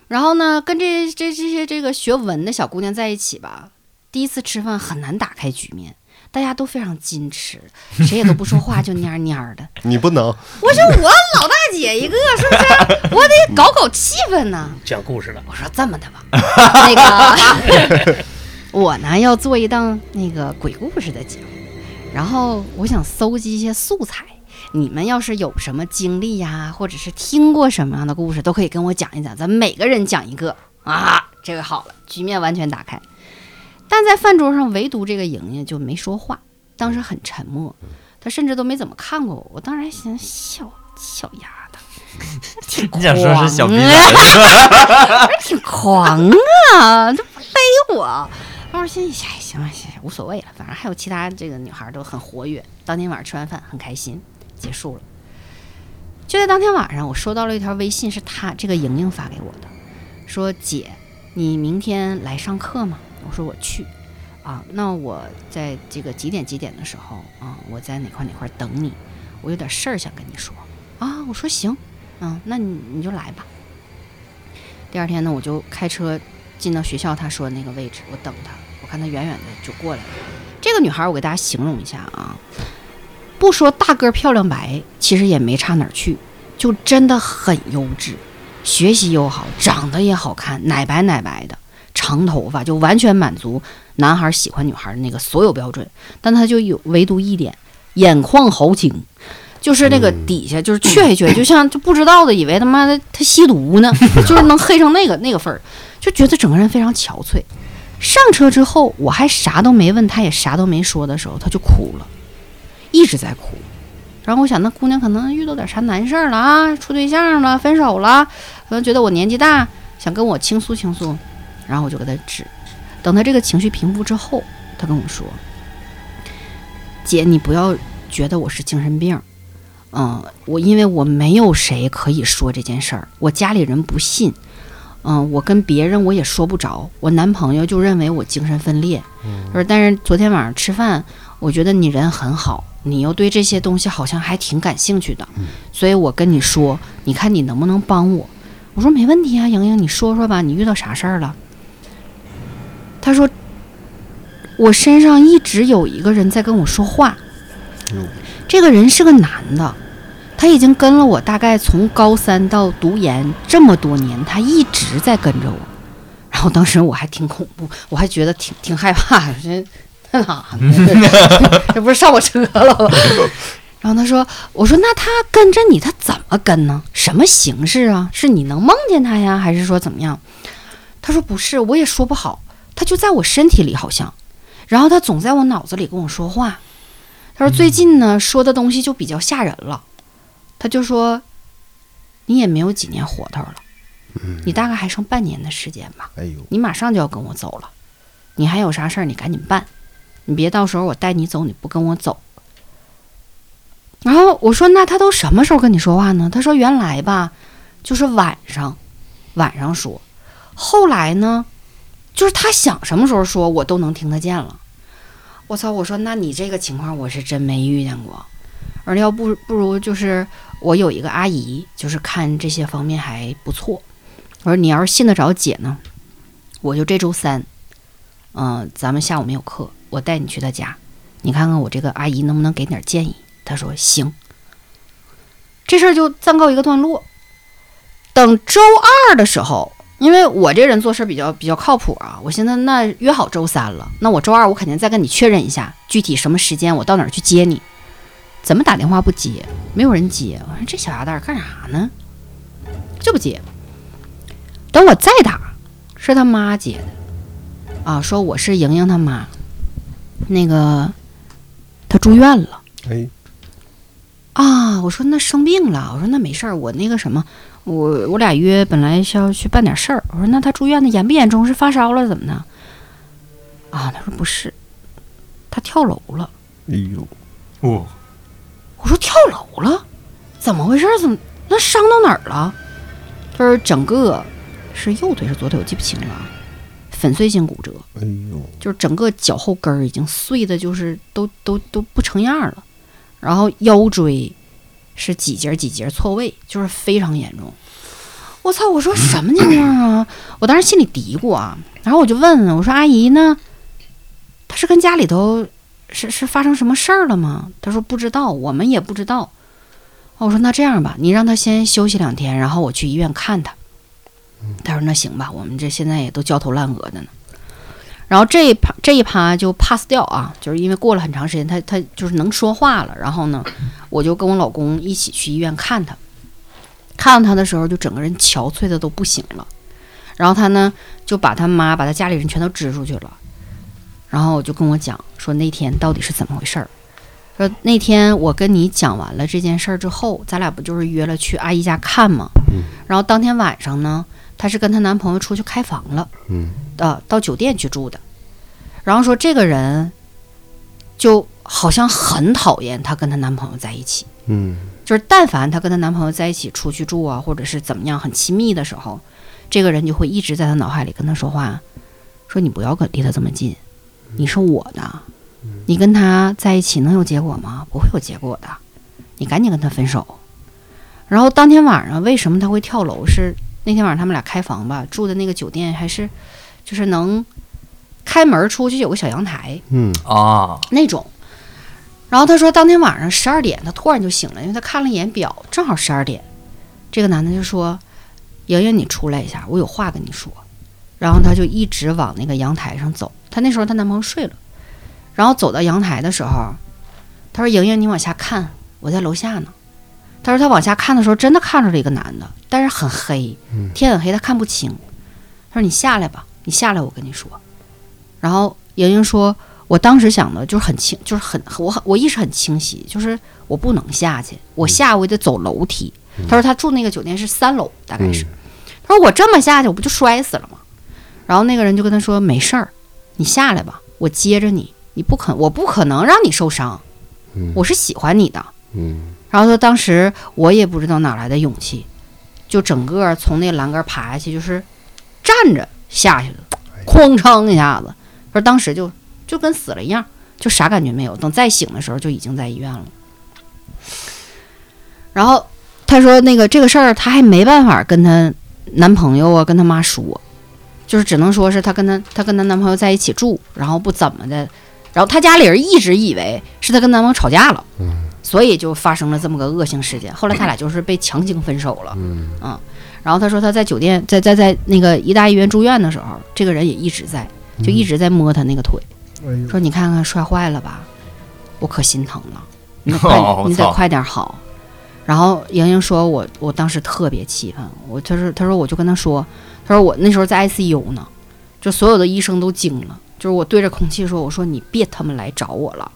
S2: 然后呢，跟这这这些这个学文的小姑娘在一起吧，第一次吃饭很难打开局面，大家都非常矜持，谁也都不说话，就蔫儿蔫儿的。
S1: 你不能，
S2: 我说我老大姐一个，是不是？我得搞搞气氛呢。
S4: 讲故事了，
S2: 我说这么的吧，那个 我呢要做一档那个鬼故事的节目，然后我想搜集一些素材。你们要是有什么经历呀、或者是听过什么样的故事，都可以跟我讲一讲，咱们每个人讲一个啊，这个好了，局面完全打开。但在饭桌上，唯独这个莹莹就没说话，当时很沉默，她甚至都没怎么看过我。我当时还寻思，小小丫头，挺
S3: 你想说是小逼
S2: 狂
S3: 崽子是吧？
S2: 挺狂啊，这背我。当时心里想，哎行了，行了，无所谓了，反正还有其他这个女孩都很活跃。当天晚上吃完饭很开心，结束了。就在当天晚上，我收到了一条微信，是她这个莹莹发给我的，说姐，你明天来上课吗？我说我去。啊，那我在这个几点几点的时候啊，我在哪块哪块等你，我有点事儿想跟你说啊。我说行，嗯，那你你就来吧。第二天呢，我就开车进到学校他说的那个位置，我等他，我看他远远的就过来了。这个女孩，我给大家形容一下啊，不说大个儿漂亮白，其实也没差哪儿去，就真的很优质，学习又好，长得也好看，奶白奶白的，长头发就完全满足男孩喜欢女孩的那个所有标准。但她就有唯独一点，眼眶豪情，就是那个
S1: 嗯
S2: 底下就是黢黑黢黑，就像就不知道的以为他妈的他吸毒呢，就是能黑成那个那个份儿，就觉得整个人非常憔悴。上车之后，我还啥都没问，她也啥都没说的时候，她就哭了，一直在哭。然后我想，那姑娘可能遇到点啥难事儿了啊，处对象了，分手了，可能觉得我年纪大，想跟我倾诉倾诉。然后我就给她指，等她这个情绪平复之后，她跟我说：“姐，你不要觉得我是精神病，嗯，我因为我没有谁可以说这件事儿，我家里人不信，嗯，我跟别人我也说不着，我男朋友就认为我精神分裂，他说，但是昨天晚上吃饭，我觉得你人很好，你又对这些东西好像还挺感兴趣的，所以我跟你说，你看你能不能帮我？我说没问题啊，莹莹，你说说吧，你遇到啥事儿了？他说，我身上一直有一个人在跟我说话，
S1: 哟
S2: 这个人是个男的，他已经跟了我大概从高三到读研这么多年，他一直在跟着我。然后当时我还挺恐怖，我还觉得挺挺害怕，我说这哪呢？ 这不是上我车了吗？ 然后他说：“我说那他跟着你，他怎么跟呢？什么形式啊？是你能梦见他呀，还是说怎么样？”他说：“不是，我也说不好，他就在我身体里好像，然后他总在我脑子里跟我说话。他说最近呢、说的东西就比较吓人了，他就说你也没有几年活头了，你大概还剩半年的时间吧。”
S1: 哎呦，
S2: 你马上就要跟我走了，你还有啥事儿你赶紧办，你别到时候我带你走你不跟我走。然后我说那他都什么时候跟你说话呢？他说原来吧，就是晚上，晚上说，后来呢，就是他想什么时候说我都能听得见了。我操！我说那你这个情况我是真没遇见过，而要不不如就是我有一个阿姨，就是看这些方面还不错。我说你要是信得着姐呢，我就这周三，嗯、咱们下午没有课，我带你去她家，你看看我这个阿姨能不能给点建议。她说行，这事儿就暂告一个段落。等周二的时候，因为我这人做事比较比较靠谱啊，我现在那约好周三了，那我周二我肯定再跟你确认一下具体什么时间，我到哪儿去接你。怎么打电话不接？没有人接。我说这小丫蛋儿干啥呢？就不接。等我再打，是他妈接的，啊，说我是莹莹他妈，那个她住院了。
S1: 哎，
S2: 啊，我说那生病了，我说那没事儿，我那个什么，我我俩约本来是要去办点事儿，我说那他住院的严不严重？是发烧了怎么的？啊，他说不是，他跳楼了。
S1: 哎呦，
S3: 哦，
S2: 我说跳楼了，怎么回事？怎么那伤到哪儿了？他说整个是右腿是左腿，我记不清了啊，粉碎性骨折。
S1: 哎呦，
S2: 就是整个脚后跟儿已经碎的，就是都都都不成样儿了。然后腰椎是几节儿几节儿错位，就是非常严重。我操！我说什么情况啊？我当时心里嘀咕啊，然后我就问我说：“阿姨呢？她是跟家里头是是发生什么事儿了吗？”她说：“不知道，我们也不知道。”哦我说：“那这样吧，你让她先休息两天，然后我去医院看她。”她说：“那行吧，我们这现在也都焦头烂额的呢。”然后这一趴这一趴就 pass 掉啊，就是因为过了很长时间，他他就是能说话了。然后呢，我就跟我老公一起去医院看他，看到他的时候就整个人憔悴的都不行了。然后他呢就把他妈把他家里人全都支出去了，然后就跟我讲说那天到底是怎么回事儿。说那天我跟你讲完了这件事儿之后，咱俩不就是约了去阿姨家看吗？
S1: 嗯
S2: 然后当天晚上呢，她是跟她男朋友出去开房了。
S1: 嗯，
S2: 呃到酒店去住的，然后说这个人就好像很讨厌她跟她男朋友在一起，
S1: 嗯，
S2: 就是但凡她跟她男朋友在一起出去住啊，或者是怎么样很亲密的时候，这个人就会一直在她脑海里跟她说话，说你不要跟离他这么近，你是我的，你跟他在一起能有结果吗？不会有结果的，你赶紧跟他分手。然后当天晚上为什么他会跳楼？是那天晚上他们俩开房吧，住的那个酒店还是就是能开门出去有个小阳台
S1: 嗯，
S3: 啊，
S2: 那种。然后他说当天晚上十二点，他突然就醒了，因为他看了一眼表，正好十二点。这个男的就说：“莹莹，你出来一下，我有话跟你说。”然后他就一直往那个阳台上走。她那时候她男朋友睡了，然后走到阳台的时候，他说：“莹莹，你往下看，我在楼下呢。”他说他往下看的时候，真的看着了一个男的，但是很黑，天很黑，他看不清。他说：“你下来吧，你下来，我跟你说。”然后莹莹说：“我当时想的就是很清，就是很我很我意识很清晰，就是我不能下去，我下我也得走楼梯。”他说他住那个酒店是三楼，大概是。他说我这么下去，我不就摔死了吗？然后那个人就跟他说：“没事儿，你下来吧，我接着你。你不肯，我不可能让你受伤，我是喜欢你的。”
S1: 嗯，
S2: 然后他当时我也不知道哪来的勇气，就整个从那栏杆爬下去，就是站着下去的，哐当一下子，说当时就就跟死了一样，就啥感觉没有。等再醒的时候，就已经在医院了。然后她说那个这个事儿，她还没办法跟她男朋友啊，跟她妈说，就是只能说是她跟她她跟她男朋友在一起住，然后不怎么的，然后她家里人一直以为是她跟男朋友吵架了。所以就发生了这么个恶性事件。后来他俩就是被强行分手了。嗯然后他说他在酒店，在在在那个一大医院住院的时候，这个人也一直在，就一直在摸他那个腿，
S1: 哎
S3: 嗯
S1: 呦，
S2: 说你看看摔坏了吧，我可心疼 了，你得快，
S3: 哦
S2: 你得
S3: 操
S2: 快点好。然后莹莹说我我当时特别气愤，我她说她说我就跟她说，她说我那时候在 ICU 呢，就所有的医生都惊了，就是我对着空气说，我说你别他妈来找我了，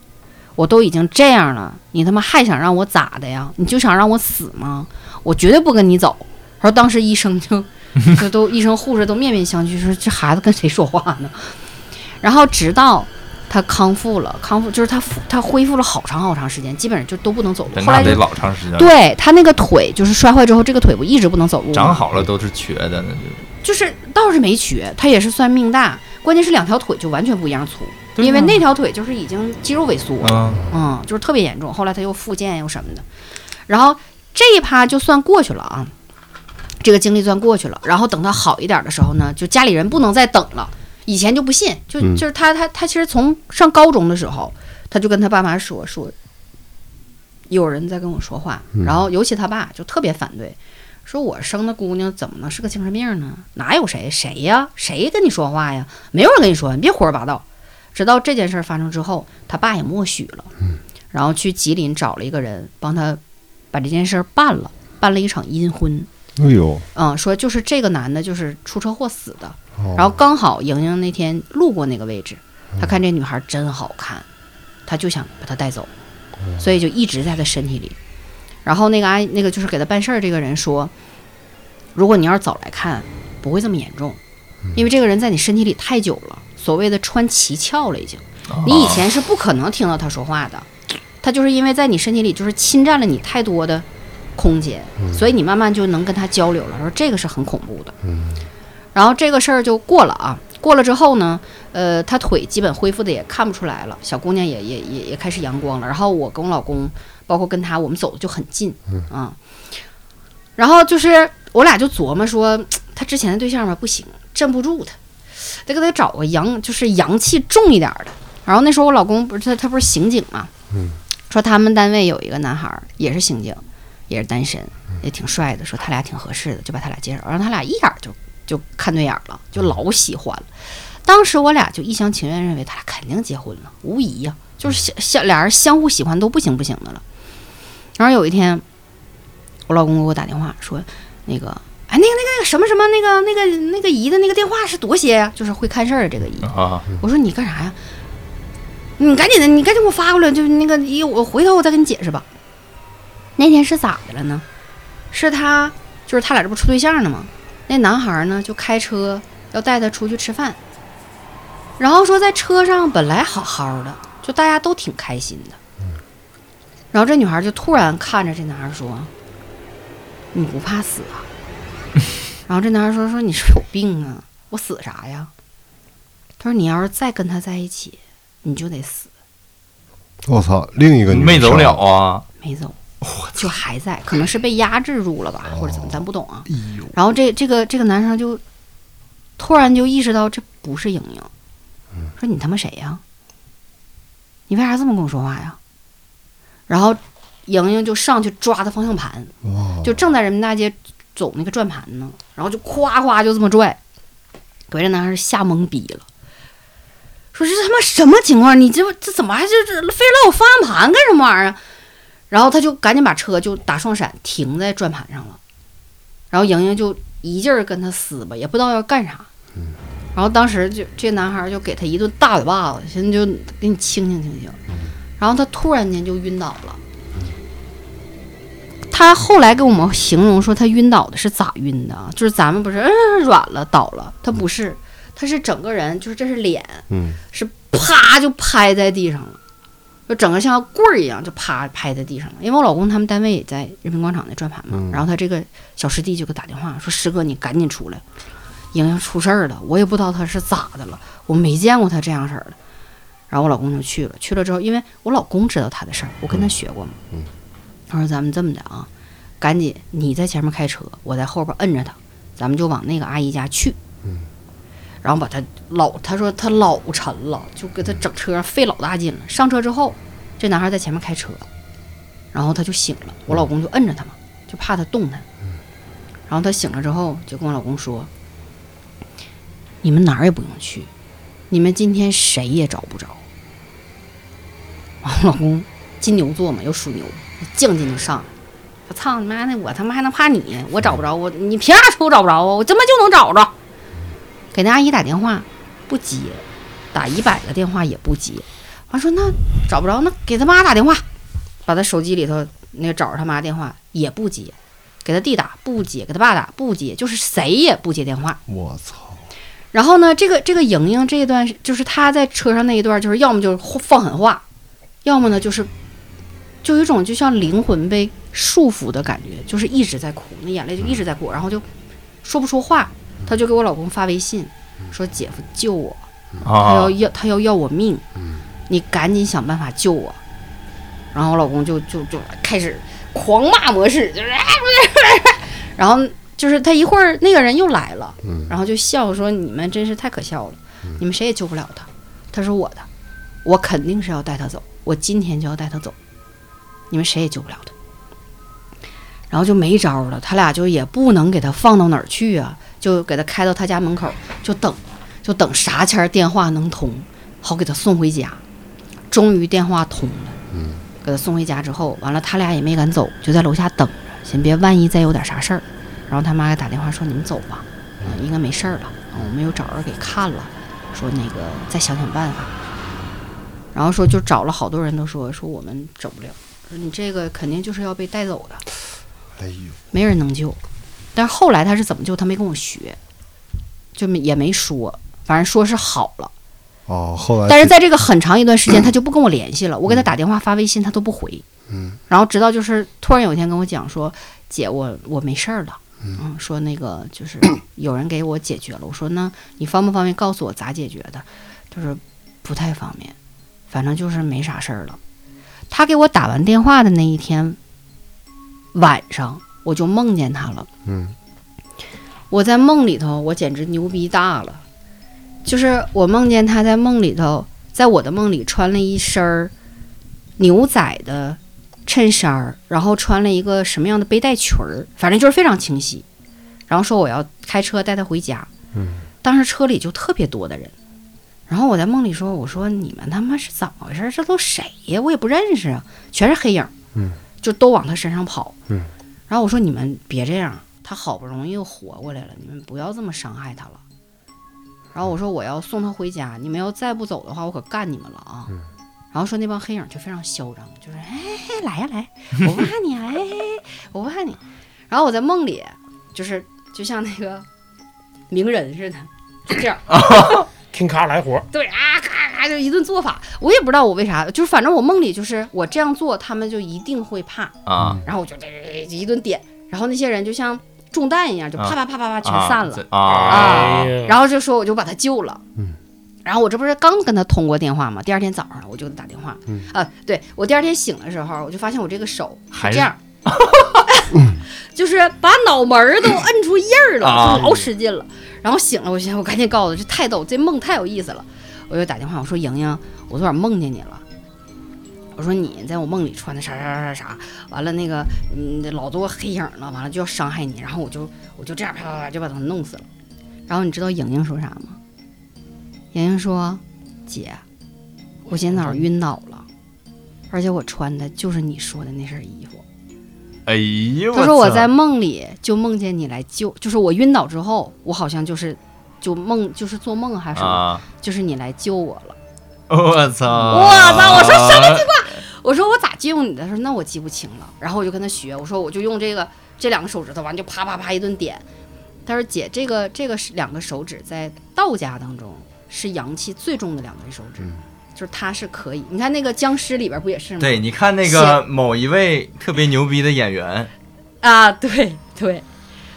S2: 我都已经这样了，你他妈还想让我咋的呀？你就想让我死吗？我绝对不跟你走。她说当时医生就就都医生护士都面面相觑，说这孩子跟谁说话呢？然后直到她康复了，康复就是她复她恢复了好长好长时间，基本上就都不能走路。
S3: 等
S2: 后
S3: 那
S2: 来就
S3: 得老长时间，，
S2: 对他那个腿就是摔坏之后，这个腿不一直不能走路吗，
S3: 长好了都是瘸的，那就是
S2: 就是倒是没瘸，他也是算命大，关键是两条腿就完全不一样粗，
S3: 对
S2: 因为
S3: 啊
S2: 那条腿就是已经肌肉萎缩了，
S3: 啊，
S2: 嗯，就是特别严重。后来他又复健又什么的，然后这一趴就算过去了啊，这个经历算过去了。然后等他好一点的时候呢，就家里人不能再等了。以前就不信，就
S1: 嗯
S2: 就是他他他其实从上高中的时候，他就跟他爸妈说说，有人在跟我说话，然后尤其他爸就特别反对。说我生的姑娘怎么能是个精神病呢？哪有谁谁呀？谁跟你说话呀？没有人跟你说，你别胡说八道。直到这件事儿发生之后，他爸也默许了，然后去吉林找了一个人帮他把这件事儿办了，办了一场阴婚。
S1: 哎呦，
S2: 嗯，说就是这个男的，就是出车祸死的，
S1: 哦
S2: 然后刚好莹莹那天路过那个位置，她看这女孩真好看，她就想把她带走，所以就一直在她身体里。然后那个阿姨，那个就是给她办事儿这个人说，如果你要是早来看，不会这么严重，因为这个人在你身体里太久了，所谓的穿脐窍了已经。你以前是不可能听到他说话的，他就是因为在你身体里就是侵占了你太多的空间，所以你慢慢就能跟他交流了。说这个是很恐怖的，然后这个事儿就过了啊。过了之后呢，呃，他腿基本恢复的也看不出来了，小姑娘也也也也开始阳光了。然后我跟我老公，包括跟他，我们走的就很近，啊，然后就是我俩就琢磨说，他之前的对象吧不行，镇不住他，得给他找个阳就是阳气重一点儿的。然后那时候我老公不是他他不是刑警嘛，说他们单位有一个男孩儿也是刑警，也是单身，也挺帅的，说他俩挺合适的，就把他俩介绍，然后他俩一眼就就看对眼儿了，就老喜欢了。当时我俩就一厢情愿认为他俩肯定结婚了，无疑呀、就是相相俩人相互喜欢都不行不行的了。然后有一天，我老公给我打电话说，那个哎那个那个那个什么什么那个那个那个姨的那个电话是多些呀、就是会看事儿的这个姨。
S3: 啊，
S2: 我说你干啥呀？你赶紧的，你赶紧给我发过来，就是那个一我回头我再跟你解释吧。那天是咋的了呢？是他就是他俩这不处对象呢吗？那男孩呢就开车要带他出去吃饭，然后说在车上本来好好的，就大家都挺开心的。然后这女孩就突然看着这男孩说：“你不怕死啊？” 然后这男孩说：“说你是不是有病啊？我死啥呀？”他说：“你要是再跟他在一起，你就得死，
S1: 我操，另一个女
S3: 没走
S1: 生
S3: 了，啊，
S2: 没走，就还在，可能是被压制住了吧，或者怎么，咱不懂啊。
S3: 哎呦，
S2: 然后这这个这个男生就突然就意识到这不是莹莹，
S3: 嗯
S2: 说你他妈谁呀？你为啥这么跟我说话呀？然后莹莹就上去抓他方向盘，
S1: 哇，
S2: 就正在人民大街走那个转盘呢，然后就夸夸就这么拽，给这男孩吓懵逼了，说这他妈什么情况？你这这怎么还这这非让我方向盘干什么玩意儿啊？然后他就赶紧把车就打双闪停在转盘上了，然后莹莹就一劲儿跟他撕吧，也不知道要干啥。然后当时就这男孩就给他一顿大嘴巴子，寻思就给你清清清清。然后他突然间就晕倒了。他后来跟我们形容说，他晕倒的是咋晕的啊？就是咱们不是嗯、软了倒了，他不是，他是整个人就是这是脸，
S1: 嗯，
S2: 是啪就拍在地上了，就整个像个棍儿一样就啪拍在地上了。因为我老公他们单位也在人民广场那转盘嘛，然后他这个小师弟就给打电话说：“师哥，你赶紧出来，莹莹出事儿了，我也不知道她是咋的了，我没见过她这样式儿的。”然后我老公就去了，去了之后，因为我老公知道他的事儿，我跟他学过嘛，他说：“咱们这么的啊，赶紧你在前面开车，我在后边摁着他，咱们就往那个阿姨家去。”然后把他老，他说他老沉了，就给他整车上费老大劲了。上车之后，这男孩在前面开车，然后他就醒了，我老公就摁着他嘛，就怕他动弹。然后他醒了之后，就跟我老公说：“你们哪儿也不用去，你们今天谁也找不着。”我老公金牛座嘛，又属牛，犟劲就上来了。我操你妈的！我他妈还能怕你？我找不着我，你凭啥说我找不着啊？我他妈就能找着。给那阿姨打电话不接，打一百个电话也不接。完说那找不着，那给他妈打电话，把他手机里头那个找着他妈电话也不接，给他弟打不接，给他爸打不接，就是谁也不接电话。
S1: 我操，
S2: 然后呢，这个这个莹莹这一段是就是她在车上那一段，就是要么就是吼放狠话，要么呢就是就有一种就像灵魂被束缚的感觉，就是一直在哭，那眼泪就一直在哭，然后就说不出话。她就给我老公发微信说：“姐夫救我，他
S3: 啊
S2: 要，要他要要我命，
S1: 嗯
S2: 你赶紧想办法救我。然后我老公就就就开始狂骂模式，就是 啊，然后就是他一会儿那个人又来了，
S1: 嗯
S2: 然后就笑说你们真是太可笑了，你们谁也救不了他，他是我的，我肯定是要带他走，我今天就要带他走，你们谁也救不了他。然后就没招儿了，他俩就也不能给他放到哪儿去啊，就给他开到他家门口，就等，就等啥前儿电话能通，好给他送回家。终于电话通了，
S1: 嗯，
S2: 给他送回家之后，完了他俩也没敢走，就在楼下等着，先别万一再有点啥事儿。然后他妈给打电话说：“你们走吧，嗯、应该没事儿了，啊我们又找人给看了，说那个再想想办法。”然后说就找了好多人都说说我们整不了，说你这个肯定就是要被带走的。
S1: 哎呦，
S2: 没人能救。但是后来他是怎么救，他没跟我学，就没也没说，反正说是好了。
S1: 哦，后来
S2: 但是在这个很长一 段时间，他就不跟我联系了。我给他打电话、发微信，他都不回。
S1: 嗯，
S2: 然后直到就是突然有一天跟我讲说：“姐，我我没事儿了。”嗯，说那个就是有人给我解决了。我说那你方不方便告诉我咋解决的？就是不太方便，反正就是没啥事儿了。他给我打完电话的那一天晚上，我就梦见他了。
S1: 嗯
S2: 我在梦里头，我简直牛逼大了。就是我梦见他在梦里头，在我的梦里穿了一身儿牛仔的衬衫儿，然后穿了一个什么样的背带裙儿，反正就是非常清晰。然后说我要开车带他回家。
S1: 嗯
S2: 当时车里就特别多的人，然后我在梦里说：“我说你们他妈是怎么回事？这都谁呀？我也不认识啊，全是黑影。”
S1: 嗯，
S2: 就都往他身上跑。
S1: 嗯，
S2: 然后我说：“你们别这样，他好不容易又活过来了，你们不要这么伤害他了。”然后我说：“我要送他回家，你们要再不走的话，我可干你们了啊！”然后说那帮黑影就非常嚣张，就是哎嘿来呀来，我不怕你啊，哎嘿我不怕你。然后我在梦里就是就像那个鸣人似的，就这样。
S4: 听咔来活，
S2: 对啊，咔咔就一顿做法，我也不知道我为啥，就是反正我梦里就是我这样做，他们就一定会怕，
S3: 啊，
S2: 然后我就这这这一顿点，然后那些人就像中弹一样，就啪啪啪啪啪全散了，
S3: 啊
S2: 啊
S4: 哎呀，
S2: 然后就说我就把他救了，
S1: 嗯，
S2: 然后我这不是刚跟他通过电话吗？第二天早上我就给他打电话，
S1: 嗯
S2: 啊，对我第二天醒的时候，我就发现我这个手
S3: 还是
S2: 这样。就是把脑门儿都摁出印儿了，
S3: 啊
S2: 就老使劲了。然后醒了，我寻思我赶紧告诉他，这太逗，这梦太有意思了。我就打电话，我说莹莹，我昨晚梦见你了。我说你在我梦里穿的啥啥啥啥啥，完了那个嗯老多黑影了，完了就要伤害你，然后我就我就这样啪啪啪就把他弄死了。然后你知道莹莹说啥吗？莹莹说：“姐，我今天早上晕倒了，而且我穿的就是你说的那身衣服。”
S3: 哎呦，
S2: 他说我
S3: 操
S2: 在梦里就梦见你来救，就是我晕倒之后，我好像就是就梦就是做梦还是什么，
S3: 啊，
S2: 就是你来救我了。
S3: 我操，啊
S2: 我操我说什么
S3: 情
S2: 我说我咋救你的？他说那我记不清了。然后我就跟他学，我说我就用这个这两个手指头，完就啪啪啪一顿点。他说姐，这个这个是两个手指在道家当中是阳气最重的两根手指，
S1: 嗯
S2: 就是它是可以。你看那个僵尸里边不也是吗？
S3: 对，你看那个某一位特别牛逼的演员，
S2: 啊，对对，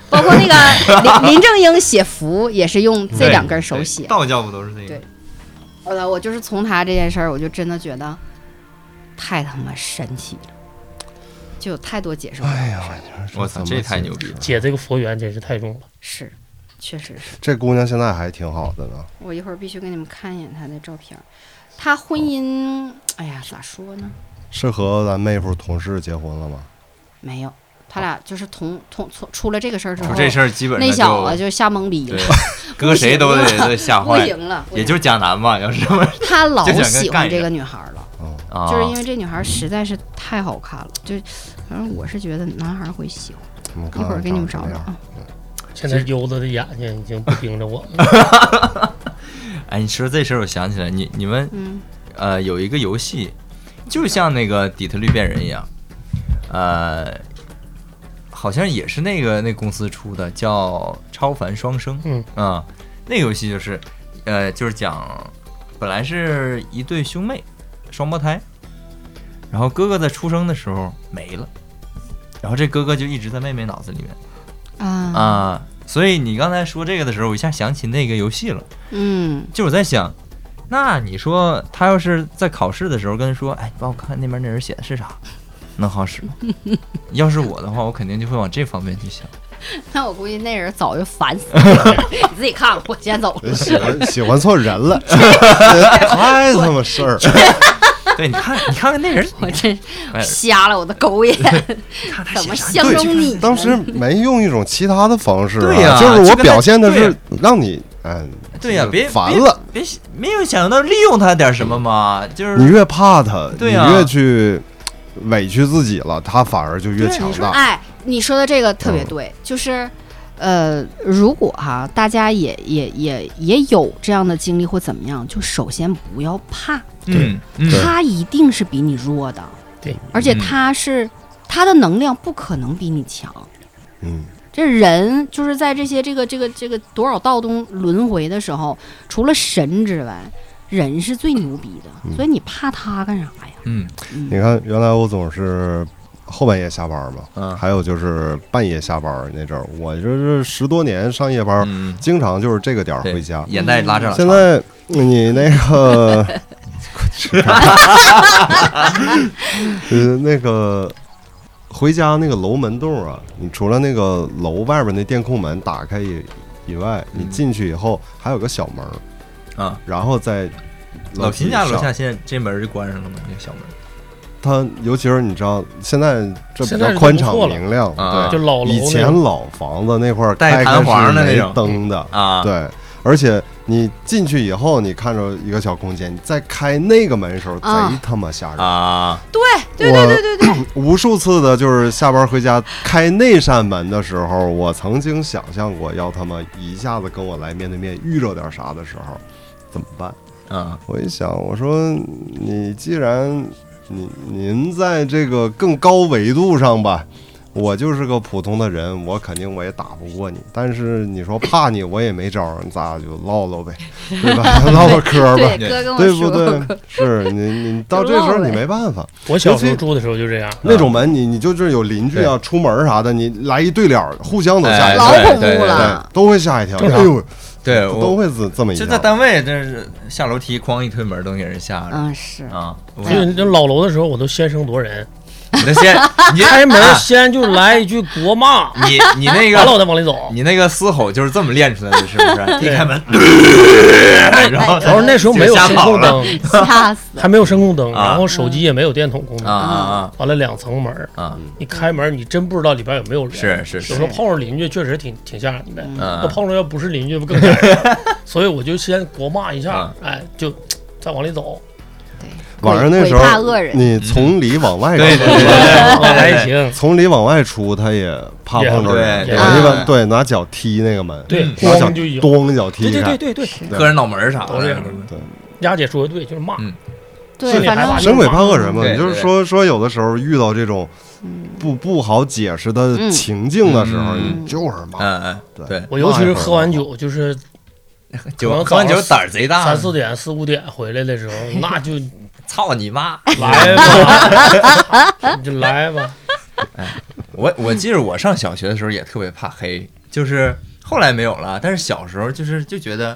S2: 包括那 个林林正英写符也是用这两根手
S3: 对
S2: 写。
S3: 道教不都是这个
S2: 对？我的，我就是从他这件事儿，我就真的觉得太他妈神奇了，就有太多解释不了。
S1: 哎呀，你说
S3: 我操，
S1: 怎么
S3: 这太牛逼了！
S4: 姐这个佛缘真是太重了。
S2: 是，确实是
S1: 这姑娘现在还挺好的呢，
S2: 我一会儿必须给你们看一眼他的照片儿。他婚姻，哎呀，咋说呢？
S1: 是和咱妹夫同事结婚了吗？
S2: 没有，他俩就是同同出出了这个事儿之后
S3: 出，这事儿基本
S2: 那小
S3: 上
S2: 子
S3: 就
S2: 就吓懵逼
S3: 对
S2: 了，，
S3: 搁谁都得
S2: 不
S3: 得吓
S2: 不
S3: 坏，
S2: 行了。不
S3: 也
S2: 行
S3: 就是江南吧，要是这么
S2: 他老
S3: 就想跟
S2: 喜
S3: 干
S2: 欢
S3: 一
S2: 这
S3: 个
S2: 个女孩儿了。
S1: 哦，
S3: 啊
S2: 就是因为这女孩实在是太好看了，就反正我是觉得男孩会喜欢。
S1: 你们
S2: 一
S1: 看
S2: 会儿给你们找
S1: 长什
S2: 找
S1: 么样
S2: 啊。
S4: 现在悠子的眼睛已经不盯着我了，
S3: 哎，你说这事儿我想起来，你你们
S2: 嗯
S3: 呃有一个游戏，就像那个底特律变人一样，呃，好像也是那个那公司出的，叫《超凡双生》。
S4: 嗯
S3: 啊、那个游戏就是呃就是讲本来是一对兄妹双胞胎，然后哥哥在出生的时候没了，然后这哥哥就一直在妹妹脑子里面
S2: 啊
S3: 啊、所以你刚才说这个的时候，我一下想起那个游戏了。
S2: 嗯
S3: 就我在想，那你说他要是在考试的时候跟人说，哎，你帮我看那边那人写的是啥，能好使吗？ 要是我的话，我肯定就会往这方面去想。
S2: 那我估计那人早就烦死了， 你自己看吧，我先走了。
S1: 喜欢喜欢错人了，太他妈事儿。
S3: 对，你看，你看看那人，
S2: 我真
S3: 哎
S2: 瞎了我的狗眼，
S3: 你看他
S2: 怎
S3: 写
S2: 么
S3: 啥
S2: 相中你呢？
S1: 当时没用一种其他的方式、啊，
S3: 对呀
S1: 就是我
S3: 就跟他
S1: 表现的
S3: 对
S1: 是
S3: 呀
S1: 让你，哎，
S3: 对呀、
S1: 就是
S3: 别
S1: 烦了。，
S3: 别别没有想到利用他点什么嘛，就是嗯
S1: 你越怕他，
S3: 对呀
S1: 你越去委屈自己了，他反而就越
S3: 对
S1: 强
S3: 你说
S1: 大。
S2: 哎，你说的这个特别对，就是，呃，如果哈、大家也也也也有这样的经历或怎么样，就首先不要怕，
S3: 嗯嗯，
S2: 他一定是比你弱的，
S4: 对，
S2: 而且
S3: 嗯
S2: 他是、他的能量不可能比你强。
S1: 嗯，
S2: 这人就是在这些这个这个这个多少道中轮回的时候，除了神之外，人是最牛逼的，所以你怕他干啥呀？
S3: 嗯
S1: 你看，原来我总是后半夜下班嘛，
S3: 嗯
S1: 还有就是半夜下班那阵儿，我就是十多年上夜班，
S3: 嗯，
S1: 经常就是这个点儿
S3: 对
S1: 回家，。
S3: 眼袋拉着了。
S1: 现在你那 个，呃，那个回家那个楼门洞啊，你除了那个楼外边那电控门打开以以外，你
S3: 嗯
S1: 进去以后还有个小门儿
S3: 啊，
S1: 然后在
S3: 老
S1: 秦
S3: 秦家楼下现在这门就关上了吗？那个小门，
S1: 它尤其是你知道现在这比
S4: 现在
S1: 较
S4: 是
S1: 宽
S4: 不
S1: 敞
S4: 错了
S1: 明亮，
S3: 啊
S1: 对，
S4: 就老楼
S1: 以
S4: 那
S1: 前
S4: 种
S1: 老房子那块儿
S3: 带
S1: 开
S3: 弹簧
S1: 开是
S3: 的那
S1: 没
S3: 种
S1: 灯的
S3: 啊
S1: 对，而且你进去以后，你看着一个小空间，你再开那个门的时候，
S2: 啊
S1: 贼他妈吓人。
S3: 啊，
S2: 对
S1: 对对对对对，无数次的就是下班回家开那扇门的时候，我曾经想象过要他妈一下子跟我来面对面遇着点啥的时候怎么办？
S3: 啊，
S1: 我一想，我说你既然你您在这个更高维度上吧，我就是个普通的人，我肯定我也打不过你。但是你说怕你，我也没招儿，咱俩就唠唠 呗，对吧？ 唠唠嗑儿吧，
S2: 哥跟我
S1: 对
S2: 说
S1: 不
S2: 过，
S1: 对？是你你到这时候你没办
S3: 嗯
S1: 法，
S4: 我小时
S1: 尤
S4: 候
S1: 其
S4: 住的时候就这样，
S1: 那种门你你就是有邻居啊，出门儿啥的，你来一对脸儿，互相都吓一
S2: 老
S1: 跳，
S2: 恐
S3: 哎对
S2: 怖
S3: 对
S1: 对
S2: 了，，
S1: 都会吓一跳。
S4: 正常
S1: 哎呦，
S3: 对
S1: 都
S3: 我
S1: 会这这么一
S3: 就
S1: 跳。
S3: 在单位，这是下楼梯哐一推门都给人吓着
S2: 嗯是。
S3: 啊。我
S4: 就是那老楼的时候，我都先声夺人，
S3: 你那先，你
S4: 开门
S3: 啊
S4: 先就来一句国骂，
S3: 你你那
S4: 完了我
S3: 个
S4: 再往里走。
S3: 你那个嘶吼就是这么练出来的，是不是？一
S4: 对嗯
S3: 开门，然后
S4: 然后那时候没有
S3: 吓
S4: 声
S3: 跑
S4: 控
S3: 了
S4: 灯，
S2: 吓死！
S4: 还没有声控灯，
S3: 啊
S4: 然后手机也没有电筒功
S3: 啊
S4: 能，
S3: 啊
S4: 完了两层门儿，
S3: 啊啊，
S4: 你开门你真不知道里边有没有人。
S3: 是是
S4: 有
S3: 是
S4: 时，候碰上邻居确实挺挺吓人的，
S3: 嗯
S4: 那碰上要不是邻居不更吓 人？所以我就先国骂一下
S3: 啊，
S4: 哎，就再往里走，
S1: 晚上那时
S2: 鬼怕
S1: 候
S2: 恶人
S1: 你从里往外
S3: 嗯对对
S1: 走
S3: 对哎
S4: 往来
S3: 对对，
S4: 哎行，
S1: 从里往外出，他也怕碰着人。
S3: 对
S1: 我
S2: 对
S1: 一般
S3: 对
S1: 对拿脚踢那个门，
S4: 对，
S3: 嗯
S1: 拿脚
S4: 咣就一摇。
S1: 咣一脚踢
S4: 对
S1: 一
S4: 对
S1: 下
S4: 对。对对，
S3: 磕人脑门儿啥
S4: 都这
S3: 的
S4: 样，丫姐说的对，就是骂
S3: 嗯，
S4: 心
S2: 对，
S4: 里
S2: 反
S4: 害怕
S2: 正
S1: 神鬼怕恶人嘛，
S3: 对
S1: 你就是
S3: 对
S1: 说说有的时候遇到这种不不好解释
S2: 嗯
S1: 的情境的时候，
S3: 嗯
S1: 你就是骂。
S3: 嗯嗯，对，
S4: 我尤其是喝完酒，就是
S3: 酒喝完酒胆儿贼大，
S4: 三四点、四五点回来的时候，那就
S3: 嗯操你 妈！
S4: 来吧， 你就来吧。
S3: 我我记得我上小学的时候也特别怕黑，就是后来没有了，但是小时候就是就觉得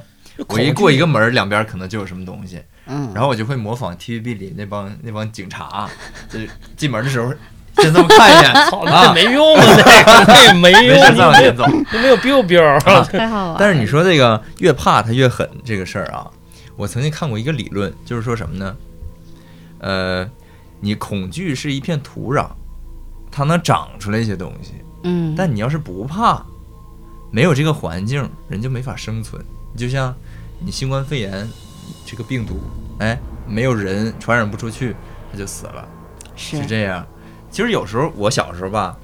S3: 我一过一个门儿，两边儿可能就有什么东西，
S2: 嗯，
S3: 然后我就会模仿 TVB 里那帮那帮警察，就是进门的时候先这么看一眼
S4: 操，
S3: 啊
S4: 那，没用啊，那个那也没
S3: 没
S4: 用，啊
S3: 事
S4: 你
S3: 再往
S4: 没有
S3: 前走。
S4: 你没有 biu biu，
S2: 太好玩。
S3: 但是你说这个越怕它越狠这个事儿啊，我曾经看过一个理论，就是说什么呢？呃，你恐惧是一片土壤，它能长出来一些东西，
S2: 嗯，
S3: 但你要是不怕，没有这个环境，人就没法生存。你就像你新冠肺炎这个病毒，哎，没有人传染不出去，它就死了。
S2: 是
S3: 是这样。其实有时候我小时候吧，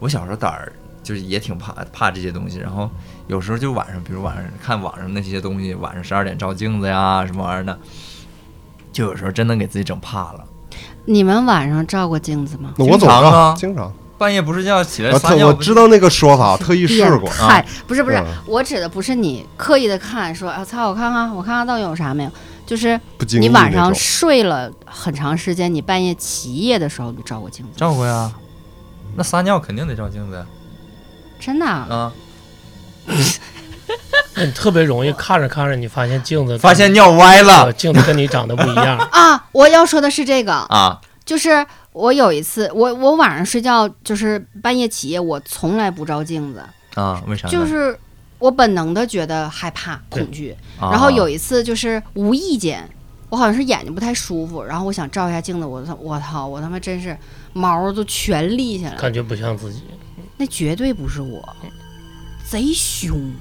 S3: 我小时候胆儿就是也挺怕怕这些东西，然后有时候就晚上，比如晚上看网上那些东西，晚上十二点照镜子呀什么玩意儿的，就有时候真的给自己整怕了。
S2: 你们晚上照过镜子吗？
S1: 那我总
S3: 经常啊
S1: 经常。
S3: 半夜不睡觉起来
S1: 啊，
S3: 撒
S1: 特
S3: 尿，
S1: 我知道那个说法，特意试过。
S2: 太不是不是
S1: 嗯，
S2: 我指的不是你刻意的看，说啊操，我看看我看看到底有啥没有，就是
S1: 不经意
S2: 你
S1: 那
S2: 晚上
S1: 种，
S2: 睡了很长时间，你半夜起夜的时候，你照过镜子吗，
S3: 照过呀。那撒尿肯定得照镜子呀
S2: 真的啊、，
S3: 啊！
S4: 那你 特别容易看着看着，你发现镜子
S3: 发现啊尿歪
S4: 呃
S3: 了
S4: 镜子跟你长得不一样
S2: 啊！我要说的是这个，
S3: 啊！
S2: 就是我有一次，我我晚上睡觉就是半夜起夜，我从来不照镜子，
S3: 啊，为啥呢？
S2: 就是我本能的觉得害怕、
S4: 对
S2: 恐惧。
S3: 啊
S2: 然后有一次就是无意间，我好像是眼睛不太舒服，然后我想照一下镜子，我操，我操，我他妈真是毛儿都全立起来了，
S4: 感觉不像自己。
S2: 那绝对不是我，贼凶，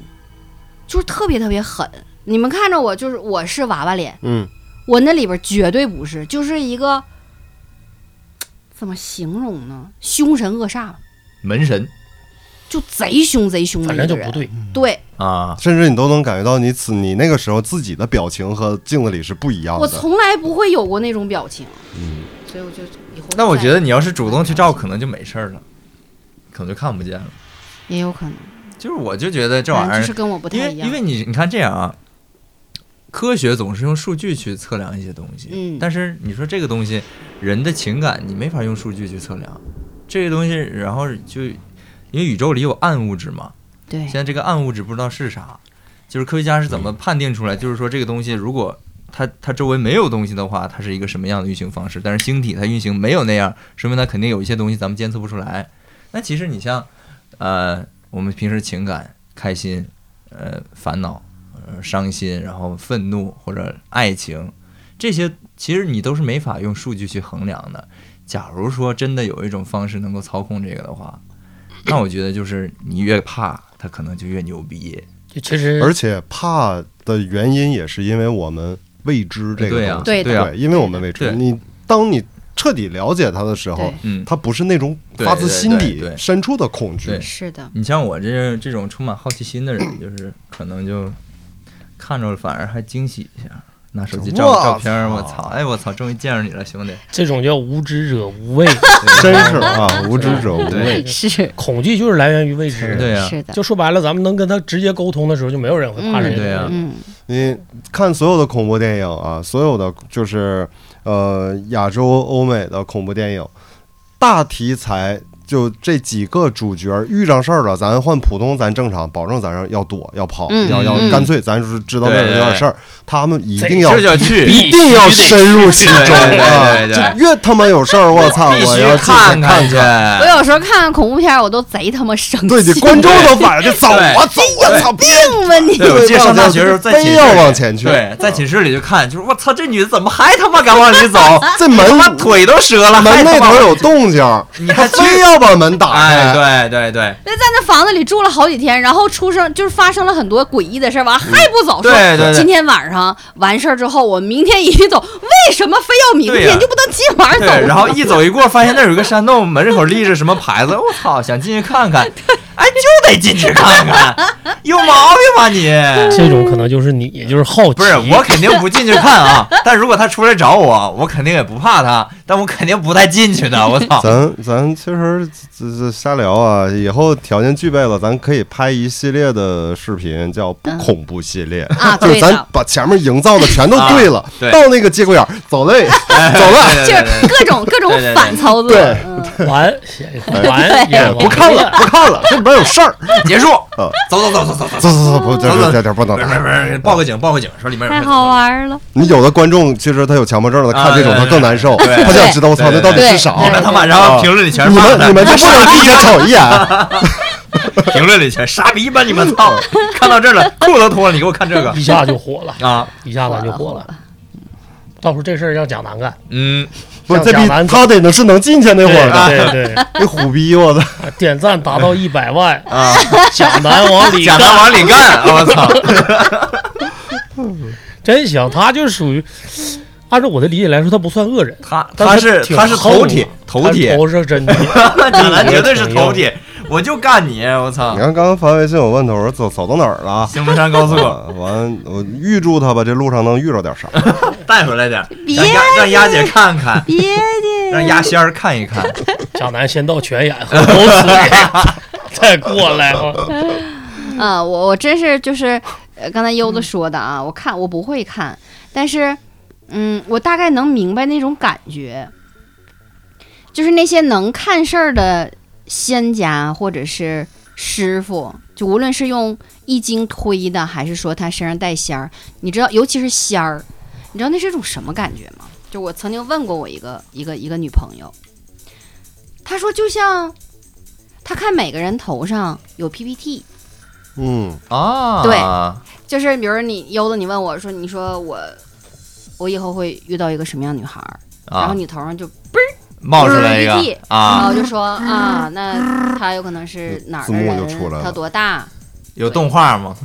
S2: 就是特别特别狠。你们看着我，就是我是娃娃脸，
S1: 嗯，
S2: 我那里边绝对不是，就是一个怎么形容呢？凶神恶煞吧，
S3: 门神
S2: 就贼凶贼凶的
S4: 反
S2: 一
S4: 正
S2: 个
S4: 就不
S2: 人。
S4: 对，
S2: 对，
S3: 啊，
S1: 甚至你都能感觉到你此你那个时候自己的表情和镜子里是不一样
S2: 我
S1: 的。
S2: 从来不会有过那种表情，
S1: 嗯，
S2: 所以我就以后
S3: 那我
S2: 再
S3: 觉得你要是主动去照，可能就没事儿了，可能就看不见了。
S2: 也有可能，
S3: 就是我就觉得这玩
S2: 反正
S3: 意
S2: 就
S3: 儿
S2: 是嗯跟我不
S3: 因
S2: 太
S3: 为
S2: 一样。
S3: 因为你你看这样啊，科学总是用数据去测量一些东西，
S2: 嗯
S3: 但是你说这个东西，人的情感你没法用数据去测量，这个东西，然后就因为宇宙里有暗物质嘛，
S2: 对
S3: 现，在这个暗物质不知道是啥，就是科学家是怎么判定出来，就是说这个东西如果。它它周围没有东西的话，它是一个什么样的运行方式？但是星体它运行没有那样，说明它肯定有一些东西咱们监测不出来。那其实你像，呃，我们平时情感、开心、呃、烦恼、呃、伤心，然后愤怒或者爱情，这些其实你都是没法用数据去衡量的。假如说真的有一种方式能够操控这个的话，那我觉得就是你越怕，它可能就越牛逼。
S4: 就其实
S1: 而且怕的原因也是因为我们未知这个
S3: 对啊呀、
S1: 东西，
S2: 对的
S3: 对呀、
S1: 因为我们未知。
S3: 对
S1: 你当你彻底了解它的时候
S2: 对，
S3: 嗯，
S1: 它不是那种
S3: 对
S1: 发自心
S3: 对对
S1: 底
S3: 对
S1: 深处的恐惧
S3: 对。
S2: 是的，
S3: 你像我这这种充满好奇心的人，就是可能就看着反而还惊喜一下。拿手机照
S1: 哇
S3: 个照片儿，我
S1: 操
S3: 操！哎，我操！终于见着你了，兄弟！
S4: 这种叫无知者无畏，
S1: 真是 啊，无知者无畏。
S2: 是
S4: 恐惧就是来源于未知。
S3: 对呀、啊
S2: 是的，
S4: 就说白了，咱们能跟他直接沟通的时候，就没有人会怕这
S2: 嗯
S4: 个。
S3: 对呀
S2: 嗯，
S1: 你看所有的恐怖电影啊，所有的就是呃亚洲、欧美的恐怖电影，大题材就这几个主角遇上事儿了，咱换普通，咱正常，保证咱是要躲要跑，
S2: 嗯
S1: 要要
S2: 嗯
S1: 干脆咱就是知道哪
S3: 对
S1: 儿有点
S3: 对
S1: 事儿，他们一
S4: 贼
S1: 定要
S3: 这就去
S1: 一定要深入其中
S3: 对
S1: 啊！
S3: 对对对
S1: 就越他妈有事儿，我操，
S3: 必
S1: 我要
S3: 须
S1: 去看
S3: 看去。
S2: 我有时候看恐怖片儿，我都贼他妈生气。
S1: 对，你观众都反正就走啊走
S3: 哎
S1: 啊，操！别
S2: 病吧你！
S3: 对，我记得上大学的时候在寝室里
S1: 非要往前去
S3: 对，在寝室里就看，就是我操，这女的怎么还他妈敢 往里走？
S1: 这
S3: 他
S1: 门
S3: 妈腿都折了，还
S1: 门
S3: 他
S1: 那
S3: 妈
S1: 头
S3: 往
S1: 有动静儿，
S3: 你还去
S1: 非要把门打开。
S3: 哎，对对对
S2: 那在那房子里住了好几天，然后出生就是发生了很多诡异的事儿，完还不走。
S3: 嗯对对
S2: 说
S3: 对
S2: 今天晚上完事儿之后，我明天一定走。为什么非要明
S3: 对
S2: 天？
S3: 呀
S2: 你就不能今晚走吗？
S3: 对，然后一走一过，发现那儿有个山洞，门口立着什么牌子，我操，想进去看看，哎，就得进去看看，有毛病吧你？
S4: 这种可能就是你，也就是好奇。
S3: 不是，我肯定不进去看 啊，但如果他出来找我，我肯定也不怕他，但我肯定不带进去的，我操。
S1: 咱咱其实这这瞎聊啊，以后条件具备了，咱可以拍一系列的视频，叫不
S3: 嗯
S1: 恐怖系列，
S2: 啊
S1: 就是
S2: 对
S1: 咱
S2: 的
S1: 把前面营造的全都对了，
S3: 啊对
S1: 到那个节骨眼儿走嘞，走了，
S3: 对对
S2: 就
S3: 对
S2: 是
S3: 对
S2: 各种各种
S3: 对对对
S2: 反操作。
S1: 对
S2: 嗯
S4: 完完
S1: 哎
S4: 也
S1: 不看了，不看了，这里边有事儿，
S3: 结束，
S1: 嗯
S3: 走走走走走走，
S1: 走走走，不，这这这这不
S3: 不
S1: 能
S3: 是不是不是，报个警报个警，说里面有
S2: 太
S3: 人
S2: 好。啊玩了，
S1: 你有的观众其实他有强迫症的，看这种
S3: 啊
S1: 他
S3: 对
S1: 更难受，
S3: 对
S1: 他想知道我操，
S3: 对
S1: 那
S3: 对
S1: 到底是
S2: 对
S1: 啥？
S3: 你们他妈，然
S1: 啊
S3: 后评论里全
S1: 你
S3: 是骂
S1: 们
S3: 的，
S1: 你们就不能低着瞅一 眼？
S3: 评论里全傻逼吧你们
S1: 哦
S3: 操！看到这儿了，裤都脱了，你给我看这 个
S4: 一下就 火了，
S3: 啊，
S4: 一下子就火了。到时候这事儿让蒋楠干，
S3: 嗯，
S1: 不是，这
S4: 像
S1: 比
S4: 贾兰
S1: 他得能是能进去那会儿的，
S4: 对对 对，
S1: 那虎逼我的，
S4: 点赞达到一百万，
S3: 啊，
S4: 蒋楠往里
S3: 贾
S4: 干，
S3: 南往 里干，啊我操！
S4: 真行，他就属于，按照我的理解来说，他不算恶人，
S3: 他
S4: 但
S3: 他
S4: 是
S3: 是
S4: 挺
S3: 他是
S4: 横的
S3: 头铁，头铁
S4: 他，头是真铁，
S3: 贾南绝对是
S4: 挺
S3: 头
S4: 硬
S3: 铁，我就干你，我操
S1: 你！看刚刚发微信，我问他，我说走走到哪儿了？
S3: 行不山高速
S1: 啊完，我预祝他吧，这路上能遇着点啥？
S3: 带回来点儿，
S2: 别
S3: 让丫让丫姐看看，
S2: 别介。
S3: 让丫仙儿看一看。
S4: 蒋楠先到泉眼喝口水，再过来啊，
S2: 啊，我我真是就是，呃，刚才优子说的啊，我看我不会看，但是，嗯，我大概能明白那种感觉，就是那些能看事儿的仙家或者是师傅，就无论是用易经推的，还是说他身上带仙儿，你知道，尤其是仙儿，你知道那是一种什么感觉吗？就我曾经问过我一个一个一个女朋友，她说就像她看每个人头上有 PPT，
S1: 嗯，
S3: 啊，
S2: 对就是比如你悠子，你问我说，你说我我以后会遇到一个什么样的女孩儿，然后
S3: 啊，
S2: 你头上就
S3: 冒出来一个
S2: 不是一然
S3: 啊，
S2: 后就说 啊，那他有可能是哪儿
S1: 字
S2: 的
S1: 幕就
S2: 人
S1: 出来，了
S2: 他多大？
S3: 有动画吗？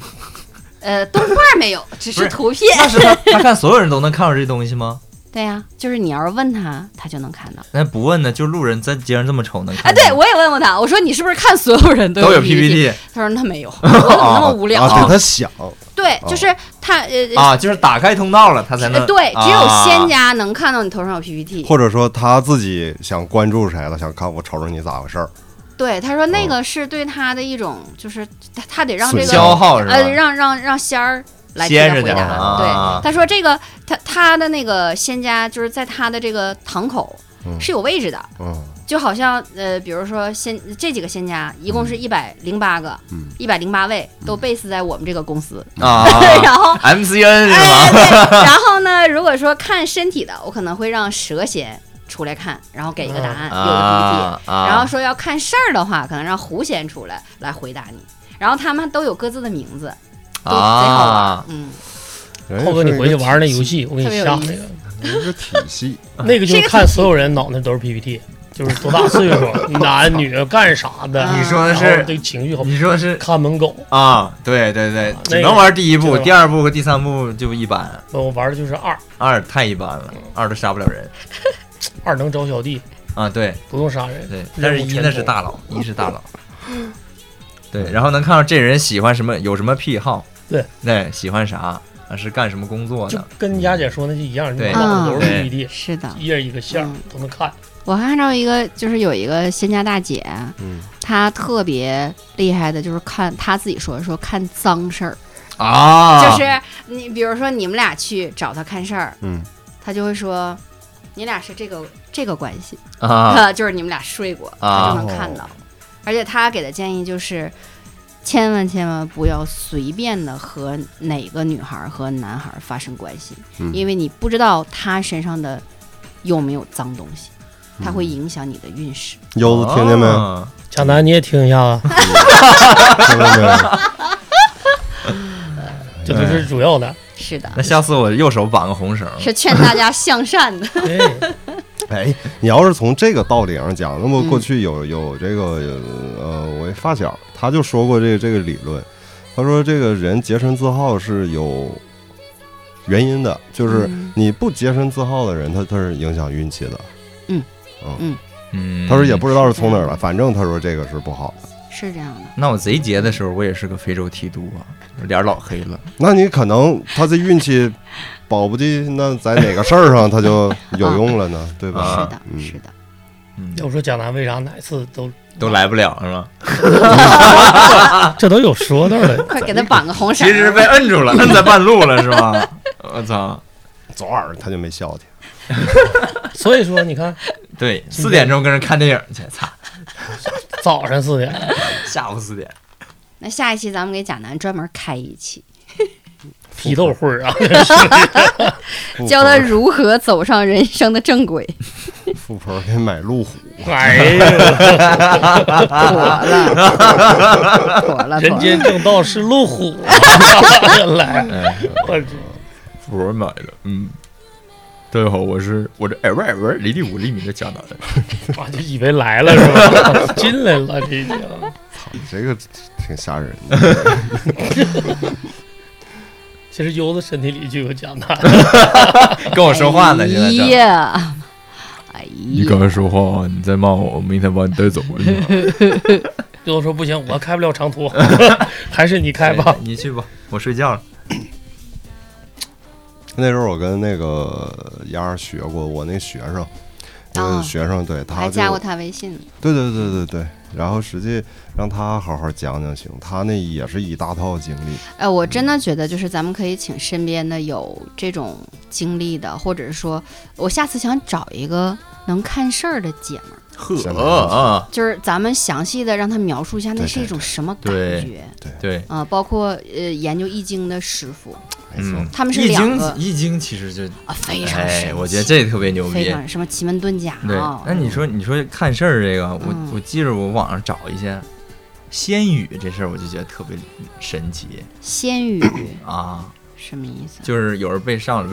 S2: 呃，动画没有，只
S3: 不
S2: 是
S3: 是
S2: 图片。
S3: 那是他他看所有人都能看到这东西吗？
S2: 对呀、就是你要是问他，他就能看到。
S3: 那不问呢，就路人在街上这么瞅能
S2: 哎，
S3: 看见？
S2: 对我也问过他，我说你是不是看所有人
S3: 都有
S2: PPT？
S3: PPT
S2: 他说那没有，我怎么那么无 聊？
S1: 啊，对他想，
S2: 对，就是他呃
S3: 啊，就是打开通道了，他才能
S2: 呃，
S3: 啊
S2: 对，只有仙
S3: 家
S2: 家能看到你头上有 PPT。
S1: 或者说他自己想关注谁了，想看我瞅瞅你咋回事儿，
S2: 对，他说那个是对他的一种，就是他他得让这
S1: 损
S2: 个
S3: 消耗是吧？
S2: 呃让让让仙儿。来替他
S3: 歇着
S2: 回
S3: 点
S2: 答，
S3: 儿啊
S2: 对，他说这个他他的那个仙家就是在他的这个堂口
S1: 嗯
S2: 是有位置的，
S1: 嗯
S2: 就好像呃，比如说仙这几个仙家，一共是
S3: 嗯
S2: 一百零八个，
S1: 嗯
S2: 一百零八位都 base 在我们这个公司。
S3: 啊
S2: 然后，
S3: ，MCN 是
S2: 哎，
S3: 吧？
S2: 对， 然后呢，如果说看身体的，我可能会让蛇蝎出来看，然后给一个答 案，有个 PPT。
S3: 啊啊，
S2: 然后说要看事儿的话，可能让狐仙出来来回答你。然后他们都有各自的名字，都贼好玩。
S3: 啊，
S2: 嗯，
S1: 人家
S4: 浩哥，你
S1: 哎是一
S4: 回去
S1: 个
S4: 玩那游戏，我给你下那个，
S1: 一个体系，
S4: 那个就是看所有人脑袋都是 PPT，就是多大岁数，男女干啥的，
S2: 你
S3: 说的是
S4: 然后对情绪好，
S3: 你说是
S4: 看门狗，
S3: 哦啊？对对对，
S4: 那
S3: 只
S4: 个
S3: 能玩第一步，
S4: 这个
S3: 第二步和第三步就一般，
S4: 我玩的就是二，
S3: 二太一般了，二都杀不了人
S4: 二能招小弟，
S3: 啊。对
S4: 不用杀人，
S3: 对，
S4: 任
S3: 但是
S4: 务
S3: 一
S4: 全
S3: 那
S4: 投
S3: 是大佬，一是 大佬。对，然后能看到这人喜欢什么，有什么癖好，
S4: 对，
S3: 对，喜欢啥，啊是干什么工作
S4: 就
S3: 的，
S4: 跟丫姐说那是一样，
S3: 对
S4: 你脑袋都是
S3: 嗯
S4: PPT，
S2: 是的。
S4: 一人一个线儿
S2: 嗯
S4: 都能看。
S2: 我还按照一个，就是有一个仙家大姐，
S1: 嗯，
S2: 她特别厉害的，就是看她自己说说看脏事儿，
S3: 啊，
S2: 就是你比如说你们俩去找她看事儿，
S1: 嗯，
S2: 她就会说你俩是这个这个关系，
S3: 啊
S2: 就是你们俩睡过，她
S3: 啊
S2: 就能看到。而且她给的建议就是，千万千万不要随便的和哪个女孩儿和男孩儿发生关系，
S1: 嗯
S2: 因为你不知道她身上的有没有脏东西，它
S3: 嗯
S2: 会影响你的运势。
S1: 柚哦子听见没？
S3: 啊
S4: 贾楠，你也听一下啊，
S1: 听见没？
S4: 这都是主要的。
S2: 是的，
S3: 那下次我右手绑个红绳儿，
S2: 是劝大家向善的。
S4: 对，
S1: 哎，你要是从这个道理上讲，那么
S2: 嗯
S1: 过去有有这个呃，我一发小他就说过这个这个理论，他说这个人洁身自好是有原因的，就是
S2: 嗯
S1: 你不洁身自好的人，他他是影响运气的。
S2: 嗯
S1: 嗯
S2: 嗯
S3: 嗯，
S1: 他说也不知道是从哪儿来，反正他说这个是不好的。
S2: 是这样的，
S3: 那我贼节的时候，我也是个非洲提督啊，脸老黑了。
S1: 那你可能他这运气保不齐那在哪个事儿上他就有用了 呢，对吧？
S3: 啊
S2: 哦是的，
S1: 嗯
S2: 是的。
S3: 嗯，
S4: 要说贾楠为啥哪次都
S3: 都来不了是吧？
S4: 啊这都有说道 的，
S2: 快给他绑个红啊
S3: 其
S2: 绳。
S3: 实被摁 住了，摁在半路了是吧？我操！
S1: 昨晚上他就没消停。
S4: 所以说你看
S3: 对，四点钟跟人看电影去，操，
S4: 早上四 点，
S3: 下午四点。
S2: 那下一期咱们给贾楠专门开一期，
S4: 批斗会儿啊，
S1: 富
S2: 教他
S1: 婆
S2: 如何走上人生的正 轨。
S1: 富婆给买路虎，
S4: 哎呀，
S2: 妥
S3: 啊
S2: 了，妥了，妥
S4: 人
S2: 了。
S4: 间正道是路虎 啊，原来
S3: 哎，
S4: 我去
S3: 我买了，嗯。大家好，我是我这哎耳外耳离地五厘米的迦南。
S4: 我啊就以为来了是 吧？进来了这已经。
S1: 你这个挺吓人的。
S4: 其实优子身体里就有贾楠，
S3: 跟我说话呢，现在
S2: 哎
S3: 正。
S2: 呀，哎呀，
S3: 刚才说话，你再骂我，我明天把你带走。
S4: 优子说不行，我开不了长 途，还是你开吧。
S3: 你去吧，我睡觉了。
S1: 那时候我跟那个丫儿学过，我那学生，那个
S2: 啊
S1: 学生对
S2: 我
S1: 他
S2: 还
S1: 就
S2: 加过他微信呢。
S1: 对对对对对，然后实际让他好好讲讲行，他那也是一大套经历。
S2: 哎，我真的觉得就是咱们可以请身边的有这种经历的，或者说，我下次想找一个能看事儿的姐们儿，
S1: 现在
S3: 呵啊，
S2: 就是咱们详细的让他描述一下那
S1: 对
S2: 是一种什么感
S3: 对
S2: 觉
S3: 对，
S2: 啊、包括呃研究易经的师傅，
S1: 没错，
S2: 他们是
S3: 易
S2: 两
S3: 经
S2: 个
S3: 易经其实就
S2: 啊，非常神
S3: 哎
S2: 奇，，
S3: 我觉得这特别牛逼，
S2: 非常什么奇门遁甲
S3: 对
S2: 啊，，
S3: 那你说你说看事儿这个，我、
S2: 嗯
S3: 我记着我网上找一些仙语这事儿，我就觉得特别神奇
S2: 仙语
S3: 啊！
S2: 什么意思？
S3: 就是有人被上了，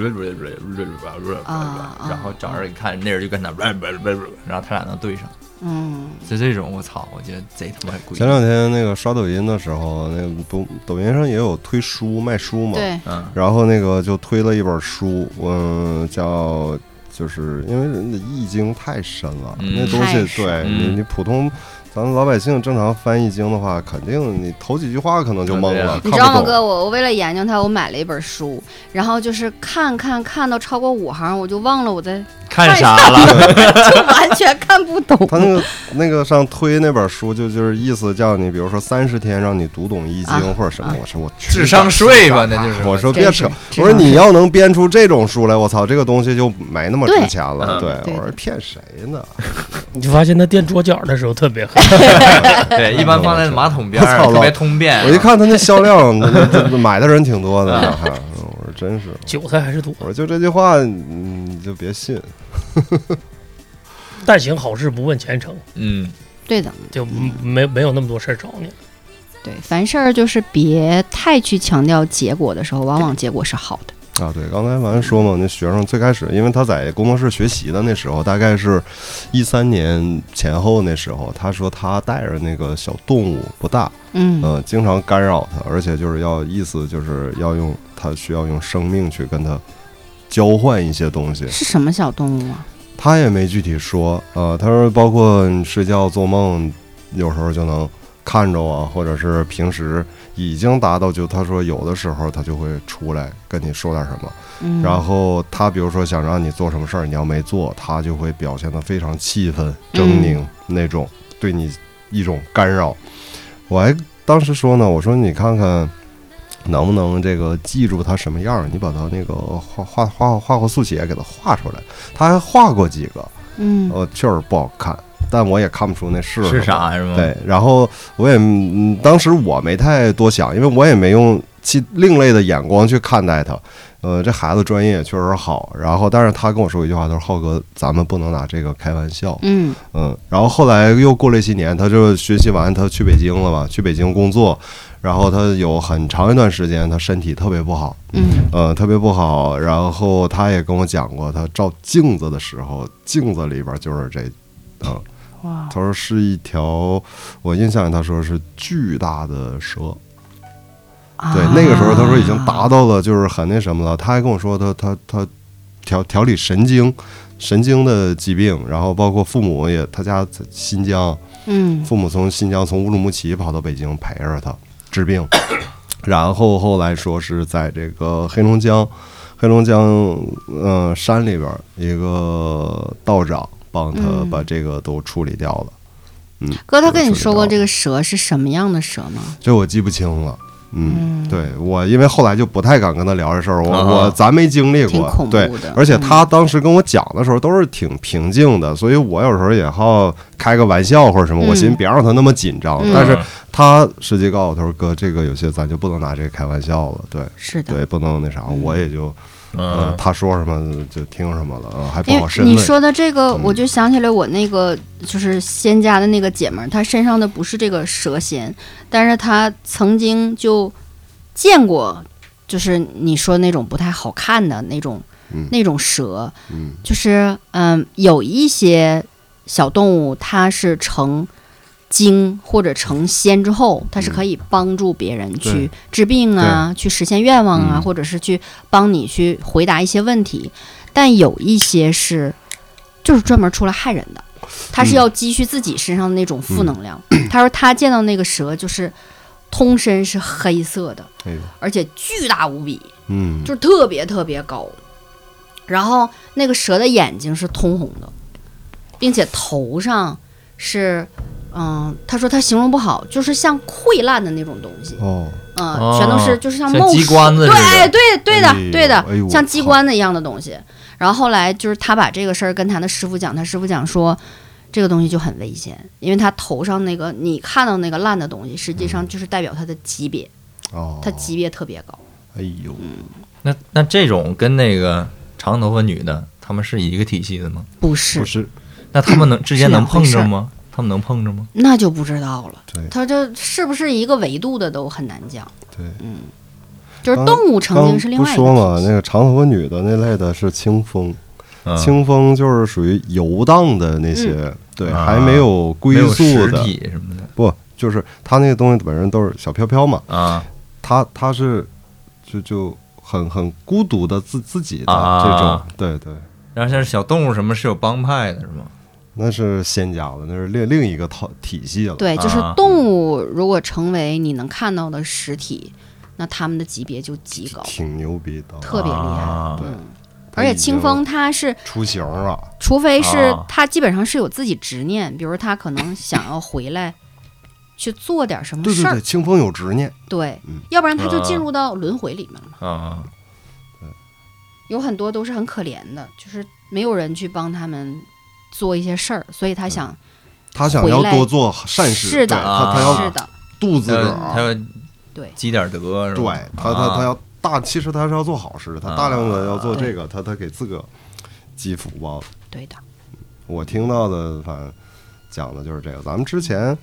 S3: 然后找人一看，那人就跟他， 然后他俩能对上，
S2: 嗯，
S3: 就这种我操，我觉得贼他妈贵
S1: 前。两天那个刷抖音的时候，那个不抖音上也有推书卖书嘛，
S2: 对，
S3: 嗯
S1: 然后那个就推了一本书，嗯，叫就是因为人的易经太深了，
S3: 嗯
S1: 那东
S2: 太
S1: 西
S2: 深
S1: 对、你
S3: 嗯
S1: 你普通咱们老百姓正常翻易经的话，肯定你头几句话可能就懵了，
S3: 啊
S2: 你
S1: 看
S2: 知道吗，
S1: 不
S2: 哥？
S1: 懂。
S2: 我我为了研究它，我买了一本书，然后就是看看看到超过五行，我就忘了我在，
S3: 看啥了？
S2: 就完全看不懂。
S1: 他那个那个上推那本书就就是意思叫你，比如说三十天让你读懂易经、
S2: 啊
S1: 或者什么，
S2: 啊
S1: 我说我去
S3: 智商税吧，那就是
S1: 我说
S2: 真
S1: 别
S2: 是
S1: 扯，
S2: 智
S1: 我说
S2: 商
S1: 你
S2: 税
S1: 要能编出这种书来，我操，这个东西就没那么
S2: 对
S1: 值钱了。
S3: 嗯
S1: 对，
S2: 对
S1: 我说
S2: 对
S1: 骗谁呢？
S4: 你就发现他垫桌角的时候特别狠，
S3: 对，一般放在马桶边儿，
S1: 我操
S3: 特别通便。
S1: 我一，看他那销 量，那那那买的人挺多的，还我说真是，
S4: 韭菜还是多。
S1: 我说就这句话，嗯你就别信。
S4: 但行好事不问前程，
S3: 嗯，
S2: 对的，
S4: 就没没有那么多事儿找你。
S2: 对，凡事儿就是别太去强调结果的时候，往往结果是好的。
S1: 啊，对，刚才完说嘛，那学生最开始，因为他在工作室学习的那时候，大概是一三年前后那时候，他说他带着那个小动物不大，
S2: 嗯，
S1: 嗯、经常干扰他，而且就是要意思就是要用他需要用生命去跟他交换一些东西，
S2: 是什么小动物啊？
S1: 他也没具体说，呃，他说包括你睡觉做梦，有时候就能看着我，或者是平时已经达到就他说有的时候他就会出来跟你说点什么，
S2: 嗯，
S1: 然后他比如说想让你做什么事儿，你要没做，他就会表现得非常气愤、狰狞那种，对你一种干扰。我还当时说呢，我说你看看能不能这个记住他什么样儿，你把他那个画画画画过速写给他画出来。他还画过几个，
S2: 嗯，
S1: 呃，确实不好看，但我也看不出那是
S3: 是
S1: 什么。
S3: 啥是吗？
S1: 对，然后我也、嗯、当时我没太多想，因为我也没用其另类的眼光去看待他。呃，这孩子专业也确实好，然后但是他跟我说一句话，他说：“浩哥，咱们不能拿这个开玩笑。”
S2: 嗯，
S1: 嗯，然后后来又过了一些年，他就学习完，他去北京了嘛，去北京工作，然后他有很长一段时间，他身体特别不好，
S2: 嗯，
S1: 呃，特别不好。然后他也跟我讲过，他照镜子的时候，镜子里边就是这，嗯、
S2: 哇，
S1: 他说是一条，我印象里他说是巨大的蛇。
S2: 啊
S1: 对，那个时候他说已经达到了就是很那什么了。他还跟我说他他他调调理神经神经的疾病，然后包括父母也他家在新疆，
S2: 嗯，
S1: 父母从新疆从乌鲁木齐跑到北京陪着他治病，然后后来说是在这个黑龙江，黑龙江嗯、呃山里边儿一个道长帮他
S2: 嗯
S1: 把这个都处理掉了。嗯，
S2: 哥，他
S1: 这个
S2: 跟你
S1: 处理
S2: 说
S1: 掉
S2: 过
S1: 了
S2: 这个蛇是什么样的蛇吗？
S1: 这我记不清了。嗯，
S2: 嗯
S1: 对我，因为后来就不太敢跟他聊这事儿，我、
S3: 啊
S1: 我咱没经历
S2: 挺
S1: 过
S2: 恐，怖
S1: 对
S2: 的，嗯
S1: 而且他当时跟我讲的时候都是挺平静的，所以我有时候也好开个玩笑或者什么，
S2: 嗯
S1: 我寻思别让他那么紧张，
S2: 嗯
S1: 但是他实际告诉我，他说哥，这个有些咱就不能拿这个开玩笑了，对
S2: 是的，
S1: 对，不能那啥，
S2: 嗯
S1: 我也就呃
S3: 嗯，
S1: 他说什么就听什么了，呃还不
S2: 因为
S1: 好申
S2: 你
S1: 论，
S2: 说的这个，
S1: 嗯
S2: 我就想起来我那个就是仙家的那个姐们儿，她身上的不是这个蛇仙，但是她曾经就见过，就是你说那种不太好看的那种、
S1: 嗯
S2: 那种蛇，
S1: 嗯
S2: 就是嗯，有一些小动物它是成。精或者成仙之后，它是可以帮助别人去
S1: 嗯对
S2: 治病啊，去实现愿望啊，
S1: 嗯
S2: 或者是去帮你去回答一些问题。但有一些是就是专门出来害人的，他是
S1: 嗯
S2: 要积蓄自己身上的那种负能量。他说他见到那个蛇就是通身是黑色的，
S1: 哎呦，
S2: 而且巨大无比，
S1: 嗯，
S2: 就是特别特别高。然后那个蛇的眼睛是通红的，并且头上是。嗯，他说他形容不好，就是像溃烂的那种东西，
S1: 哦，
S2: 嗯、
S3: 哦
S2: 全都是就是像
S3: 像
S2: 冒
S3: 鸡
S2: 水
S3: 冠子似
S2: 对，
S3: 的
S2: 哎对对的
S1: 哎呦
S2: 对的
S1: 哎呦，我
S2: 像鸡
S1: 靠
S2: 冠子一样的东西。然后后来就是他把这个事儿跟他的师傅讲，他师傅讲说，这个东西就很危险，因为他头上那个你看到那个烂的东西，实际上就是代表他的级别，
S1: 嗯哦，
S2: 他嗯级别特别高。
S1: 哎呦，
S3: 那那这种跟那个长头发女的，她们是一个体系的吗？
S2: 不是
S1: 不，是，
S3: 那她 们能之间
S2: 是两
S3: 能碰
S2: 回事
S3: 着
S2: 儿
S3: 吗？她们能碰着吗？
S2: 那就不知道了。
S1: 对
S2: 他这是不是一个维度的都很难讲。
S1: 对，
S2: 嗯，就是
S1: 刚
S2: 动物曾经是另
S1: 不
S2: 外一个
S1: 说嘛，
S2: 体系
S1: 那个长头发女的那类的是清风，
S3: 嗯，
S1: 清风就是属于游荡的那些，
S2: 嗯
S1: 对，
S3: 啊
S1: 还没有归
S3: 没有
S1: 宿
S3: 实
S1: 的，
S3: 体什么的
S1: 不就是他那个东西本身都是小飘飘嘛，
S3: 啊
S1: 他他是就就很很孤独的自自己的
S3: 啊
S1: 这种，对对，
S3: 然后像是小动物什么是有帮派的，是吗？
S1: 那是仙家了，那是另另一个套体系了。
S2: 对，就是
S3: 啊
S2: 动物如果成为你能看到的实体，那它们的级别就极高，
S1: 挺牛逼的，
S2: 特别厉害。
S3: 啊
S2: 嗯，
S1: 它
S2: 而且
S1: 已经
S2: 清风它是，
S1: 出行了，
S2: 除非是
S3: 啊
S2: 它基本上是有自己执念，比如它可能想要回来。去做点什么
S1: 对对
S2: 事儿
S1: 对，，清风有执念，
S2: 对
S1: 嗯
S2: 要不然它就进
S3: 啊
S2: 入到轮回里面了嘛。
S3: 啊，
S2: 有很多都是很可怜的，就是没有人去帮他们做一些事儿，所以他想
S1: 他想
S2: 回
S1: 要
S2: 来
S1: 多做嗯善事，
S2: 是的
S1: 对他他
S3: 啊呃
S1: 要
S2: 是的，
S1: 度自
S3: 他
S1: 个
S3: 要他
S1: 儿，
S3: 要
S2: 对
S3: 积点德，是
S1: 对
S3: 吧？
S1: 他他他
S3: 啊
S1: 要大，其实他是要做好事，他大量的要做
S2: 啊
S1: 这个，他他给自个积福报。
S2: 对的，
S1: 我听到的反正讲的就是这个。咱们之前，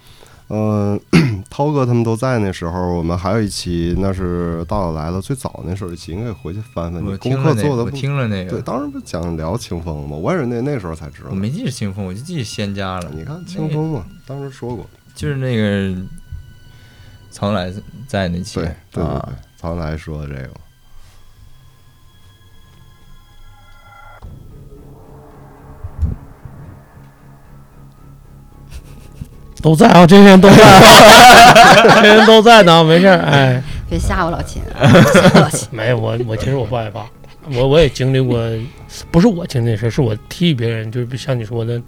S1: 嗯、 涛哥他们都在那时候，我们还有一期，那是大佬来了最早那时候一期，应该回去翻翻。
S3: 啊我
S1: 你
S3: 听
S1: 功课
S3: 了那
S1: 做
S3: 个，
S1: 的
S3: 我
S1: 不
S3: 听了那
S1: 对，
S3: 个，
S1: 当时不讲聊清风吗？我也是那那时候才知道
S3: 我。没记着清风，我就记着仙家了。
S1: 你看清风嘛，当时说过，
S3: 就是那个曹来在那期
S1: 对对对
S3: 啊
S1: 对，曹来说的这个。
S4: 都在啊，这些人都在，这些人都在呢，没事儿，哎，
S2: 别吓唬老秦，啊 吓唬老秦。
S4: 没有我，我其实我不害怕，我我也经历过，不是我经历的事，是我替别人，就是像你说的，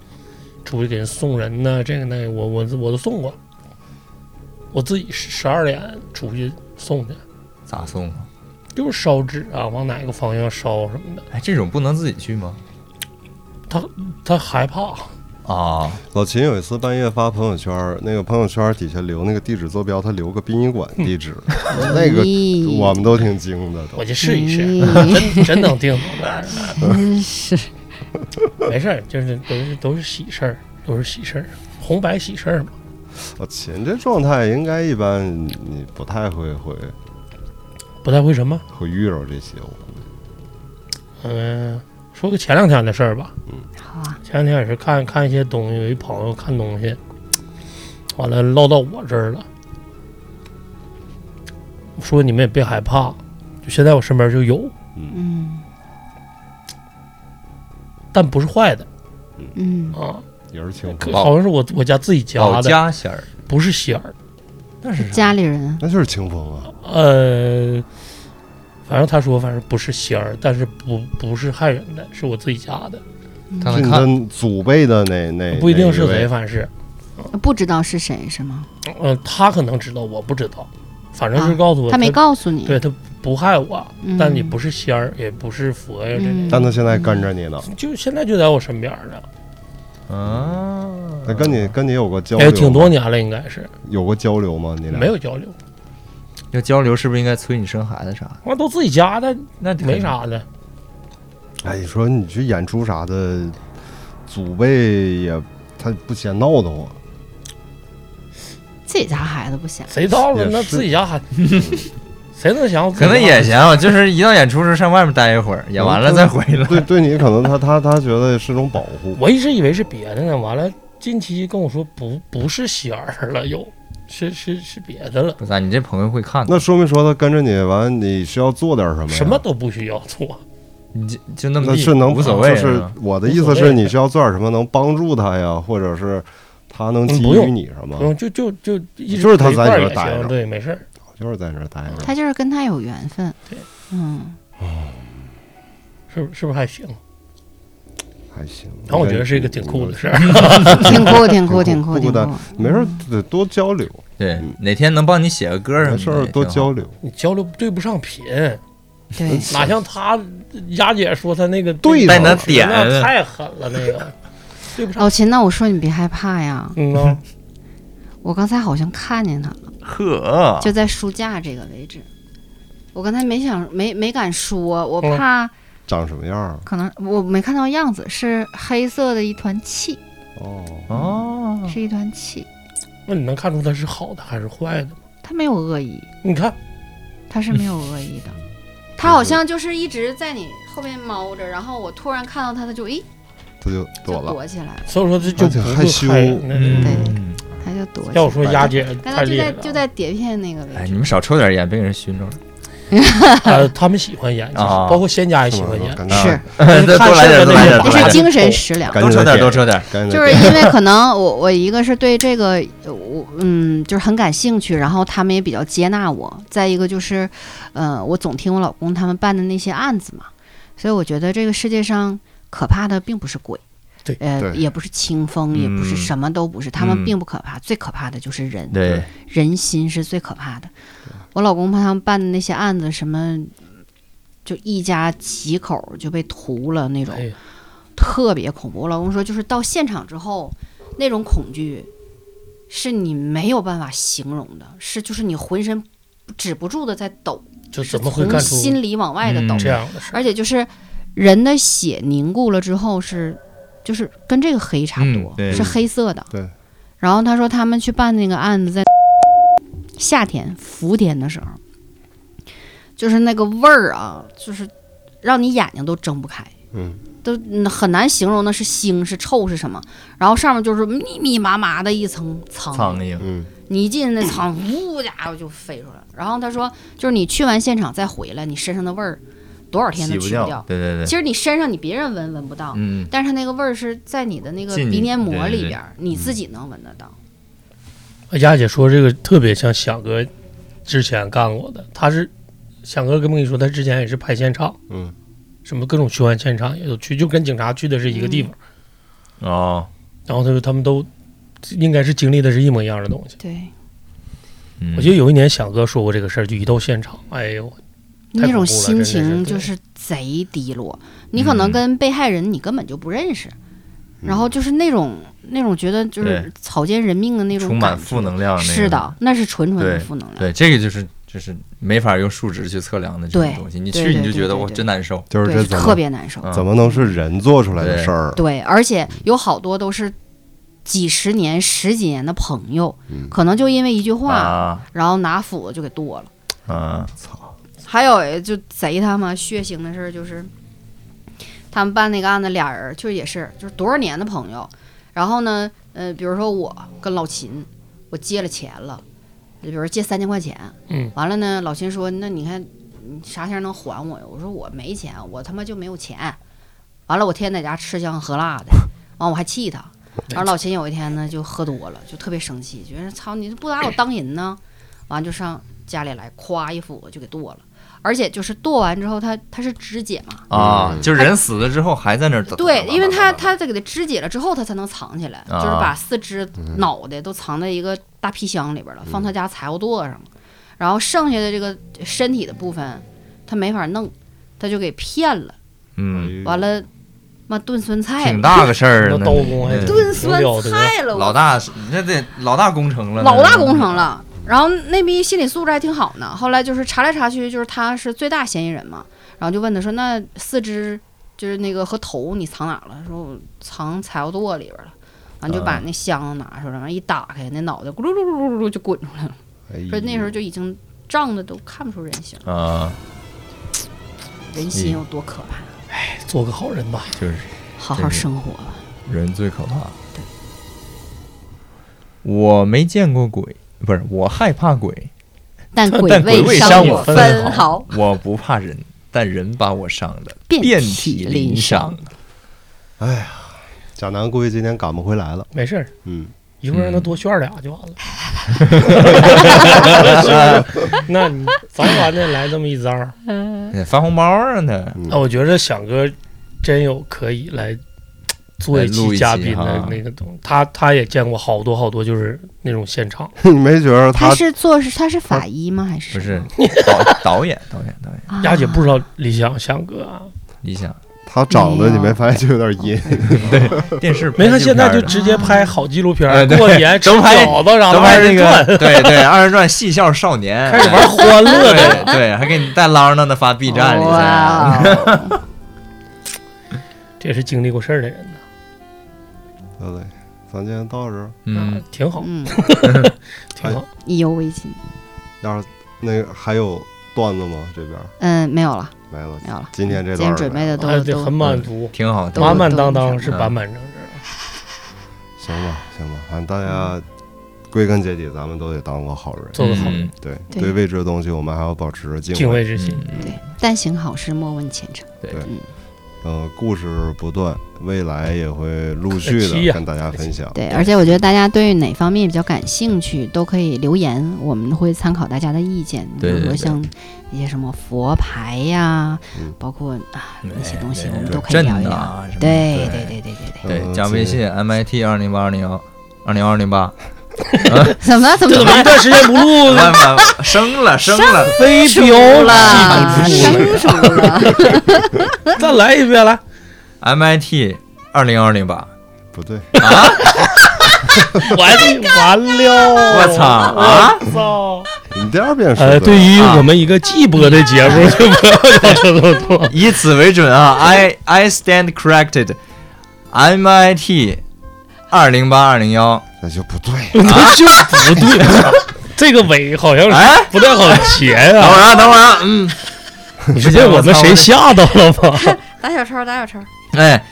S4: 出去给人送人呐、这个那个，我我我都送过，我自己十二点出去送去，
S3: 咋送啊？
S4: 就是烧纸啊，往哪个方向烧什么的，
S3: 哎，这种不能自己去吗？
S4: 他害怕，
S3: 啊，
S1: 老秦有一次半夜发朋友圈儿，那个朋友圈儿底下留那个地址坐标，他留个殡仪馆地址，那个
S2: 咦
S1: 我们都挺惊的都
S4: 嗯我。去试一试，
S2: 咦
S4: 真真能定住的，
S2: 真是
S4: 没事儿，就是都是都是喜事儿，都是喜事儿，红白喜事儿嘛，
S1: 老秦这状态应该一般，你不太会会
S4: 不太会什么。
S1: 会遇着这些，我估计。
S4: 嗯，说个前两天的事儿吧。
S2: 好啊，
S4: 前两天也是看看一些东西，有一朋友看东西，完了落到我这儿了，说你们也别害怕，就现在我身边就有，
S2: 嗯
S4: 但不是坏的
S2: 嗯，
S4: 啊，
S1: 也是挺
S4: 可
S1: 风，
S4: 好像是我我家自己
S3: 老
S4: 家的，
S3: 家仙儿，
S4: 不是仙儿。
S3: 那是啥
S2: 家里人
S1: 那就是清风啊，
S4: 呃，反正他说反正不是仙儿，但是不不是害人的，是我自己家的，
S3: 他
S1: 是
S3: 能
S1: 你
S3: 看
S1: 的祖辈的那那
S4: 不一定是
S1: 那一
S4: 谁，
S1: 位
S4: 反正是，
S2: 不知道是谁是吗？
S4: 嗯、他可能知道，我不知道，反正就是
S2: 啊
S4: 告诉我、
S2: 他没告诉你，
S4: 对他不害我，
S2: 嗯
S4: 但你不是仙儿，也不是佛呀，这
S2: 嗯
S1: 但他现在跟着你呢，
S4: 就现在就在我身边呢，
S3: 啊？
S1: 他跟你跟你有过交
S4: 也
S1: 流，
S4: 哎挺多，年了，应该是
S1: 有过交流吗？你俩
S4: 没有交流，
S3: 要交流是不是应该催你生孩子啥的？
S4: 那都自己家的，
S3: 那肯定
S4: 没。啥的。
S1: 哎，你说你去演出啥的，祖辈也他不嫌闹得慌，
S2: 自己家孩子不想，
S4: 谁到了
S1: 也
S4: 那
S1: 是
S4: 自己 家还，谁能想啊
S3: 可能也行，就是一到演出时上外面待一会儿，演完了再回来。
S1: 嗯对，对你可能他他他觉得是种保护，
S4: 我一直以为是别的呢，完了近期跟我说不不是仙儿了，又是是是别的了，
S3: 不是啊，你这朋友会看的，
S1: 那说没说他跟着你完，你需要做点什么呀？
S4: 什么都不需要做，
S3: 你就就那么
S1: 那
S3: 地
S1: 是能
S3: 无所谓，啊
S1: 就是
S3: 吧
S1: 我的意思是你需要做点什么能帮助他呀，或者是他能给
S4: 嗯不
S1: 予
S4: 用
S1: 你什么
S4: 不？用就就就一直
S1: 就是他
S4: 陪伴
S1: 在这
S4: 也
S1: 儿待
S4: 行
S1: 着
S4: 对，没事儿。
S1: 就是在这儿待着，
S2: 他就是跟他有缘分。嗯，
S4: 是不是不是还行？
S1: 还行。
S4: 然后我觉得是一个挺酷的事儿，
S2: 挺酷，挺酷，
S1: 挺
S2: 挺
S1: 酷
S2: 酷，挺
S1: 的
S2: 酷。
S1: 没事儿
S2: 嗯
S1: 得多交流，
S3: 对，哪天能帮你写个歌
S1: 嗯
S3: 什么
S4: 嗯
S1: 没
S3: 的
S1: 事儿
S3: 也
S1: 多
S3: 挺好
S1: 交流。
S4: 你交流对不上频，
S2: 对，
S4: 哪像他丫姐说他那个
S1: 对
S3: 带
S1: 的
S3: 你的 点
S4: 那太狠了，那个对不上
S2: 老。秦，那我说你别害怕呀，
S4: 嗯呐，
S2: 我刚才好像看见他了，
S1: 啊
S3: 呵，
S2: 就在书架这个位置。我刚才没想没没敢说，我
S4: 嗯
S2: 怕
S1: 长什么样儿？
S2: 可能我没看到样子，是黑色的一团气，
S1: 哦，
S4: 嗯
S2: 嗯
S3: 哦，
S2: 是一团气，
S4: 那你能看出它是好的还是坏的吗？
S2: 他没有恶意，
S4: 你看，
S2: 他是没有恶意的，
S4: 嗯
S2: 他好像就是一直在你后面猫着，然后我突然看到他，他就咦
S1: 他就
S2: 就
S1: 躲了。
S2: 躲起来了，
S4: 所以说这就
S1: 而且
S4: 不会
S1: 害羞嗯
S4: 害人
S3: 嗯
S2: 对
S4: 那
S2: 他就躲起来。
S4: 要我说丫姐
S2: 刚
S4: 太
S2: 才就
S4: 厉害
S2: 在
S4: 了，
S2: 就在碟片那个位置。
S3: 哎，你们少抽点烟，被人熏着 了。
S4: 呃，他们喜欢演，就是
S3: 啊
S4: 包括仙家也喜欢
S1: 是吗
S4: 演，
S1: 赶
S3: 嗯
S1: 紧
S2: 是，
S4: 但是
S3: 多
S4: 看
S3: 来
S4: 事
S3: 点
S4: 儿
S3: 多来
S4: 跟那
S3: 点
S4: 些
S2: 这
S3: 多来
S2: 是
S3: 点哦
S2: 精神食粮。
S1: 赶
S3: 多
S1: 紧
S3: 抽
S1: 再点
S3: 点，多抽点。
S1: 赶紧
S2: 就是因为可能我我一个是对这个呃我嗯就是很感兴趣，然后他们也比较接纳我。再一个就是，呃，我总听我老公他们办的那些案子嘛，所以我觉得这个世界上可怕的并不是鬼，
S4: 对
S2: 呃，
S1: 对
S2: 也不是清风，也不是
S3: 嗯
S2: 什么都不是，他们
S3: 嗯
S2: 并不可怕，最可怕的就是人，
S3: 对，
S2: 人心是最可怕的。我老公帮他们办的那些案子，什么就一家几口就被屠了那种。
S4: 哎，
S2: 特别恐怖。我老公说，就是到现场之后，那种恐惧是你没有办法形容的，是就是你浑身止不住的在抖，
S4: 就怎么会
S2: 从
S4: 干出
S2: 心里往外的抖，
S3: 嗯
S4: 这样的事儿？
S2: 而且就是人的血凝固了之后是，就是跟这个黑差不多
S3: 嗯，对
S2: 是黑色的。
S1: 对。
S2: 然后他说他们去办那个案子，在夏天伏天的时候，就是那个味儿啊，就是让你眼睛都睁不开。
S1: 嗯，
S2: 都嗯很难形容那是腥是臭是什么，然后上面就是密密麻麻的一层苍蝇，
S3: 苍蝇，
S1: 嗯，
S2: 你一进那苍蝇，呜家伙就飞出来了。然后他说，就是你去完现场再回来，你身上的味儿多少天
S3: 洗
S2: 都
S3: 不
S2: 去不
S3: 掉
S2: 掉。。
S3: 对对
S2: 其
S3: 对，
S2: 实你身上你别人闻闻不到，
S3: 嗯，
S2: 但是它那个味儿是在你的那个
S3: 进你
S2: 鼻黏膜
S3: 对对
S2: 里
S3: 对嗯
S2: 边儿，你自己能闻得到。
S4: 丫姐说这个特别像响哥之前干过的，他是响哥跟我跟你说，他之前也是拍现场，
S1: 嗯，
S4: 什么各种凶案现场也都去，就跟警察去的是一个地
S1: 嗯
S4: 方。
S3: 哦，
S4: 然后他说他们都应该是经历的是一模一样的东西。
S2: 对，
S3: 嗯
S4: 我记得有一年响哥说过这个事儿，就一到现场，哎呦，
S2: 那种
S4: 太恐怖
S2: 心
S4: 了
S2: 情
S4: 真是对
S2: 就是贼低落，你可能
S3: 嗯
S2: 跟被害人你根本就不认识，然后就是那种那种觉得就
S3: 对
S2: 是草菅人命的那种
S3: 充满
S2: 感
S3: 负
S2: 觉。
S3: 能量，
S2: 是的，，那是纯纯的
S3: 对
S2: 负能量。
S3: 对，这个就是就是没法用数值去测量的这种
S2: 对
S3: 东西，你
S2: 对
S3: 去
S2: 对
S3: 你
S2: 对
S3: 就觉得
S2: 对
S3: 我
S2: 对
S3: 真难受，
S1: 就是这怎
S2: 特
S1: 么
S2: 别难受。
S3: 嗯
S1: 怎么能是人做出来的事儿？
S2: 对，而且有好多都是几十年、十几年的朋友，
S1: 嗯
S2: 可能就因为一句话，
S3: 啊
S2: 然后拿斧子就给剁了。
S3: 啊，
S1: 操，
S2: 还有哎就贼他妈血腥的事儿，就是他们办那个案子，俩人就是也是就是多少年的朋友，然后呢，呃，比如说我跟老秦，我借了钱了，比如借三千块钱，
S4: 嗯，
S2: 完了呢，老秦说，那你看你啥时候能还我呀？我说我没钱，我他妈就没有钱。完了，我天天在家吃香喝辣的， 完我还气他。然后老秦有一天呢，就喝多了，就特别生气，觉得操你不把我当人呢，完就上家里来，咵一斧子就给剁了。而且就是剁完之后，他他是肢解嘛，
S3: 啊，
S1: 嗯
S3: 就是人死了之后还在那儿等。
S2: 对，因为他
S3: 他
S2: 他得给它肢解了之后，他才能藏起来，
S3: 啊
S2: 就是把四肢、脑袋都藏在一个大皮箱里边了，放他家财务垛上了。
S3: 嗯
S2: 然后剩下的这个身体的部分，他没法弄，他就给骗了。
S3: 嗯，
S2: 完了，妈炖酸菜
S3: 挺
S2: 了，
S3: 大个事儿
S4: 哎什
S3: 啊，那
S4: 么刀工还
S3: 那
S2: 炖
S4: 挺
S2: 酸
S4: 了得
S2: 菜了，
S3: 老
S2: 我
S3: 大是，那得老大工程了，
S2: 老
S3: 那
S2: 大
S3: 是
S2: 工程了。然后那逼心理素质还挺好呢。后来就是查来查去，就是他是最大嫌疑人嘛。然后就问他说：“那四肢就是那个和头你藏哪了？”说：“我藏财务垛里边了。”完就把
S3: 啊
S2: 那箱子拿出来，完一打开，那脑袋咕噜噜噜噜噜就滚出来了。
S1: 哎呦
S2: 说那时候就已经胀的都看不出人形，
S3: 啊，
S2: 人心有多可怕！
S4: 做个好人吧。
S3: 就是
S2: 好
S3: 这
S2: 好
S3: 个
S2: 生活吧。
S3: 人最可怕。我没见过鬼，不是我害怕鬼，
S2: 但
S3: 但
S2: 鬼
S3: 鬼
S4: 未
S2: 伤
S4: 伤
S2: 我
S4: 我分
S2: 分
S3: 毫
S2: 毫，，
S3: 我不怕人，但人把我伤的
S2: 遍体
S3: 体
S2: 鳞
S3: 伤。
S1: 贾南估计今天赶不回来了。
S4: 没事儿，
S1: 嗯，
S4: 一会儿让他
S3: 嗯
S4: 多炫俩就完 了。那你早晚得来这么一招儿。
S3: 哎发红包啊，那
S4: 那我觉得响哥真有可以来做一期嘉宾
S3: 哎来录一期
S4: 的
S3: 哈
S4: 那个东西，他他也见过好多好多就是那种现场，
S1: 你没觉得
S2: 他
S1: 他
S2: 是做是他是法医吗？还是
S3: 不
S2: 什
S3: 是
S2: 么？
S3: 导导演，导演，导演，
S2: 啊
S4: 丫姐不知道李想响哥啊，
S3: 理想
S1: 他长得
S2: 没有
S1: 你没发现就有点阴，
S3: 电视
S4: 没
S3: 他
S4: 看现在就直接拍好纪录片
S3: 哎
S4: 儿，
S3: 对
S4: 过 年吃
S3: 都拍
S4: 饺子，然后
S3: 都
S4: 二
S3: 拍
S4: 人
S3: 那
S4: 转，
S3: 个，对对，二人转戏笑少年，
S4: 开 始玩欢乐的。
S3: 对对，还给你带啷当的发 B 站里啊去。
S2: 哇哦，
S4: 这也是经历过事儿的人呢，
S1: 对哦不对？咱今天到这儿，
S3: 嗯，
S4: 挺好，
S2: 嗯，
S4: 挺好。
S2: 意犹未尽。
S1: 要是那个还有段子吗？这边
S2: 嗯，没有了，
S1: 没了，
S2: 没有了。
S1: 今天这
S2: 今
S1: 段
S2: 天
S1: 儿
S2: 准备的
S1: 没了
S2: 都
S4: 哎，对，
S2: 都
S4: 很满足，
S3: 挺好，
S2: 都
S3: 挺好
S4: 满满当当
S2: 都
S4: 是板板正
S3: 嗯
S4: 正。
S1: 行吧，行吧，反正大家归根结底，咱们都得当个好人。
S4: 做个好人
S3: 嗯
S1: 对
S2: 对
S1: 对未知的东西，我们还要保持敬
S4: 敬
S1: 畏。
S4: 畏之心，
S3: 嗯
S2: 对，但行好事，莫问前程。
S1: 呃，故事不断，未来也会陆续
S4: 可期
S1: 的
S4: 呀
S1: 跟大家分享。
S2: 对，而且我觉得大家对哪方面比较感兴趣，都可以留言，我们会参考大家的意见。
S3: 对
S2: 比如说
S3: 对对
S2: 像一些什么佛牌呀、
S1: 嗯
S2: 包括啊
S3: 对
S2: 那些东西，
S3: 嗯对
S2: 我们
S3: 对
S2: 都可以聊一
S3: 镇
S2: 聊。
S3: 啊什么的
S2: 对
S3: 对
S2: 对对对对对，
S1: 嗯
S3: 对，加微。信 MIT 二零八二零幺二零二零 八，
S1: 嗯
S2: 怎么了怎么
S4: 这怎
S2: 了
S4: 么一段时间不录
S3: 慢
S4: 呢？
S3: 慢升了升了，
S4: 飞
S2: 生
S4: 镖
S2: 了，
S4: 记不住
S2: 生疏了。
S4: 了，再来一遍来。
S3: MIT 二零二零八，啊
S1: 不对，
S4: 完完了！
S3: 我操啊！
S4: 我操！
S1: 你第二遍说
S4: 呃，
S1: 的
S4: 对于我们一个季播的节目，就不要要求这么多。
S3: 以此为准啊！I I stand corrected。MIT 二零八二零幺，
S1: 那就不对。
S4: 那就不对， 这个尾好像是
S3: 哎，
S4: 不太好结
S3: 等会
S4: 啊！
S3: 儿啊，等会儿啊，嗯，
S4: 你是被我们谁吓到了吗？
S5: 打小抄，打小抄。
S3: 哎，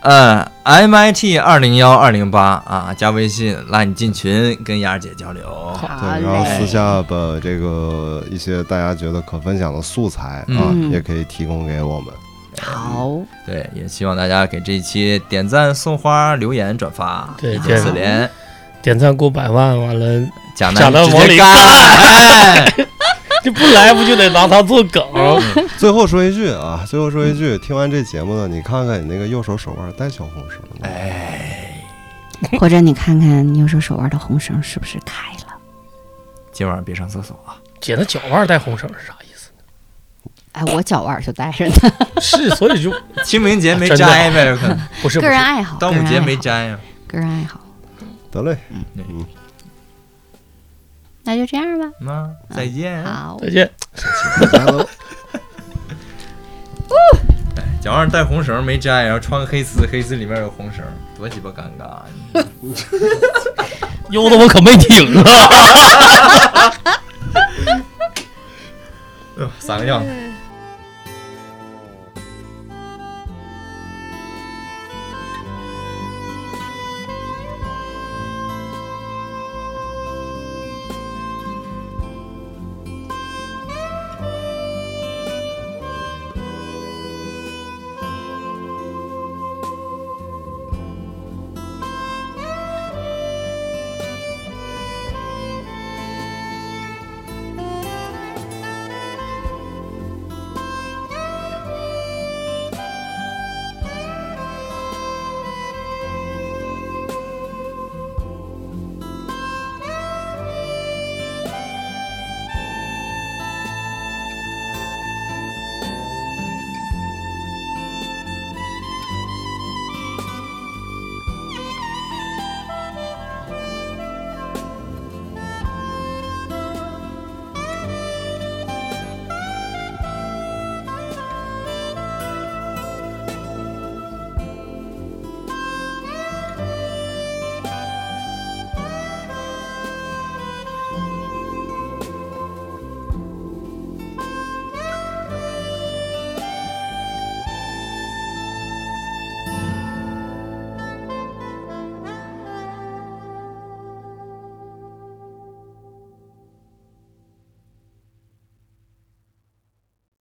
S3: 呃，MIT 二零幺二零八啊，加微信拉你进群，跟雅儿姐交流。
S2: 好
S1: 对，然后私
S2: 啊嘞，
S1: 下把这个一些大家觉得可分享的素材啊
S2: 嗯，
S1: 也可以提供给我们。
S2: 好，
S3: 对，也希望大家给这一期点赞、送花、留言、转发，
S4: 对
S3: 一键
S4: 点
S3: 四连，
S4: 点赞过百万，完了
S3: 贾
S4: 贾
S3: 南
S4: 南
S3: 直
S4: 往里
S3: 接干，哎，嗯
S4: 就不来，不就得拿它做梗？
S1: 最后说一句啊，最后说一句，听完这节目呢，你看看你那个右手手腕带小红绳吗？
S2: 哎 或者你看看右手手腕的红绳是不是开了？
S3: 今晚上别上厕所啊！
S4: 姐那脚腕带红绳是啥意思？
S2: 哎，我脚腕儿就带着呢，
S4: 是，所以就
S3: 清明节没
S4: 真的
S3: 摘呗，有可能
S4: 不是不
S2: 个
S4: 是
S2: 人啊爱好。
S3: 端
S2: 个
S3: 午
S2: 人
S3: 节
S2: 爱
S3: 没
S2: 好，
S3: 摘呀。
S2: 个人爱好。
S1: 得 嘞，
S2: 那就这样吧，
S3: 那再见。
S2: 好
S4: 再，见。
S1: 大家都
S3: 脚上带红绳没摘，然后穿个黑丝，黑丝里面有红绳，多鸡巴尴尬啊！你
S4: 悠的我可没停啊！
S3: 哎呦三个样子。
S5: 嗯